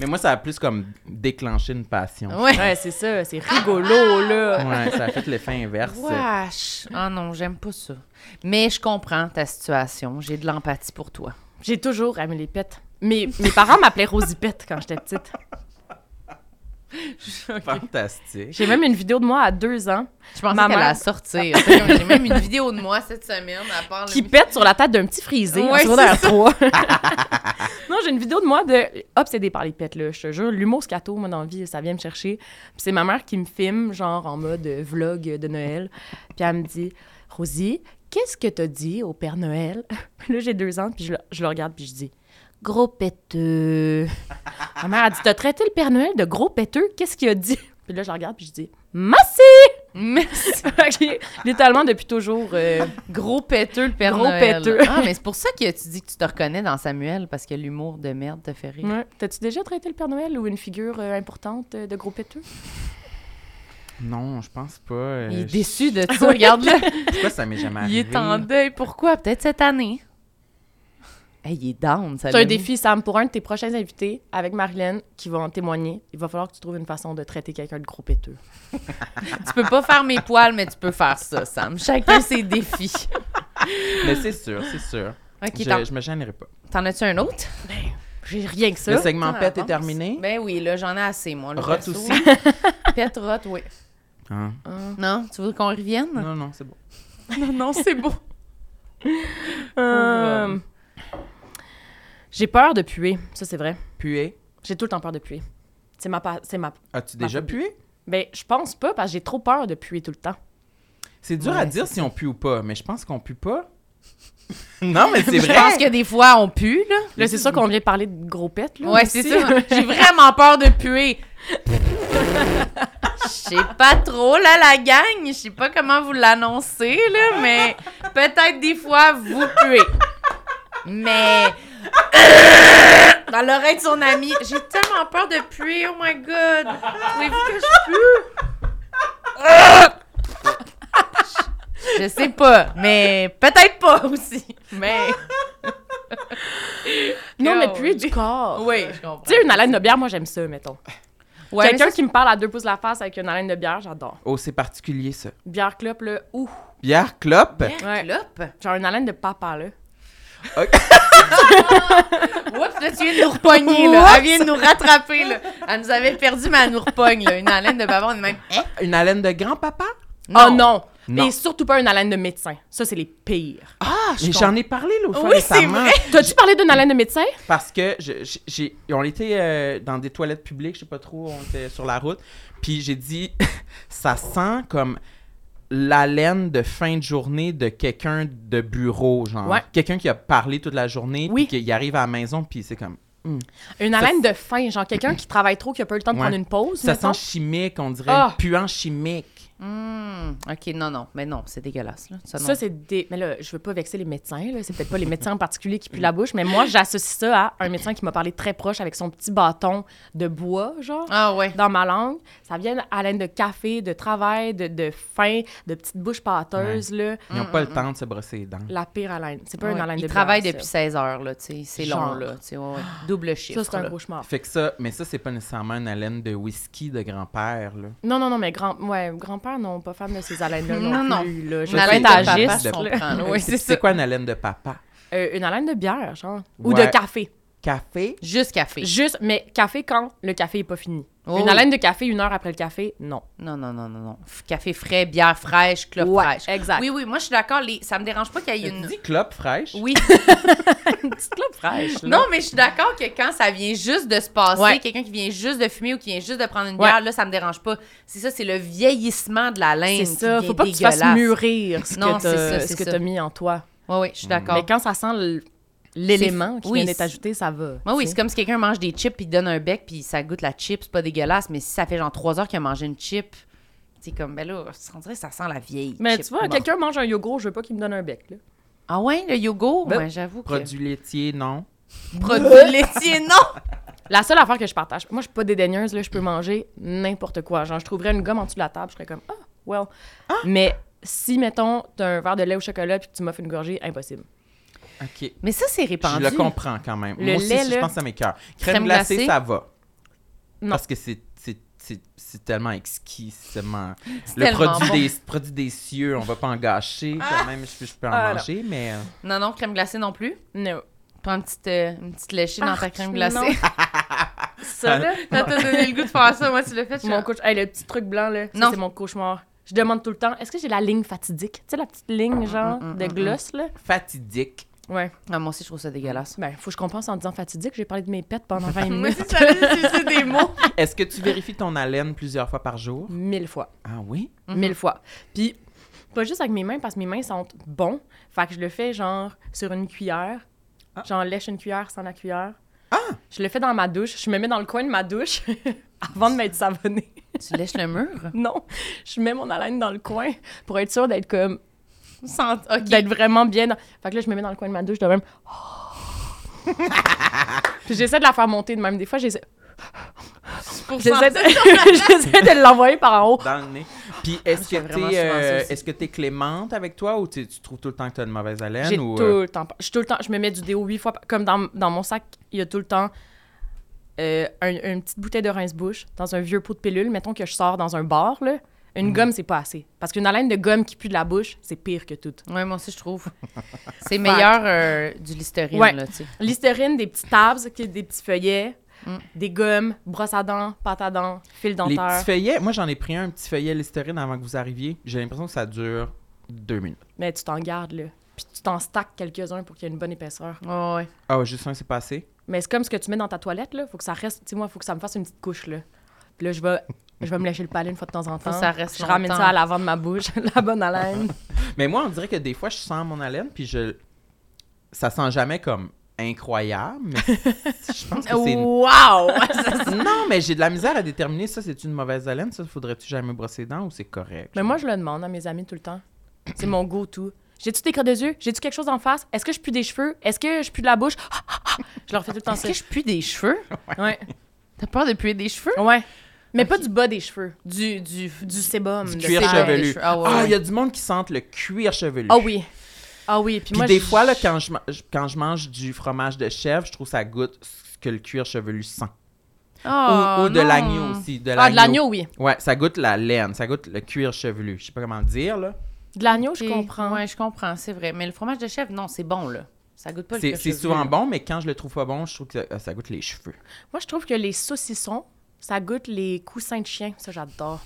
B: Mais moi, ça a plus comme déclenché une passion.
A: Ouais.
D: Ouais, c'est ça, c'est rigolo, là.
B: Ouais, ça a fait l'effet inverse.
A: Wesh! Ah non, j'aime pas ça. Mais je comprends ta situation. J'ai de l'empathie pour toi.
D: J'ai toujours aimé les pets. Mes, mes parents m'appelaient Rosie Pet quand j'étais petite.
B: Fantastique.
D: J'ai même une vidéo de moi à deux ans
A: Je pensais
D: Ma
A: qu'elle
D: mère-
A: allait sortir. J'ai même une vidéo de moi cette semaine à part le-
D: qui pète sur la tête d'un petit frisé en
A: Ouais,
D: secondaire 3. non, j'ai une vidéo de moi de obsédée par les pets, là, je te jure. L'humour scato, moi, dans la vie, ça vient me chercher. Puis c'est ma mère qui me filme, genre en mode euh, vlog de Noël. Puis elle me dit « Rosie, qu'est-ce que t'as dit au Père Noël? » Puis là, j'ai deux ans, puis je le, je le regarde, puis je dis « Gros péteux. » Ma mère a dit « T'as traité le Père Noël de gros péteux? Qu'est-ce qu'il a dit? » Puis là, je le regarde, puis je dis « Merci! »
A: Merci.
D: J'ai Littéralement, depuis toujours... euh,
A: Gros péteux, le père
D: Gros
A: Noël.
D: péteux.
A: Ah, mais c'est pour ça que tu dis que tu te reconnais dans Samuel, parce que l'humour de merde te fait rire.
D: Ouais. T'as-tu déjà traité le Père Noël ou une figure euh, importante euh, de gros péteux?
B: Non, je pense pas. euh,
A: Il est
B: je
A: déçu de ça, regarde-le.
B: sais pas si ça m'est jamais
A: Il
B: arrivé.
A: est en deuil. Pourquoi? Peut-être cette année. Hey, il est down, ça
D: C'est un
A: l'a
D: défi, Sam, pour un de tes prochains invités, avec Marilyn, qui va en témoigner. Il va falloir que tu trouves une façon de traiter quelqu'un de gros péteux.
A: mis. Tu peux pas faire mes poils, mais tu peux faire ça, Sam. Chacun ses défis.
B: Mais c'est sûr, c'est sûr.
A: OK,
B: Je,
A: t'en-
B: je me gênerai pas.
A: t'en as-tu un autre?
D: J'ai rien que
B: Le
D: ça.
B: segment
A: Attends,
B: pet est
A: avance.
B: terminé.
A: Ben oui, là, j'en ai assez, moi. le
B: Rot
A: perso.
B: aussi.
A: Pète, rot, oui.
B: Ah.
D: Euh,
A: Non, tu veux qu'on revienne?
B: Non, non, c'est bon.
A: non, non, c'est beau.
D: Euh,
A: Pauvre
D: J'ai peur de puer, ça c'est vrai.
B: Puer. C'est
D: J'ai tout le temps peur de puer. C'est ma, pa- c'est ma.
B: As-tu déjà
D: Ma-
B: pué?
D: Ben, je pense pas parce que j'ai trop peur de puer tout le temps.
B: C'est dur
D: Ouais,
B: à dire si on pue ou pas, mais je pense qu'on pue pas. non, mais c'est
A: Je
B: vrai.
A: pense que des fois, on pue, là.
D: Là, c'est sûr qu'on vient de parler de gros pètes, là.
A: Ouais, c'est
D: aussi.
A: ça. hein, J'ai vraiment peur de puer. Je sais pas trop, là, la gang. Je sais pas comment vous l'annoncez, là, mais peut-être des fois, vous puez. Mais... Dans l'oreille de son ami. J'ai tellement peur de puer, oh my God. Trouvez-vous que je pue? Je sais pas, mais peut-être pas aussi. Mais...
D: Non, mais
A: Girl.
D: puer du corps.
A: Oui, je comprends.
D: Tu sais, une haleine de bière, moi j'aime ça, mettons.
A: Ouais, mais
D: Quelqu'un
A: ça,
D: qui me parle à deux pouces de la face avec une haleine de bière, j'adore.
B: Oh, c'est particulier ça.
D: Bière clope, là, ouh.
B: Bière clope.
D: Ouais.
A: Clope.
D: Genre une haleine de papa, là.
A: Oups, là, tu viens de nous repogner, là. Elle vient de nous rattraper, là. Elle nous avait perdu, mais elle nous repogne, là. Une haleine de bavon, on est même. Hein?
B: Une haleine de grand-papa.
D: Oh non!
B: Non.
D: Mais surtout pas une haleine de médecin. Ça, c'est les pires.
B: Ah, j'en ai parlé l'autre fois
A: Oui, c'est
B: récemment,
A: vrai.
D: T'as-tu parlé d'une haleine de médecin?
B: parce que je- je- j'ai on était euh, dans des toilettes publiques, je sais pas trop, on était sur la route, puis j'ai dit ça sent comme l'haleine de fin de journée de quelqu'un de bureau genre
D: Ouais.
B: quelqu'un qui a parlé toute la journée
D: Oui.
B: puis qui arrive à la maison puis c'est comme
D: Une haleine de faim. Genre quelqu'un qui travaille trop, qui a pas eu le temps de
B: Ouais.
D: prendre une pause.
B: ça
D: mettons.
B: sent chimique on dirait
D: Ah.
B: puant chimique
A: Hum, OK, non, non. Mais non, c'est dégueulasse, là. Ça, non.
D: Ça, c'est des. Mais là, je veux pas vexer les médecins. là. C'est peut-être pas les médecins en particulier qui puent la bouche, mais moi, j'associe ça à un médecin qui m'a parlé très proche avec son petit bâton de bois, genre.
A: Ah, ouais.
D: Dans ma langue, ça vient de haleine de café, de travail, de, de faim, de petite bouche pâteuse, là.
B: ils ont pas le temps de se brosser les dents
D: La pire haleine. C'est pas
A: Ah Ouais.
D: une haleine
A: Il
D: de
A: travaille
D: bière, ça.
A: depuis 16 heures, là, tu sais. C'est long,
D: Genre.
A: là. Tu sais, ouais, ouais. Double chiffre.
D: Ça, c'est un
A: là.
D: cauchemar.
B: fait que ça mais ça c'est pas nécessairement une haleine de whisky de grand-père là
D: Non, non, non, mais grand, ouais, grand-père, non, pas fan de ces haleines-là.
A: Non,
D: Non,
A: non.
D: non. Plus, là. Je
A: Une
D: veux
A: haleine
D: pas être
A: de papa,
D: agiste,
A: je
D: là.
A: comprends, là. Oui, Ah, c'est
B: c'est
A: ça.
B: quoi une haleine de papa
D: Euh, une haleine de bière, genre. Ou
B: Ouais.
D: de café.
B: café.
A: Juste café.
D: Juste, mais café quand le café est pas fini.
A: Oh.
D: Une haleine de café une heure après le café, non.
A: Non, non, non, non, non. F- Café frais, bière fraîche, clope
D: Ouais,
A: fraîche.
D: exact.
A: Oui, oui, moi, je suis d'accord. Les... Ça me dérange pas qu'il y ait une...
B: Dis clope fraîche.
A: Oui.
D: Une petite clope fraîche. là.
A: Non, mais je suis d'accord que quand ça vient juste de se passer,
D: Ouais.
A: quelqu'un qui vient juste de fumer ou qui vient juste de prendre une
D: Ouais.
A: bière, là, ça me dérange pas. C'est ça, c'est le vieillissement de la laine.
D: c'est
A: qui
D: ça.
A: devient
D: Faut pas que tu fasses
A: dégueulasse.
D: mûrir ce
A: Non,
D: que
A: c'est ça,
D: t'as-
A: c'est
D: ce que
A: ça.
D: t'as mis en toi.
A: Oui, oui, je suis d'accord.
D: Mais quand ça sent l- l'élément qui
A: Oui,
D: vient d'être
A: c'est-
D: ajouté, ça va.
A: Moi, oui,
D: tu
A: c'est
D: sais.
A: comme si quelqu'un mange des chips puis il donne un bec puis ça goûte la chip, c'est pas dégueulasse, mais si ça fait genre trois heures qu'il a mangé une chip, c'est comme, ben là, on dirait que ça sent la vieille.
D: Mais
A: chip.
D: tu vois,
A: Bon.
D: quelqu'un mange un yogourt, je veux pas qu'il me donne un bec. Là.
A: Ah ouais, le yogourt?
B: Ben,
A: Ouais, j'avoue que.
B: Produits laitiers, non.
A: Produit laitier, non!
D: La seule affaire que je partage, moi, je suis pas dédaigneuse, là, je peux manger n'importe quoi. Genre, je trouverais une gomme en dessous de la table, je serais comme, ah, well.
A: Ah!
D: Mais si, mettons, t'as un verre de lait au chocolat puis que tu m'offres une gorgée, impossible.
B: OK.
A: Mais ça, c'est
B: Je
A: répandu.
B: le comprends quand même.
D: Le
B: Moi aussi,
D: lait,
B: si je
D: là,
B: pense à mes cœurs. Crème,
A: crème
B: glacée,
A: glacée.
B: ça va.
D: Non.
B: Parce que c'est, c'est, c'est, c'est tellement exquis, c'est tellement...
A: C'est
B: Le
A: tellement
B: produit,
A: bon.
B: des, produit des cieux, on va pas en gâcher quand même. Je, je peux en
D: Ah, non.
B: manger, mais... euh,
A: Non, non, crème glacée non plus.
D: No.
A: Prends une petite, euh, une petite léchée dans ta crème
D: Arc, Ah, non.
A: glacée.
D: Ça, là,
A: Ça t'a donné le goût de faire ça, moi, tu l'as fait. je-
D: mon couche... hey, le petit truc blanc, là, ça,
A: Non.
D: c'est mon cauchemar. Je demande tout le temps, est-ce que j'ai la ligne fatidique? Tu sais, la petite ligne, genre,
A: mm,
D: de
A: mm,
D: gloss, là?
B: Fatidique.
D: Ouais.
A: Ah, moi aussi, je trouve ça dégueulasse.
D: Ben, faut que je compense en disant fatidique. J'ai parlé de mes pets pendant 20
A: Moi aussi,
D: minutes.
A: j'allais utiliser des mots.
B: Est-ce que tu vérifies ton haleine plusieurs fois par jour?
D: Mille fois.
B: Ah oui?
D: mille fois. Puis, Mhm. pas juste avec mes mains, parce que mes mains sont bons. Fait que je le fais, genre, sur une cuillère.
B: Ah.
D: J'en lèche une cuillère sans la cuillère. Ah! Je le fais dans ma douche. Je me mets dans le coin de ma douche avant de m'être savonnée.
A: Tu lèches le mur?
D: non, je mets mon haleine dans le coin pour être sûre d'être comme...
A: Sans... OK.
D: D'être vraiment bien. dans- Fait que là, je me mets dans le coin de ma douche de même. Puis j'essaie de la faire monter de même. Des fois, j'essaie
A: Pour
D: j'essaie de,
A: sentir-
D: j'essaie de l'envoyer par en haut.
B: Dans le nez.
D: Ah,
B: Puis
A: je
B: est-ce
A: fais
B: que
A: vraiment
B: t'es,
A: souvent ça
B: euh,
A: aussi.
B: est-ce que t'es clémente avec toi ou tu tu trouves tout le temps que t'as une mauvaise
D: J'ai
B: haleine? Ou,
D: tout
B: euh,
D: le temps. Je, suis tout le temps. Je me mets du déo huit fois. par- Comme dans, dans mon sac, il y a tout le temps euh, un- une petite bouteille de rince-bouche dans un vieux pot de pilule. Mettons que je sors dans un bar, là.
B: Mm.
D: Une gomme, c'est pas assez. Parce qu'une haleine de gomme qui pue de la bouche, c'est pire que tout.
A: Ouais, moi aussi, je trouve. C'est meilleur euh, du Listerine,
D: Ouais.
A: là, tu sais.
D: L'hystérine, des petits tabs, qui- des petits feuillets,
A: Mm.
D: des gommes, brosse à dents, pâte à dents, fil
B: Les
D: dentaire.
B: petits feuillets, moi j'en ai pris un, un petit feuillet Listerine avant que vous arriviez. J'ai l'impression que ça dure deux minutes.
D: Mais tu t'en gardes, là. Puis tu t'en stacks quelques-uns pour qu'il y ait une bonne épaisseur.
A: Ouais, ouais.
B: Ah, ouais, juste un, c'est passé.
D: Mais c'est comme ce que tu mets dans ta toilette, là. Faut que ça reste. Tu sais, moi, faut que ça me fasse une petite couche, là. Puis là, je vais, je vais me lâcher le palais une fois de temps en temps.
A: que ça reste
D: je ramène
A: longtemps.
D: ça à l'avant de ma bouche, la bonne haleine.
B: Mais moi, on dirait que des fois, je sens mon haleine, puis je. Ça sent jamais comme incroyable, mais je pense que c'est. une-
A: Wow!
B: Non, mais j'ai de la misère à déterminer ça, c'est une mauvaise haleine, ça, faudrait-tu jamais brosser les dents ou c'est correct?
D: Mais moi, je le demande à mes amis tout le temps. C'est mon go-to. J'ai-tu des crottes de yeux? J'ai-tu quelque chose en face? Est-ce que je pue des cheveux? Est-ce que je pue de la bouche? Ah, ah, ah. Je leur fais tout le temps
A: Est-ce
D: ça.
A: que je pue des cheveux?
D: Ouais.
A: T'as peur de puer des cheveux?
D: Ouais. Mais pas du bas des cheveux.
A: Du, du,
D: Du sébum.
B: Du
D: de
B: cuir
D: terre.
A: sébum.
B: chevelu.
A: Les cheveux, ah ouais,
B: Ah, il
A: ouais.
B: y a du monde qui sente le cuir chevelu.
D: Ah oui. Ah oui. Puis,
B: Puis
D: moi,
B: des
D: je-
B: fois, là, quand, je, ma- je- quand je mange du fromage de chèvre, je trouve ça goûte ce que le cuir chevelu sent.
A: Oh,
B: ou ou de
A: non.
B: l'agneau aussi. De
D: Ah, de l'agneau, oui.
B: Ouais, ça goûte la laine, ça goûte le cuir chevelu. Je sais pas comment le dire, là.
D: De l'agneau,
A: Ok.
D: je comprends.
A: Ouais, Oh, je comprends, c'est vrai. Mais le fromage de chèvre, non, c'est bon, là. Ça goûte pas le
B: C'est
A: cuir
B: c'est
A: chevelu,
B: souvent
A: là.
B: bon, mais quand je le trouve pas bon, je trouve que euh, ça, ça goûte les cheveux.
D: Moi, je trouve que les saucissons, ça goûte les coussins de chien. Ça, j'adore.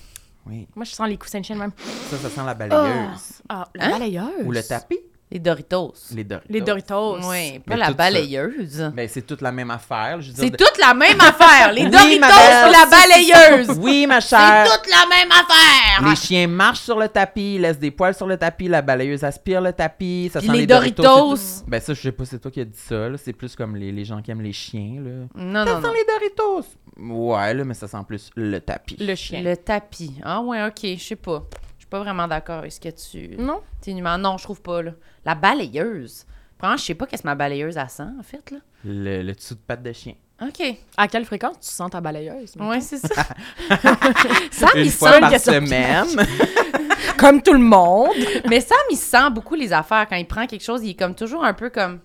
B: Oui.
D: Moi, je sens les coussins de chien de même.
B: Ça, ça sent la balayeuse.
D: Ah, la
A: Hein?
D: balayeuse.
B: Ou le Euh, tapis.
A: Les Doritos.
B: Les Doritos.
D: Les Doritos.
A: Oui, pas
B: Mais
A: la
B: tout ça.
A: balayeuse.
B: Ben, c'est toute la même affaire. Je veux dire,
A: C'est
B: de-
A: toute la même affaire. Les
B: Oui,
A: Doritos et
B: ma belle.
A: la balayeuse.
B: Oui, ma
A: C'est
B: chère.
A: toute la même affaire.
B: Les chiens marchent sur le tapis, laissent des poils sur le tapis, la balayeuse aspire le tapis, ça
A: Puis
B: sent
A: les
B: les, Doritos.
A: Doritos.
B: c'est tout. Ben ça, je sais pas, c'est toi qui as dit ça, là. c'est plus comme les, les gens qui aiment les chiens. Là.
A: Non,
B: ça
A: non,
B: sent
A: non.
B: les Doritos! Ouais, là, mais ça sent plus le tapis.
D: Le chien.
A: Le tapis. Ah ouais, OK, je sais pas. Je suis pas vraiment d'accord avec ce que tu...
D: Non?
A: t'es numé- Non, je trouve pas, là. La balayeuse. Franchement, je sais pas qu'est-ce que ma balayeuse à sent, en fait, là.
B: Le, le dessous de patte de chien.
A: OK.
D: À quelle fréquence tu sens ta balayeuse?
A: Ouais, c'est ça. Sam,
B: Une
A: il
B: fois
A: sent...
B: par
D: question.
B: semaine.
D: Comme tout le monde.
A: Mais Sam, il sent beaucoup les affaires. Quand il prend quelque chose, il est comme toujours un peu comme...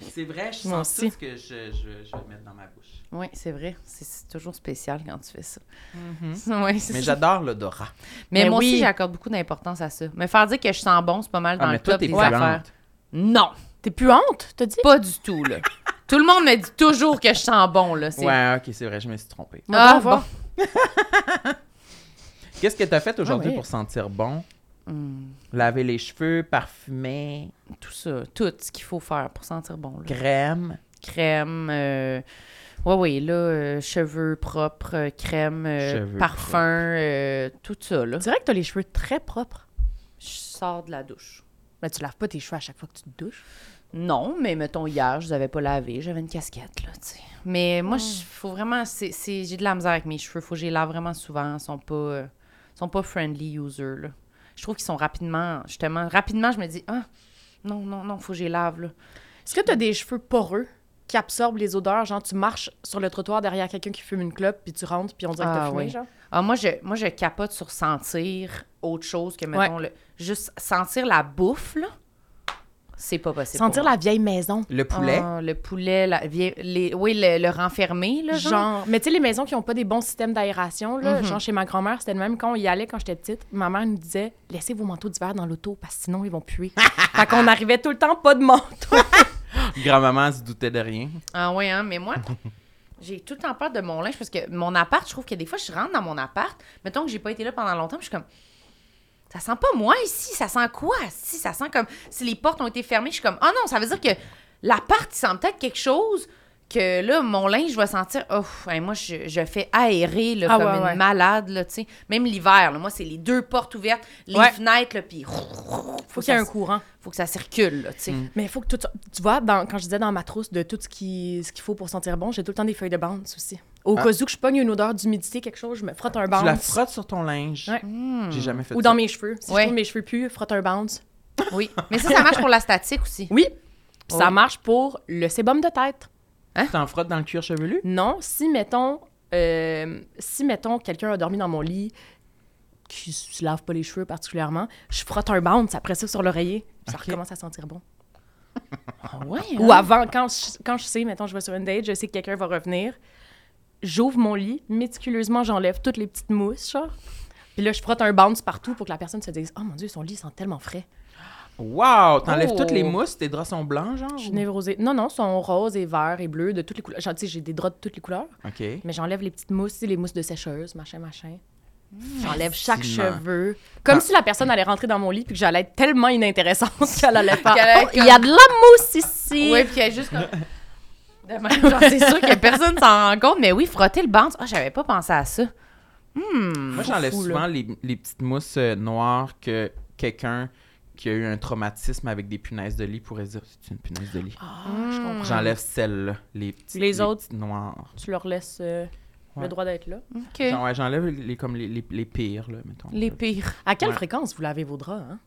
B: c'est vrai, je
D: Moi
B: sens
D: aussi.
B: tout ce que je, je, je vais mettre dans ma bouche.
A: Oui, c'est vrai. C'est- C'est toujours spécial quand tu fais ça. Ouais, c'est
B: Mais
A: ça.
B: j'adore l'odorat.
A: Mais,
D: Mais
A: moi
D: oui.
A: aussi, j'accorde beaucoup d'importance à ça. Me faire dire que je sens bon, c'est pas mal dans
B: Ah, mais
A: le
B: toi,
A: top
B: t'es
A: des
B: puante.
A: affaires. Non,
D: T'es puante, t'as dit?
A: pas du tout, là. Tout le monde me dit toujours que je sens bon, là. C'est...
B: Ouais, ok, c'est vrai, je me suis trompée.
D: Moi,
A: Ah,
D: donc, va.
A: bon.
B: Qu'est-ce que t'as fait aujourd'hui
D: Ah oui.
B: pour sentir bon? Laver les cheveux, parfumer,
A: Hmm, Tout ça, tout ce qu'il faut faire pour sentir bon, là.
B: crème.
A: Crème, euh, ouais, ouais, là, euh, cheveux propres, euh, crème, euh,
B: Cheveux propres.
A: parfum, euh, tout ça, là.
D: C'est vrai que t'as les cheveux très propres.
A: Je sors de la douche.
D: Mais tu laves pas tes cheveux à chaque fois que tu te douches.
A: Non, mais mettons, hier, je les avais pas lavés. J'avais une casquette, là, tu sais. Mais moi, je- faut vraiment... c'est- c'est- J'ai de la misère avec mes cheveux. Faut que je les lave vraiment souvent. Ils sont pas, euh, ils sont pas friendly user, là. Je trouve qu'ils sont rapidement... Justement, rapidement, je me dis... Ah, non, non, non, faut que je les lave, là.
D: Est-ce que t'as des cheveux poreux qui absorbent les odeurs? Genre, tu marches sur le trottoir derrière quelqu'un qui fume une clope, puis tu rentres, puis on dirait que
A: Ah,
D: t'as fumé,
A: oui.
D: genre?
A: Ah, moi, je, moi, je capote sur sentir autre chose que, mettons, le, juste sentir la bouffe, là. C'est pas possible. Ah,
D: Sentir la vieille maison.
B: Le poulet.
A: le poulet, la, vie- les, oui, le, le renfermé, là,
D: Genre.
A: genre.
D: Mais tu sais, les maisons qui n'ont pas des bons systèmes d'aération, là, genre chez ma grand-mère, c'était le même quand on y allait quand j'étais petite. Ma mère nous disait Laissez vos manteaux d'hiver dans l'auto parce que sinon ils vont puer. fait qu'on arrivait tout le temps pas de manteau.
B: Grand-maman se doutait de rien.
A: Ah ouais, hein, mais moi, j'ai tout le temps peur de mon linge parce que mon appart, je trouve que des fois, je rentre dans mon appart, mettons que j'ai pas été là pendant longtemps, puis je suis comme, ça sent pas moi ici, ça sent quoi ici? Ça sent comme si les portes ont été fermées, je suis comme, oh non, ça veut dire que l'appart, il sent peut-être quelque chose que là, mon linge va sentir, oh, hein, moi, je, je fais aérer là,
D: Ah
A: comme
D: ouais,
A: une
D: ouais.
A: malade, là, tu sais. Même l'hiver, là, moi, c'est les deux portes ouvertes, les
D: Ouais.
A: fenêtres, là, puis
D: Faut
A: faut,
D: qu'il y ait un Mm. courant.
A: faut que ça circule, là, tu sais.
D: Mais faut que tout. Tu vois, dans- quand je disais dans ma trousse de tout ce qu'il ce qu'il faut pour sentir bon, j'ai tout le temps des feuilles de bande aussi. Au
B: Ah.
D: cas où que je pogne une odeur d'humidité, quelque chose, je me frotte un
B: Tu la
D: bounce.
B: frottes sur ton linge. Hmm.
D: Ouais.
B: J'ai jamais fait
D: Ou
B: ça.
D: dans mes cheveux. Si
A: Ouais.
D: je trouve mes cheveux puent, frotte un bounce.
A: Oui. Mais ça, ça marche pour la statique aussi.
D: Oui. Puis ça
A: Oui.
D: marche pour le sébum de tête.
B: Tu t'en frottes dans le cuir chevelu?
D: Non, si mettons, euh, si mettons quelqu'un a dormi dans mon lit, qui se lave pas les cheveux particulièrement, je frotte un bounce après ça sur l'oreiller, puis ça
B: Ok.
D: recommence à sentir bon.
A: Ah ouais,
D: Ou avant, quand je, quand je sais, mettons, je vais sur une date, je sais que quelqu'un va revenir, j'ouvre mon lit, méticuleusement, j'enlève toutes les petites mousses, genre. Puis là, je frotte un bounce partout pour que la personne se dise « Oh mon Dieu, son lit sent tellement frais.
B: Wow! T'enlèves
A: Oh.
B: toutes les mousses, tes draps sont blancs, genre?
D: Je suis névrosée. Non, non, sont roses et verts et bleus, de toutes les couleurs. Genre, tu sais, j'ai des draps de toutes les couleurs,
B: OK.
D: mais j'enlève les petites mousses, tu sais, les mousses de sécheuse, machin, machin.
A: Mmh.
D: J'enlève chaque
B: Fascinant.
D: cheveu.
B: Ah.
D: Comme si la personne allait rentrer dans mon lit puis que j'allais être tellement inintéressante qu'elle allait faire.
A: Qu'elle allait
D: Oh, Il y a de la mousse ici.
A: Oui, puis elle est juste comme. De même, genre, c'est sûr que personne s'en rend compte, mais oui, frotter le banc. Ah, j'avais pas pensé à ça.
B: Moi, j'enlève
D: Hmm. fou, là.
B: souvent les, les petites mousses euh, noires que quelqu'un qui a eu un traumatisme avec des punaises de lit pourrait dire c'est une punaise de lit.
D: Ah, je comprends.
B: J'enlève celles-là, les petites
D: Les autres?
B: petites noires.
D: Tu leur laisses euh,
B: Ouais.
D: le droit d'être là.
A: OK.
B: Genre, ouais, j'enlève les, comme les, les, les pires, là, mettons.
A: Les pires.
D: À quelle
B: Ouais.
D: fréquence vous lavez vos draps hein?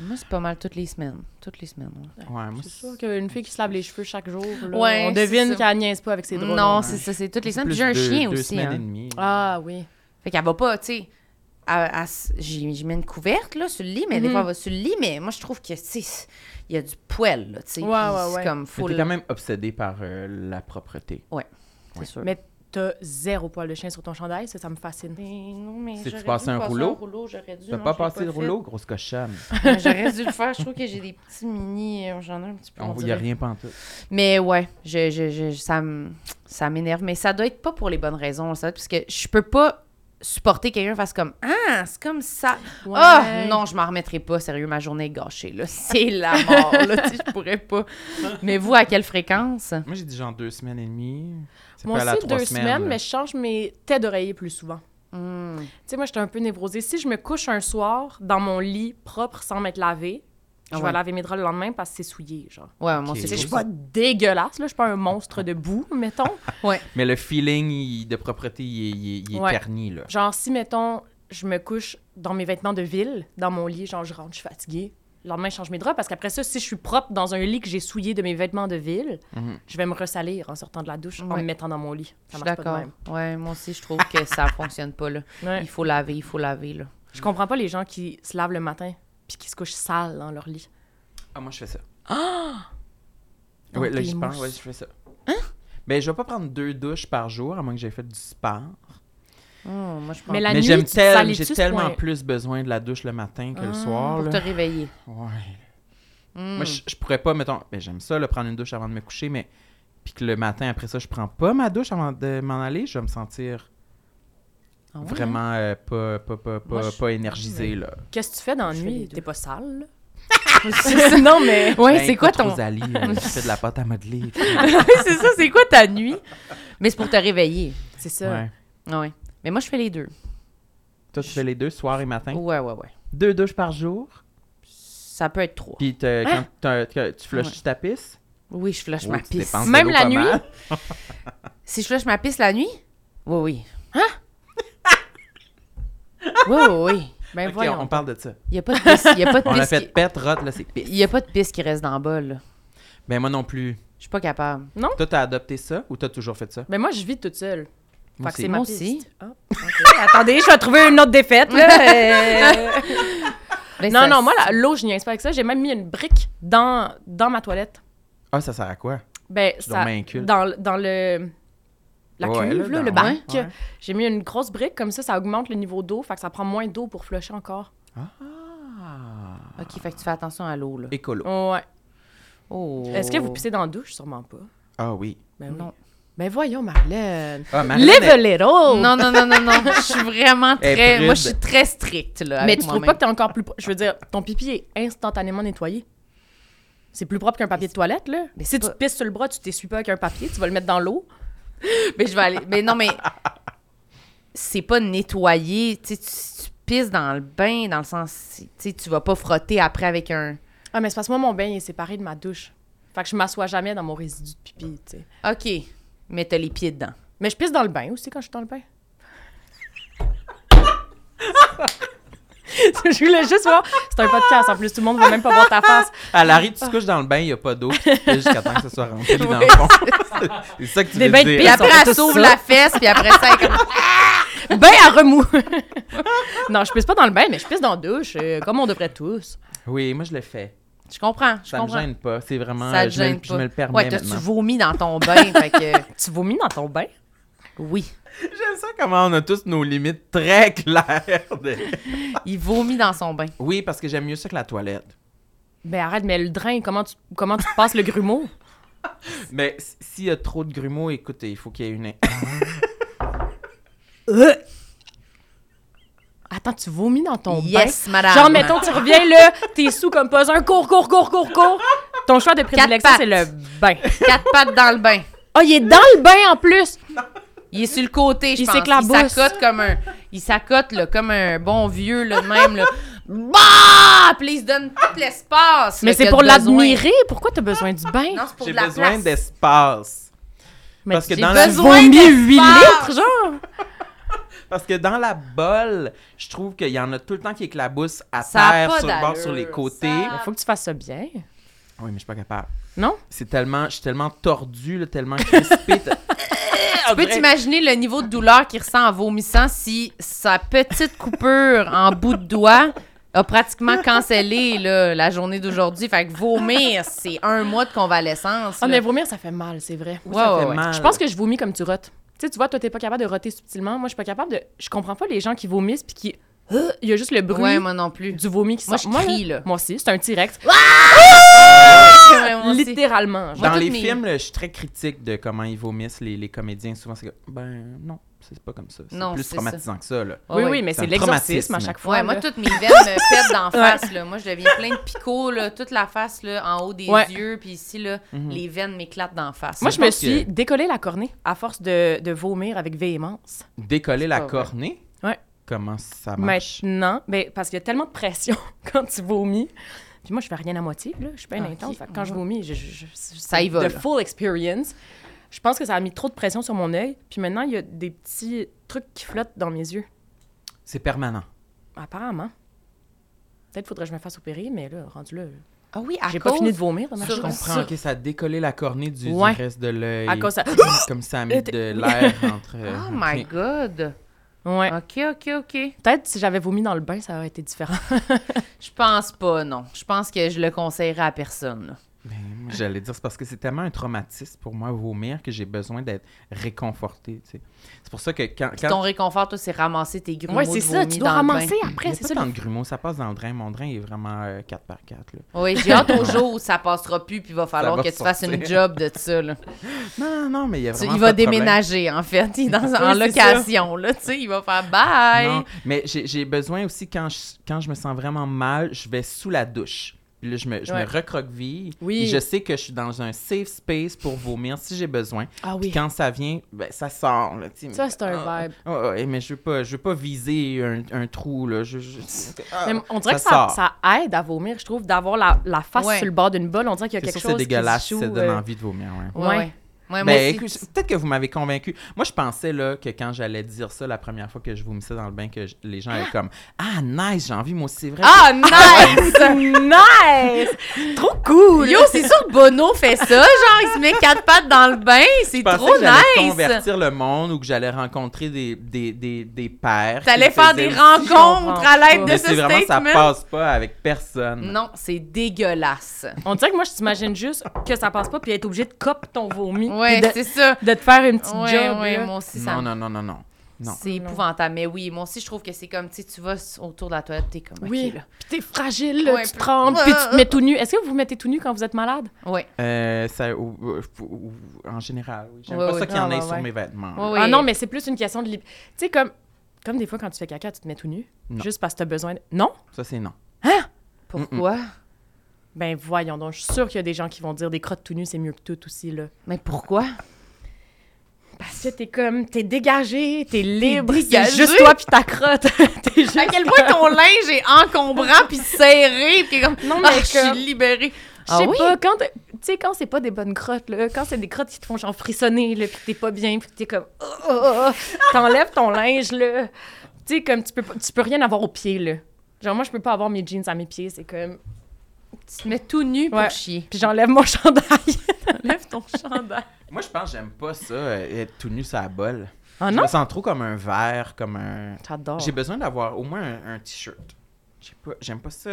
A: Moi, c'est pas mal toutes les semaines. Toutes les semaines. ouais.
B: Ouais, moi,
D: C'est sûr qu'une fille qui se lave les cheveux chaque jour, là,
A: Ouais,
D: on
A: c'est
D: devine
A: ça.
D: qu'elle niaise pas avec ses draps.
A: Non,
D: là.
A: c'est ça, c'est toutes les semaines.
B: plus
A: Puis j'ai un
B: deux-
A: chien
B: deux
A: aussi.
B: semaines
A: hein.
B: et demie.
D: Ah oui.
A: Fait qu'elle va pas, tu sais. elle- elle s- J'y j'y mets une couverte là, sur le lit, mais des
D: Mhm.
A: fois, elle va sur le lit, mais moi, je trouve que, tu sais, il y a du poêle, là, tu sais.
D: Ouais,
A: puis
D: ouais,
A: C'est
D: ouais.
A: comme
B: Mais
A: full.
B: t'es quand même obsédé par euh, la propreté.
A: C'est sûr.
D: Mais t'as zéro poil de chien sur ton chandail, ça, ça me fascine.
A: non, mais
B: C'est-tu j'aurais dû passé un passer un rouleau?
A: j'aurais dû.
B: T'as pas passé le rouleau, grosse cochonne.
A: Ouais, J'aurais dû le faire. Je trouve que j'ai des petits mini. euh, J'en ai un petit peu.
B: On
A: on
B: y a
A: dirait.
B: rien pantoute.
A: Mais ouais, je, je, je- ça me- ça m'énerve. Mais ça doit être pas pour les bonnes raisons. Ça doit être parce que je peux pas supporter que quelqu'un fasse comme Ah, c'est comme ça. Ah,
D: Ouais.
A: non, je m'en remettrai pas. Sérieux, ma journée est gâchée. là. C'est la mort. Là, Tu sais, je pourrais pas. Mais vous, à quelle fréquence?
B: Moi, j'ai dit genre deux semaines et demie. Ça
D: Moi
B: peut aller à
D: aussi,
B: trois
D: deux semaines,
B: là.
D: mais je change mes têtes d'oreiller plus souvent.
A: Hmm.
D: Tu sais, moi, j'étais un peu névrosée. Si je me couche un soir dans mon lit propre sans m'être lavé, je
A: Ah
D: vais
A: ouais.
D: laver mes draps le lendemain parce que c'est souillé, genre.
A: Ouais, moi,
B: Ok.
D: Tu sais,
A: c'est
D: je suis
A: juste.
D: pas dégueulasse, là. Je suis pas un monstre de boue, mettons.
B: Mais le feeling il- de propreté, il est, il est- il est
D: Ouais.
B: terni, là.
D: Genre, si, mettons, je me couche dans mes vêtements de ville, dans mon lit, genre, je rentre, je suis fatiguée. Le lendemain, je change mes draps parce qu'après ça, si je suis propre dans un lit que j'ai souillé de mes vêtements de ville,
B: Mhm.
D: je vais me ressalir en sortant de la douche, en
A: Ouais.
D: me mettant dans mon lit.
A: Je
D: Ça
A: suis
D: marche pas de
A: d'accord.
D: même.
A: Ouais, moi aussi, je trouve que ça fonctionne pas. Là.
D: Ouais.
A: Il faut laver, il faut laver. Là.
D: Je comprends pas les gens qui se lavent le matin puis qui se couchent sales dans leur lit.
B: Ah, moi, je fais ça. Ah!
D: Dans
B: Oui, là,
D: tes
B: j'y pense,
D: mousses.
B: ouais, je fais ça. Hein? Ben, je vais pas prendre deux douches par jour, à moins que j'aie fait du sport.
D: Oh,
A: Hmm, moi, je prends
D: Mais la
B: mais
D: nuit,
B: j'aime
D: tu te
B: tellement-
D: salis-tu
B: j'ai
D: ce
B: tellement
D: point? Ah,
B: plus besoin de la douche le matin que le soir,
A: pour
B: là.
A: te réveiller.
B: Ouais.
D: Hmm.
B: Moi, je, je pourrais pas, mettons, ben, j'aime ça, le prendre une douche avant de me coucher, mais puis que le matin après ça, je prends pas ma douche avant de m'en aller, je vais me sentir
A: Ah ouais,
B: vraiment euh, pas, pas, pas, pas,
D: Moi, je-
B: pas énergisé, là.
D: Qu'est-ce que tu fais dans la
A: Je fais les
D: nuit?
A: deux.
D: T'es pas sale, là? non, mais...
A: Ouais,
B: Ben,
A: c'est quoi
B: écoute,
A: ton.
B: Rosalie, euh, je fais de la pâte à modeler.
A: c'est ça, c'est quoi ta nuit? Mais c'est pour te réveiller.
D: C'est ça.
B: ouais.
A: Ah Ouais. Mais moi, je fais les deux.
B: Toi, tu fais les deux, soir et matin.
D: Oh.
A: Ouais, ouais, ouais.
B: Deux douches par jour.
A: Ça peut être trois.
B: Puis te- quand t'as- que tu flushes
A: Ouais.
B: ta pisse.
A: Oui, je flush
B: Oh,
A: ma
B: tu
A: pisse.
B: dépenses de
A: Même
B: l'eau
A: la
B: pas
A: nuit?
B: mal.
A: Si je flush ma pisse la nuit? Oui, oui. Hein? oui, oui, oui.
D: Eh,
A: Ben
B: Ok,
A: voyons.
B: on parle de ça.
A: Il n'y a pas de pisse, y a pas de
B: On l'a
A: pisse
B: fait pète, rote, là, c'est
A: qui...
B: pisse.
A: y a pas de pisse qui reste dans le bol. là.
B: Ben moi non plus.
A: Je suis pas capable.
B: Toi, t'as adopté ça ou t'as toujours fait ça?
D: Mais Ben, moi, je vis toute seule.
B: Moi aussi.
D: fait que c'est ma
A: Moi
D: piste.
A: aussi.
D: Ah, ok. Attendez, je vais trouver une autre défaite, là. Euh,
A: Ben,
D: non,
A: ça-
D: non, moi, la- l'eau, je niaise pas avec ça. J'ai même mis une brique dans, dans ma toilette.
B: Ah, ça sert à quoi?
D: Ben,
B: Tu
D: ça...
B: dormais inculte.
D: Dans, le- dans le... La
B: Ouais,
D: cuve,
B: là,
D: là, le
B: dans-
D: bac.
B: ouais, ouais.
D: J'ai mis une grosse brique, comme ça, ça augmente le niveau d'eau. Fait que ça prend moins d'eau pour flusher encore.
B: Ah.
A: OK, fait que tu fais attention à l'eau, là.
B: Écolo.
D: Ouais.
A: Oh.
D: Est-ce que vous pissez dans la douche? Sûrement pas.
B: Ah oui.
D: Ben oui.
A: Non.
D: Ben voyons, Marlène.
B: Ah, Marlène,
D: Live a
B: elle-
D: little!
A: Oh. Non, non, non, non, non. Je suis vraiment
B: Elle est
A: très... Moi,
B: prude.
A: je suis très stricte,
B: Ben,
A: là,
D: Mais
A: avec
D: tu trouves pas
A: moi-même.
D: que t'es encore plus... pro- Je veux dire, ton pipi est instantanément nettoyé. C'est plus propre qu'un papier de toilette, là.
A: Mais c'est pas-
D: si tu pisses sur le bras, tu t'essuies pas avec un papier, tu vas le mettre dans l'eau.
A: Mais je vais aller... Mais non, mais... C'est pas nettoyer. Tu sais, tu- si tu pisses dans le bain, dans le sens... Tu sais, tu vas pas frotter après avec un...
D: Ah, mais c'est parce que moi, mon bain il est séparé de ma douche. Fait que je m'assois jamais dans mon résidu de pipi, tu sais.
A: OK, mais t'as les pieds dedans.
D: Mais je pisse dans le bain aussi quand je suis dans le bain. je voulais juste voir. C'est un podcast, en plus, tout le monde va même pas voir ta face.
B: Elle arrive, tu te couches dans le bain, il n'y a pas d'eau, puis tu te pisses jusqu'à temps que ça soit rempli dans le fond. C'est ça que tu
D: Des
B: veux
D: bains de
A: Puis
B: dire.
D: pisse.
A: après,
D: on fait
A: elle
D: tous
A: s'ouvre
D: ça.
A: la fesse, puis après ça, elle est comme...
D: Bain à remous! non, je pisse pas dans le bain, mais je pisse dans la douche, euh, comme on devrait tous.
B: Oui, moi je le fais.
A: Je comprends, je
B: Ça me
A: comprends.
B: gêne pas. C'est vraiment.
A: Ça
B: euh,
A: te
B: je, me,
A: gêne
B: je
A: pas.
B: me le permets
A: Ouais, t'as-tu
B: maintenant.
A: vomi dans ton bain, fait que...
D: Tu vomis dans ton bain?
A: Oui.
B: J'aime ça comment on a tous nos limites très claires. de-
A: Il vomit dans son bain.
B: Oui, parce que j'aime mieux ça que la toilette.
D: Ben arrête, mais le drain, comment tu, comment tu passes le grumeau?
B: Mais s- s'il y a trop de grumeaux, écoutez, il faut qu'il y ait une.
D: Euh. Attends, tu vomis dans ton
A: Yes,
D: bain?
A: madame.
D: Genre, mettons, tu reviens là, t'es sous comme pas un, cours, cours, cours, cours, cours. Ton choix de prédilection,
A: pattes.
D: c'est le bain.
A: Quatre pattes dans le bain.
D: Oh, il est dans le bain en plus!
A: Il est sur le côté, je
D: Il
A: pense.
D: s'éclabousse.
A: Il s'accote comme un... Il s'accote, là, comme un bon vieux, là, de même, là. Bah! Puis là, il se donne tout l'espace,
D: Mais
A: là,
D: c'est
A: qu'il a
D: pour
A: besoin.
D: l'admirer. Pourquoi t'as besoin du bain?
A: Non, c'est pour
B: J'ai
A: de la
B: besoin
A: place.
B: d'espace.
D: mais
B: parce que
D: j'ai
B: dans la-
D: besoin
A: Vomis
D: de
A: huit
D: 8
A: litres,
D: litres, genre!
B: Parce que dans la bolle, je trouve qu'il y en a tout le temps qui éclaboussent à
A: Ça a
B: terre,
A: pas
B: sur le bord,
A: d'allure.
B: sur les
A: Ça-
B: côtés.
A: Ah.
D: Faut que tu fasses ça bien.
B: Oui, mais je suis pas capable.
D: Non?
B: C'est tellement, je suis tellement tordu, là, tellement crispé.
A: Tu peux t'imaginer le niveau de douleur qu'il ressent en vomissant si sa petite coupure en bout de doigt a pratiquement cancellé là, la journée d'aujourd'hui. Fait que vomir, c'est un mois de convalescence.
D: Ah,
A: là.
D: mais vomir, ça fait mal, c'est vrai.
A: Ouais,
B: ça fait
A: Oh, ouais, ouais.
B: mal.
D: Je pense que je vomis comme tu rotes. Tu sais, tu vois, toi, t'es pas capable de roter subtilement. Moi, je suis pas capable de. Je comprends pas les gens qui vomissent puis qui. euh, Il y a juste le bruit
A: Ouais, moi non plus.
D: du vomi qui
A: Moi,
D: sort.
A: je crie, là.
D: Moi aussi, c'est un T-Rex.
A: Ouais, moi aussi.
D: Littéralement. genre.
A: Moi,
B: Dans
A: toutes
B: les
A: mes-
B: films, là, je suis très critique de comment ils vomissent les, les comédiens. Souvent, c'est comme, ben non, c'est pas comme ça. C'est
A: Non,
B: plus
A: c'est
B: traumatisant que ça. Là.
A: Ah
D: oui,
A: ouais.
D: oui, mais
B: C'est
D: c'est
B: un
D: l'exorcisme
B: traumatisme.
D: à chaque fois.
A: Ouais, moi,
D: là.
A: toutes mes veines me pètent d'en face, là. Moi, je deviens plein de picots, là, toute la face, là, en haut des
D: Ouais.
A: yeux, puis ici, là,
B: Mhm.
A: les veines m'éclatent d'en face.
D: Moi,
A: là.
D: je me
B: pense
D: suis
B: que-
D: décollé la cornée à force de, de vomir avec véhémence.
B: Décoller la
A: pas vrai.
B: cornée,
D: Ouais.
B: comment ça marche?
D: Maintenant, ben, parce qu'il y a tellement de pression quand tu vomis. Puis moi, je fais rien à moitié, là. Je suis pas
A: Ok.
D: intense. Fait que quand je vomis, je, je- je-
A: Ça y va,
D: The
A: là.
D: full experience. Je pense que ça a mis trop de pression sur mon œil. Puis maintenant, il y a des petits trucs qui flottent dans mes yeux.
B: C'est permanent.
D: Apparemment. Peut-être faudrait que je me fasse opérer, mais là, rendu là,
A: Ah oui, à
D: j'ai
A: cause...
D: pas fini de vomir. dommage.
A: Sur-
B: Je comprends
A: Sur-
B: que ça a décollé la cornée du, du
D: Ouais.
B: reste de l'œil.
D: À cause de-
B: Comme ça a mis de l'air entre. euh,
A: Oh my God!
D: euh, Ouais.
A: OK, OK, OK.
D: Peut-être si j'avais vomi dans le bain, ça aurait été différent.
A: Je pense pas, non. Je pense que je le conseillerais à personne. là.
B: Ben, moi, J'allais dire, c'est parce que c'est tellement un traumatisme pour moi, vomir, que j'ai besoin d'être réconfortée. tu sais. C'est pour ça que quand.
A: Puis
B: quand...
A: Ton réconfort, toi, c'est ramasser tes grumeaux
D: Ouais,
A: de
D: c'est ça,
A: vomi
D: tu dois
A: dans le bain.
D: ramasser
B: Il y
D: après,
B: a
D: c'est
B: pas
D: ça.
B: tant
D: le-
B: de grumeaux, ça passe dans le drain. Mon drain est vraiment euh, 4x4. là.
A: Oui, j'ai hâte au jour où ça passera plus, puis il va falloir
B: va
A: que tu fasses
B: sortir.
A: une job de ça. Là.
B: Non, non, mais il y a
A: Tu-
B: vraiment
A: il
B: pas
A: va
B: de problème.
A: déménager, en fait. Il est dans, en
D: Oui, c'est ça.
A: location, là, tu sais. Il va faire bye.
B: Non, mais j'ai j'ai besoin aussi, quand je, quand je me sens vraiment mal, je vais sous la douche. Puis là, je me, je me
D: Ouais.
B: recroqueville.
D: Oui.
B: Et je sais que je suis dans un safe space pour vomir si j'ai besoin.
D: Ah
B: Puis
D: oui.
B: quand ça vient, ben, ça sort. Là, tu sais.
D: Ça, c'est un
B: Ah,
D: vibe.
B: ouais, ouais, mais je veux pas, je veux pas viser un, un trou. Là. Je, je- Ah,
D: Mais on
B: ça
D: dirait que ça,
B: sort.
D: ça aide à vomir, je trouve, d'avoir la, la face
A: Ouais.
D: sur le bord d'une bolle. On dirait qu'il y a
B: C'est
D: quelque
B: sûr,
D: chose
B: c'est dégueulasse,
D: qui se
B: ça
D: joue,
B: donne
D: euh,
B: envie de vomir. ouais.
A: Ouais,
D: Ouais.
A: ouais. Ouais, moi
B: Ben,
A: aussi.
B: écoute, je- peut-être que vous m'avez convaincu. Moi, je pensais là, que quand j'allais dire ça la première fois que je vomissais dans le bain, que je- les gens allaient comme Ah, nice, j'ai envie, moi aussi, c'est vrai.
A: Ah, nice!
D: nice! Trop cool!
A: Yo, c'est sûr que Bono fait ça, genre, il se met quatre pattes dans le bain, c'est
B: Je pensais
A: trop
B: que j'allais
A: nice!
B: convertir le monde ou que j'allais rencontrer des, des, des, des pères.
A: T'allais
B: qui
A: faire des
B: faisaient aussi.
A: rencontres à l'aide de
B: Mais
A: ce
B: c'est vraiment, ça
A: statement.
B: passe pas avec personne.
A: Non, c'est dégueulasse.
D: On dirait que moi, je t'imagine juste que ça passe pas, puis être obligé de cop ton vomi.
A: Ouais,
D: puis
A: c'est ça.
D: de, de te faire une petite
A: Ouais,
D: job.
A: ouais,
D: là.
A: moi aussi, ça
B: Non,
A: me-
B: non, non, non, non. non.
A: C'est
D: Non.
A: épouvantable. Mais oui, moi aussi, je trouve que c'est comme, tu sais, tu vas s- autour de la toilette, t'es comme,
D: Oui,
A: OK, là.
D: puis t'es fragile, là,
A: Ouais,
D: tu
A: puis-
D: trembles, puis tu te mets tout nu. Est-ce que vous vous mettez tout nu quand vous êtes malade?
A: Ouais.
B: Euh, ça, ou- ou- ou- ou- en général, oui. J'aime
A: Oui,
B: pas
A: oui.
B: ça qu'il y en ait
D: Ah, ouais,
B: sur
D: ouais.
B: mes vêtements.
A: Ouais, ouais.
D: Ah non, mais c'est plus une question de... lib- Tu sais, comme, comme des fois, quand tu fais caca, tu te mets tout nu,
B: Non.
D: juste parce que t'as besoin de... Non?
B: Ça, c'est non.
A: Pourquoi?
D: Ben voyons donc, je suis sûre qu'il y a des gens qui vont dire des crottes tout nues, c'est mieux que tout aussi, là.
A: Mais pourquoi?
D: Parce que t'es comme, t'es dégagé, t'es libre, c'est
A: dégagé.
D: juste toi puis ta crotte. t'es juste...
A: À quel point ton linge est encombrant puis serré, puis t'es comme,
D: Non,
A: ah,
D: mais
A: je
D: comme-
A: suis libérée.
D: Je sais
A: Ah oui?
D: pas, quand t'es- tu sais, quand c'est pas des bonnes crottes, là, quand c'est des crottes qui te font genre frissonner, là, pis que t'es pas bien, pis que t'es comme, oh, oh, oh, oh, t'enlèves ton linge, là. Tu sais, comme, tu peux, pas- tu peux rien avoir aux pieds, là. Genre, moi, je peux pas avoir mes jeans à mes pieds, c'est comme,
A: Tu te mets tout nu pour
D: Ouais.
A: chier.
D: pis j'enlève mon chandail. Enlève ton chandail.
B: Moi, je pense que j'aime pas ça, euh, être tout nu sur la bolle.
D: Ah
B: Je
D: non? Oh.
B: me sens trop comme un verre, comme un...
D: J'adore.
B: J'ai besoin d'avoir au moins un, un t-shirt. Je sais pas, j'aime pas ça.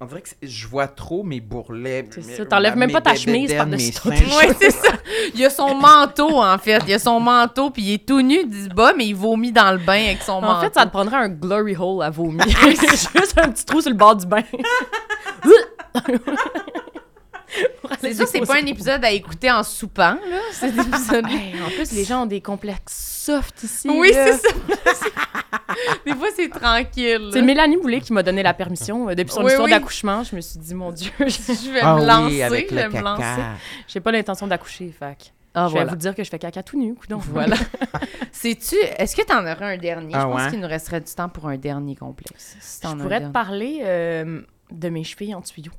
B: On dirait que c'est- je vois trop mes bourrelets.
D: C'est
B: mes-
D: ça, t'enlèves même
B: mes
D: pas ta
B: bédaines,
D: chemise
B: mes
D: par-dessus ton
B: seins.
A: Oui, c'est ça. Il a son manteau, en fait. Il a son manteau, puis il est tout nu du bas, mais il vomit dans le bain avec son manteau.
D: En fait, ça te prendrait un glory hole à vomir. c'est juste un petit trou sur le bord du bain.
A: c'est sûr que c'est pas un épisode à écouter en soupant, là, cet épisode
D: Hey, en plus, les gens ont des complexes soft ici.
A: Oui,
D: là.
A: c'est ça. Des fois, c'est tranquille.
D: C'est Mélanie Boulay qui m'a donné la permission. Euh, Depuis son
A: Oui,
D: histoire
A: oui.
D: d'accouchement, je me suis dit, mon Dieu, je-
A: Je vais
B: Ah
A: me
B: oui,
A: lancer,
B: avec
A: je
B: le
A: vais me lancer.
B: caca.
D: j'ai pas l'intention d'accoucher, fac.
A: Ah,
D: je vais vous dire que je fais caca tout nu, coudonc.
A: Voilà. Sais-tu, est-ce que t'en aurais un dernier?
B: Ah
A: je pense
B: ouais?
A: qu'il nous resterait du temps pour un dernier complexe. Si
D: Je
A: t'en as un
D: pourrais te
A: dernier.
D: parler euh, de mes chevilles en tuyau.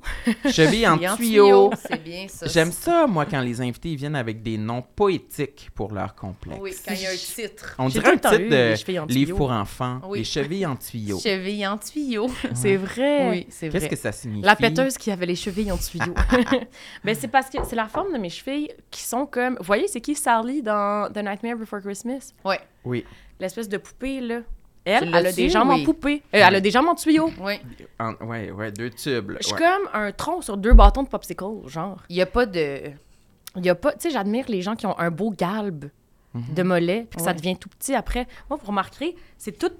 B: Cheville en
A: Et
B: tuyau.
A: C'est bien ça.
B: J'aime ça, moi, quand les invités ils viennent avec des noms poétiques pour leur complexe.
A: Oui, quand il y a un titre.
B: On
D: J'ai
B: dirait un
D: tout le temps
B: titre
D: lu
B: de
D: Les chevilles en
B: livre
D: tuyau.
B: pour enfants,
A: Oui.
B: Les chevilles en tuyau.
A: Cheville en tuyau.
D: C'est vrai.
A: Oui, c'est vrai.
B: Qu'est-ce que ça signifie?
D: La péteuse qui avait les chevilles en tuyau. Mais c'est parce que c'est la forme de mes chevilles qui sont comme. Vous voyez, c'est qui Sally dans The Nightmare Before Christmas?
A: Ouais.
B: Oui.
D: L'espèce de poupée, là.
A: Tu
D: Elle,
A: l'as
D: elle a des
A: su,
D: jambes
A: oui.
D: en poupée. Euh, elle a des jambes en tuyau.
A: Oui.
B: En- ouais, ouais, deux tubes. là,
D: Je suis
B: ouais.
D: comme un tronc sur deux bâtons de popsicle, genre.
A: Il n'y a pas de.
D: Il y a pas, tu sais, j'admire les gens qui ont un beau galbe
B: Mhm.
D: de mollet, puis que ça
A: Ouais.
D: devient tout petit après. Moi, vous remarquerez, c'est tout,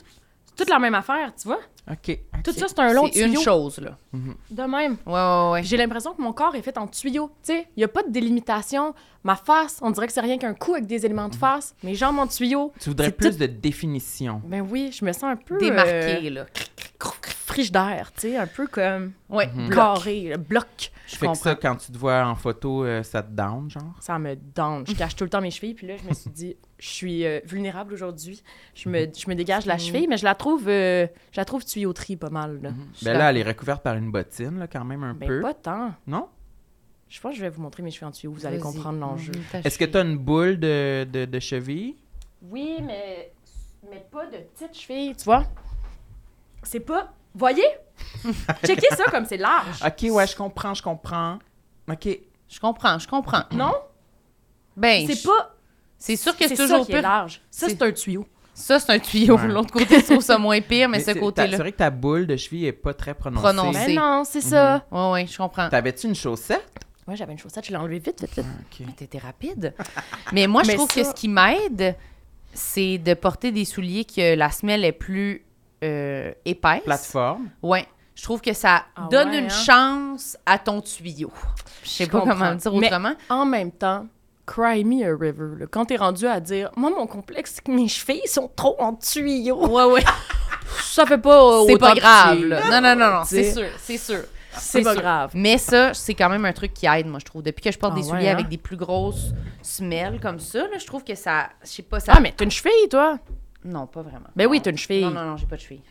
D: c'est toute la même affaire, tu vois.
B: OK. ok.
D: Tout ça, c'est un long
A: C'est une
D: tuyau
A: chose, là.
D: de même.
A: Ouais, ouais, ouais.
D: Puis J'ai l'impression que mon corps est fait en tuyau, tu sais. Il y a pas de délimitation. Ma face, on dirait que c'est rien qu'un coup avec des éléments de face. Mes jambes en tuyau.
B: Tu voudrais
D: C'est
B: plus
D: tout-
B: de définition.
D: Ben oui, je me sens un peu
A: Démarqué, là.
D: euh, friche d'air, tu sais, un peu comme
A: Ouais.
B: Mhm.
A: Bloc.
D: carré, le bloc.
A: Je
B: Fait que ça,
A: comprends.
B: quand tu te vois en photo, euh, ça te down, genre?
D: ça me donne. Je cache tout le temps mes chevilles. Puis là, je me suis dit, je suis euh, vulnérable aujourd'hui. Je me, je me dégage
A: Mm.
D: la cheville, mais je la trouve, euh, je la trouve tuyauterie pas mal. Là. Mhm. Je suis
B: Ben
D: la-
B: là, elle est recouverte par une bottine, là, quand même, un
D: ben,
B: peu.
D: pas tant.
B: Non?
D: Je pense que je vais vous montrer mes cheveux en tuyau. Vous allez
A: Vas-y.
D: comprendre l'enjeu.
A: Mhm, ta
B: Est-ce que
A: cheville.
B: tu as une boule de, de, de cheville?
D: Oui, mais, mais pas de petite cheville, tu vois. C'est pas... Voyez? Checkez ça comme c'est large.
B: OK, ouais, je comprends, je comprends. OK.
A: Je comprends, je comprends.
D: Non?
A: Ben,
D: C'est
A: je-
D: pas...
A: c'est sûr que c'est
D: c'est ça
A: toujours
D: qui est
A: pire.
D: large. Ça,
A: C'est-
D: c'est un tuyau.
A: Ça, c'est un tuyau.
B: Ouais.
A: L'autre côté, je trouve ça moins pire, mais, ce
B: c'est- ta-
A: côté-là.
B: C'est vrai que ta boule de cheville est pas très prononcée.
A: Prononcée.
D: Ben
A: C'est-
D: non, c'est ça.
A: Ouais, ouais, je comprends.
B: T'avais-tu une chaussette?
D: Ouais, j'avais une chaussette, je l'ai enlevée vite, vite, vite.
A: Mhm.
B: OK.
A: T'étais rapide. Mais moi, je
D: Mais
A: trouve que
D: ça-
A: ce qui m'aide, c'est de porter des souliers que la semelle est plus euh, épaisse.
B: Plateforme.
A: Ouais. Je trouve que ça
D: Ah
A: donne
D: ouais,
A: une
D: hein?
A: chance à ton tuyau. Je sais
D: Je
A: pas comment
D: comprends.
A: le dire
D: Mais-
A: autrement.
D: En même temps, cry me a river. là. Quand t'es rendu à dire, moi, mon complexe, c'est que mes chevilles sont trop en tuyaux.
A: Ouais, ouais.
D: Ça fait pas. euh,
A: C'est
D: autant
A: pas grave,
D: pitié.
A: là. Non, non, non, non.
D: Tu
A: C'est
D: sais.
A: sûr, c'est sûr.
D: C'est pas
A: sûr.
D: grave.
A: Mais ça, c'est quand même un truc qui aide, moi, je trouve. Depuis que je porte
D: Ah
A: des
D: ouais,
A: souliers
D: hein?
A: avec des plus grosses semelles comme ça, là, je trouve que ça. Je sais pas, ça.
D: Ah, mais t'as une cheville, toi.
A: Non, pas vraiment.
D: Ben oui,
A: Non.
D: t'as une cheville.
A: Non, non, non, j'ai pas de cheville.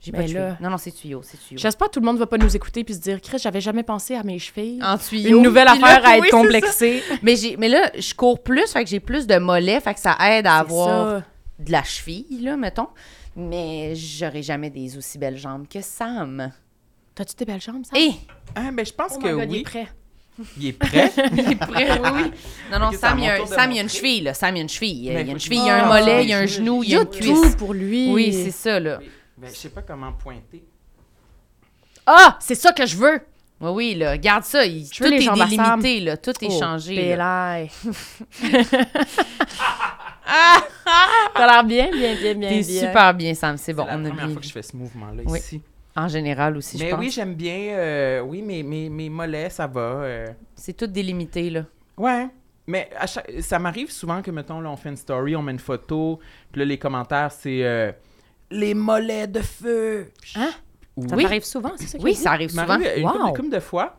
A: J'ai
D: Ben
A: pas de cheville.
D: là.
A: Non, non, c'est tuyau, c'est tuyau.
D: J'espère que tout le monde va pas nous écouter puis se dire, Chris, j'avais jamais pensé à mes chevilles.
A: En tuyau.
D: Une nouvelle
A: Puis là,
D: affaire à
A: oui,
D: être
A: c'est ça.
D: complexée.
A: Mais, j'ai, mais là, je cours plus, fait que j'ai plus de mollets, fait que ça aide à avoir
D: C'est ça.
A: de la cheville, là, mettons. Mais j'aurai jamais des aussi belles jambes que Sam.
D: T'as-tu des belles jambes, ça?
A: Et
B: Ah, ben, je pense
D: Oh my
B: que
D: God, il est
B: oui.
D: prêt.
B: Il est prêt.
A: oui. Non, non,
B: Ok, c'est à
A: Sam,
B: mon
A: il y a, un-
B: tour de
A: Sam, il y a une
B: montrer.
A: cheville, là. Sam, il y a une cheville.
B: Mais
A: il y a une
B: faut-
A: cheville, il y a un
D: Ah,
A: mollet,
D: oui,
A: il y a un
B: je-
A: genou, il
D: Il
A: y
D: y
A: a
D: a
A: une
D: tout
A: cuisse.
D: pour lui.
A: Oui, c'est ça, là.
B: Ben, je sais pas comment pointer.
D: Ah, c'est ça que je veux.
A: Oui, oui, là. Regarde ça. il-
D: Je
A: tout
D: veux les
A: est
D: jambes à Sam.
A: délimité, là. Tout
D: Oh,
B: Oh,
A: est
B: ben,
A: changé. là.
D: T'as l'air bien, bien, bien, bien.
A: T'es
D: bien.
A: super bien, Sam. C'est bon,
B: C'est la
A: on a
B: première
A: bien.
B: fois que je fais ce mouvement-là
A: Oui.
B: ici.
A: En général aussi, je
B: Mais
A: pense.
B: oui, j'aime bien. euh, oui, mes, mes, mes mollets, ça va. euh.
A: C'est tout délimité, là.
B: Ouais. Mais à chaque- ça m'arrive souvent que, mettons, là, on fait une story, on met une photo, puis là, les commentaires, c'est euh, les mollets de feu.
D: Hein? Ça
A: Oui.
D: t'arrive souvent, c'est ça?
A: Oui,
D: qu'il dit?
A: ça arrive
B: Ça
A: souvent.
B: m'arrive une couple-
D: Wow.
B: une couple de fois.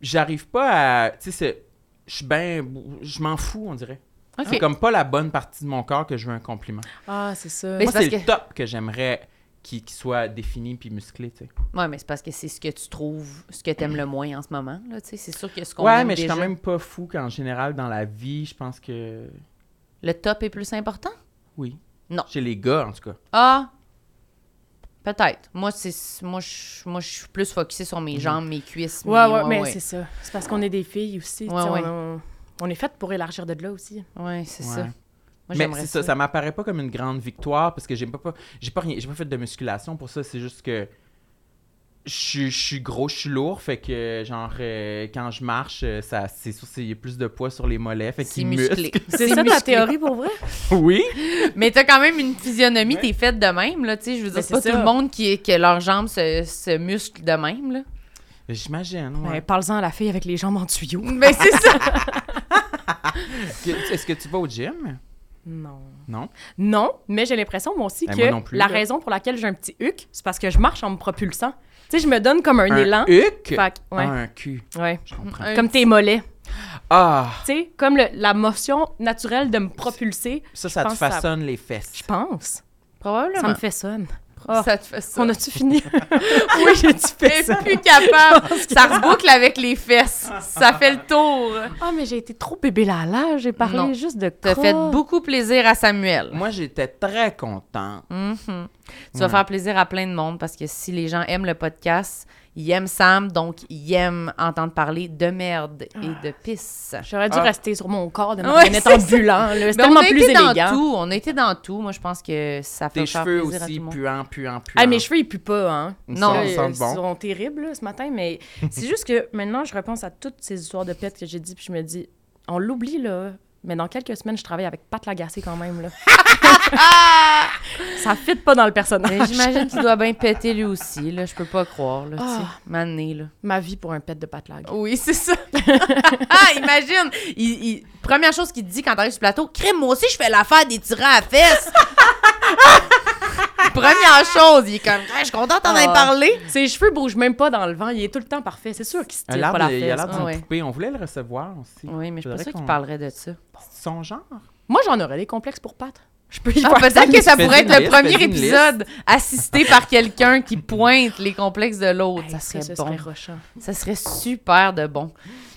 B: J'arrive pas à. Tu sais, c'est- je suis ben. Je m'en fous, on dirait. C'est
A: OK.
B: comme pas la bonne partie de mon corps que je veux un compliment.
D: Ah, c'est ça.
A: Mais
B: Moi,
A: c'est
B: c'est
A: parce
B: le top que j'aimerais qu'il qu'il soit défini puis musclé, tu sais.
A: Ouais, mais c'est parce que c'est ce que tu trouves, ce que t'aimes le moins en ce moment, là. Tu sais, c'est sûr que ce qu'on
B: Ouais,
A: aime
B: mais je suis
A: déjà-
B: quand même pas fou qu'en général, dans la vie, je pense que.
A: Le top est plus important?
B: Oui.
A: Non.
B: Chez les gars, en tout cas.
A: Ah! Peut-être. Moi, c'est moi je moi, je suis plus focusée sur mes jambes, mes cuisses.
D: Mhm. Ouais,
A: mes-
D: ouais, mais c'est ça. C'est parce qu'on est des filles aussi. tu sais,
A: Ouais, ouais.
D: On, on est faites pour élargir de là aussi.
A: Ouais, c'est
B: Ouais.
A: ça. Moi,
B: mais
A: j'aimerais
B: c'est ça, ça m'apparaît pas comme une grande victoire parce que j'ai pas, pas- j'ai pas rien, j'ai pas fait de musculation pour ça, c'est juste que je suis- je suis gros, je suis lourd, fait que genre euh, quand je marche, euh, ça c'est sûr c'est il y a plus de poids sur les mollets, fait
A: C'est
B: qu'ils
A: musclé.
B: musclent.
D: C'est ça ta
A: musclé.
D: théorie pour vrai?
B: oui.
A: Mais t'as quand même une physionomie,
B: Ouais.
A: t'es faite de même, là, tu sais. Je veux dire,
D: Mais
A: c'est pas
D: c'est
A: tout
D: ça.
A: le monde qui que leurs jambes se, se musclent de même, là.
B: J'imagine.
D: Ben,
B: ouais.
D: Parle-en à la fille avec les jambes en tuyau.
A: Mais c'est ça!
B: Que- Est-ce que tu vas au gym
D: Non.
B: Non.
D: Non, mais j'ai l'impression, moi aussi,
B: Ben,
D: que
B: moi non plus,
D: la
B: là.
D: raison pour laquelle j'ai un petit huc, c'est parce que je marche en me propulsant. Tu sais, je me donne comme un, élan.
B: huc?
D: Fait que- ouais,
B: Ah, un cul.
D: ouais.
B: Je comprends.
A: Mm, Un-
D: Comme tes mollets.
B: Ah,
D: Tu sais, comme le- la motion naturelle de me propulser,
B: ça ça
D: Je
B: te
D: pense que ça-
B: façonne les
D: je
B: fesses.
D: pense. Ça
A: Probablement.
D: me fait sonne.
A: Ça, te fait ça.
D: On a-tu fini? oui, j'ai-tu fait
A: T'es
D: ça?
A: plus capable. ça reboucle avec les fesses. Ça fait le tour.
D: Ah, mais j'ai été trop bébé là J'ai parlé
A: Non.
D: juste de
A: T'as
D: crocs.
A: fait beaucoup plaisir à Samuel.
B: Moi, j'étais très content.
A: Mhm. Tu vas
B: Ouais.
A: faire plaisir à plein de monde parce que si les gens aiment le podcast, ils aiment Sam, donc ils aiment entendre parler de merde et de pisse.
D: J'aurais dû
B: Ah.
D: rester sur mon corps de
A: Ouais,
D: marionnette
A: c'est ça.
D: ambulant. là. C'est Ben,
A: Mais
D: tellement
A: Ben, on a
D: plus
A: été dans
D: élégant.
A: tout, on a été dans tout. Moi, je pense que ça fait
B: Tes
A: faire
B: cheveux
A: plaisir à tout
B: aussi
A: le monde.
B: puants, puants, puants.
D: Ah, mes cheveux, ils puent pas, hein?
B: Ils
A: Non.
B: sentent-
D: Là,
B: sentent
D: ils
B: bon.
D: sont terribles là, ce matin, mais c'est juste que maintenant, je repense à toutes ces histoires de pète que j'ai dit, puis je me dis, on l'oublie là, mais dans quelques semaines, je travaille avec Pat Lagacé quand même là. Ça fit pas dans le personnage.
A: Mais Ben, j'imagine qu'il doit bien péter lui aussi. Là, je peux pas croire. Là, tu sais.
D: Ah.
A: Mané, là.
D: Ma vie pour un pet de Pat Lagacé.
A: Oui, c'est ça. ah, imagine. Il- il- première chose qu'il te dit quand t'arrives sur le plateau, crime, moi aussi, je fais l'affaire des tirants à fesses. première chose, il est comme, Ah, je suis contente d'en avoir
D: Ah.
A: parlé.
D: Ses cheveux bougent même pas dans le vent, il est tout le temps parfait. C'est sûr qu'il se
B: Il a
D: tire
B: l'air
D: pas la
B: de- il a l'air
D: fesse. Ah
A: fesse. Ah,
B: d'une
A: Ouais.
B: poupée. On voulait le recevoir aussi.
A: Oui, mais je suis pas
B: Faudrait
A: sûre
B: qu'on-
A: qu'il parlerait de ça.
B: Son genre.
D: Moi, j'en aurais des complexes pour Pat. Je peux y
A: Ah,
D: faire
A: Peut-être que ça
B: Fais-y
A: pourrait
B: une
A: être le
B: liste,
A: premier
B: fais-y une liste.
A: épisode assisté par quelqu'un qui pointe les complexes de l'autre.
D: Hey,
A: Ça serait
D: ce
A: bon.
D: rochant.
A: Ça serait super de bon.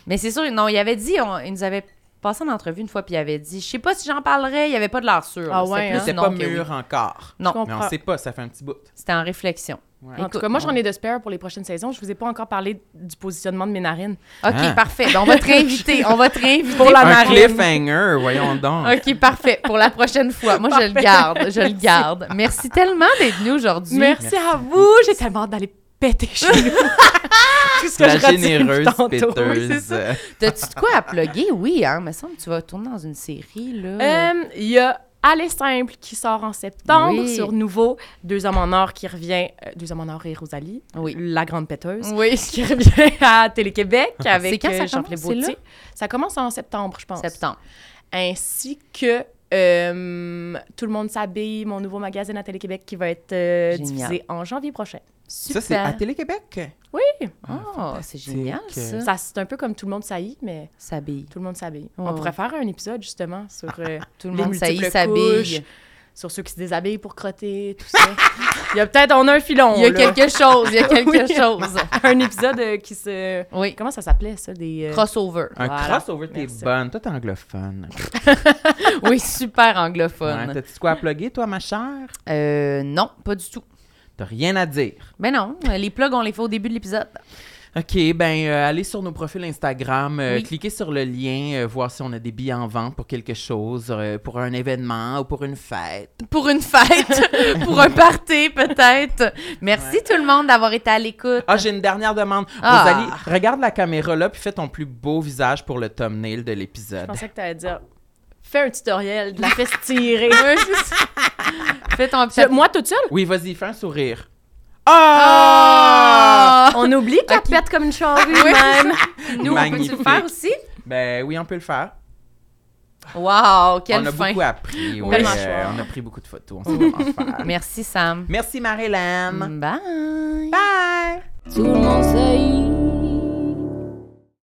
A: Mais c'est sûr, non, il avait dit, on- il nous avait passé en entrevue une fois, puis il avait dit, je sais pas si j'en parlerai, il y avait pas de l'air sûr.
D: Ah
A: là. C'était
D: ouais,
A: plus
D: hein?
B: C'était
A: non
B: pas
A: que oui.
B: mûr encore.
A: Non,
D: Je
B: Mais on
D: comprends.
B: sait pas, ça fait un petit bout.
A: c'était en réflexion.
B: Ouais.
D: En tout
A: Écoute,
D: cas, moi,
A: on-
D: j'en ai de spare pour les prochaines saisons. Je vous ai pas encore parlé du positionnement de mes narines.
A: OK,
B: Ah.
A: parfait. Ben, on va te réinviter. on va te réinviter.
D: Pour la
B: un
D: marine.
B: cliffhanger, voyons donc.
A: OK, parfait. Pour la prochaine fois. Moi, je le
D: Parfait.
A: garde. Je le garde. Merci tellement d'être venu aujourd'hui.
D: Merci, à vous. J'ai tellement hâte d'aller péter chez nous. Tout ce que
B: La
D: je retiens depuis
B: généreuse
D: tantôt. Oui, c'est
B: péteuse.
D: ça.
A: T'as-tu de quoi à plugger? Oui, hein? me semble que tu vas tourner dans une série, là.
D: Euh, Il y a Allez Simple qui sort en septembre
A: Oui.
D: sur Nouveau. Deux hommes en or qui revient. euh, Deux hommes en or et Rosalie.
A: Oui.
D: La grande péteuse.
A: Oui.
D: Qui revient à Télé-Québec avec
A: quand ça
D: euh, Jean-Pierre
A: commence, c'est là?
D: Bautier. Ça commence en septembre, je pense.
A: Septembre.
D: Ainsi que euh, Tout le monde s'habille, mon nouveau magazine à Télé-Québec qui va être euh,
A: Génial.
D: diffusé en janvier prochain.
B: Ça,
A: Super.
B: c'est à Télé-Québec?
D: Oui,
A: Oh, c'est génial, ça.
D: ça c'est un peu comme Tout le monde s'habille, mais
A: S'habille.
D: Tout le monde s'habille.
A: Ouais.
D: On pourrait faire un épisode justement sur euh,
A: Tout le
D: les
A: monde s'habille,
D: multiples
A: s'habille.
D: couches, sur ceux qui se déshabillent pour crotter, tout ça. il y a peut-être, on a un filon.
A: Il y a
D: là.
A: quelque chose, il y a quelque
D: Oui.
A: chose.
D: un épisode euh, qui se.
A: Oui.
D: Comment ça s'appelait ça des. euh,
A: Crossover.
B: Un
D: Voilà.
B: crossover, t'es
D: Merci.
B: bonne. Toi, t'es anglophone.
A: Oui, super
B: Ouais,
A: anglophone.
B: T'as-tu quoi à plugger, toi, ma chère?
A: Euh, non, pas du tout.
B: T'as rien à dire.
A: Ben non, les plugs, on les fait au début de l'épisode.
B: OK, ben, euh, allez sur nos profils Instagram, euh,
A: Oui.
B: cliquez sur le lien, euh, voir si on a des billets en vente pour quelque chose, euh, pour un événement ou pour une fête.
A: Pour une fête, pour un party peut-être. Merci tout le monde d'avoir été à l'écoute.
B: Ah, j'ai une dernière demande.
A: Ah.
B: Rosalie, regarde la caméra là, puis fais ton plus beau visage pour le thumbnail de
D: Je
B: l'épisode.
D: pensais que t'allais dire. Fais un tutoriel de la fesse tirée.
A: Fais ton
D: Je- moi toute seule,
B: Oui, vas-y, fais un sourire. Ah!
A: Ah!
D: on oublie qu'elle
A: Ok.
D: pète comme une charrue
A: Oui.
D: même.
A: Nous, on peut-tu le
B: Magnifique.
A: faire aussi?
B: Ben oui, on peut le faire.
A: Wow,
B: on
A: quelle
B: a
A: fin.
B: beaucoup appris.
D: Oui.
B: ouais,
D: Tellement
B: euh,
D: chouette.
B: on a pris beaucoup de photos. On sait comment faire.
A: Merci Sam.
B: Merci Marie-Hélène.
A: Bye.
B: Bye!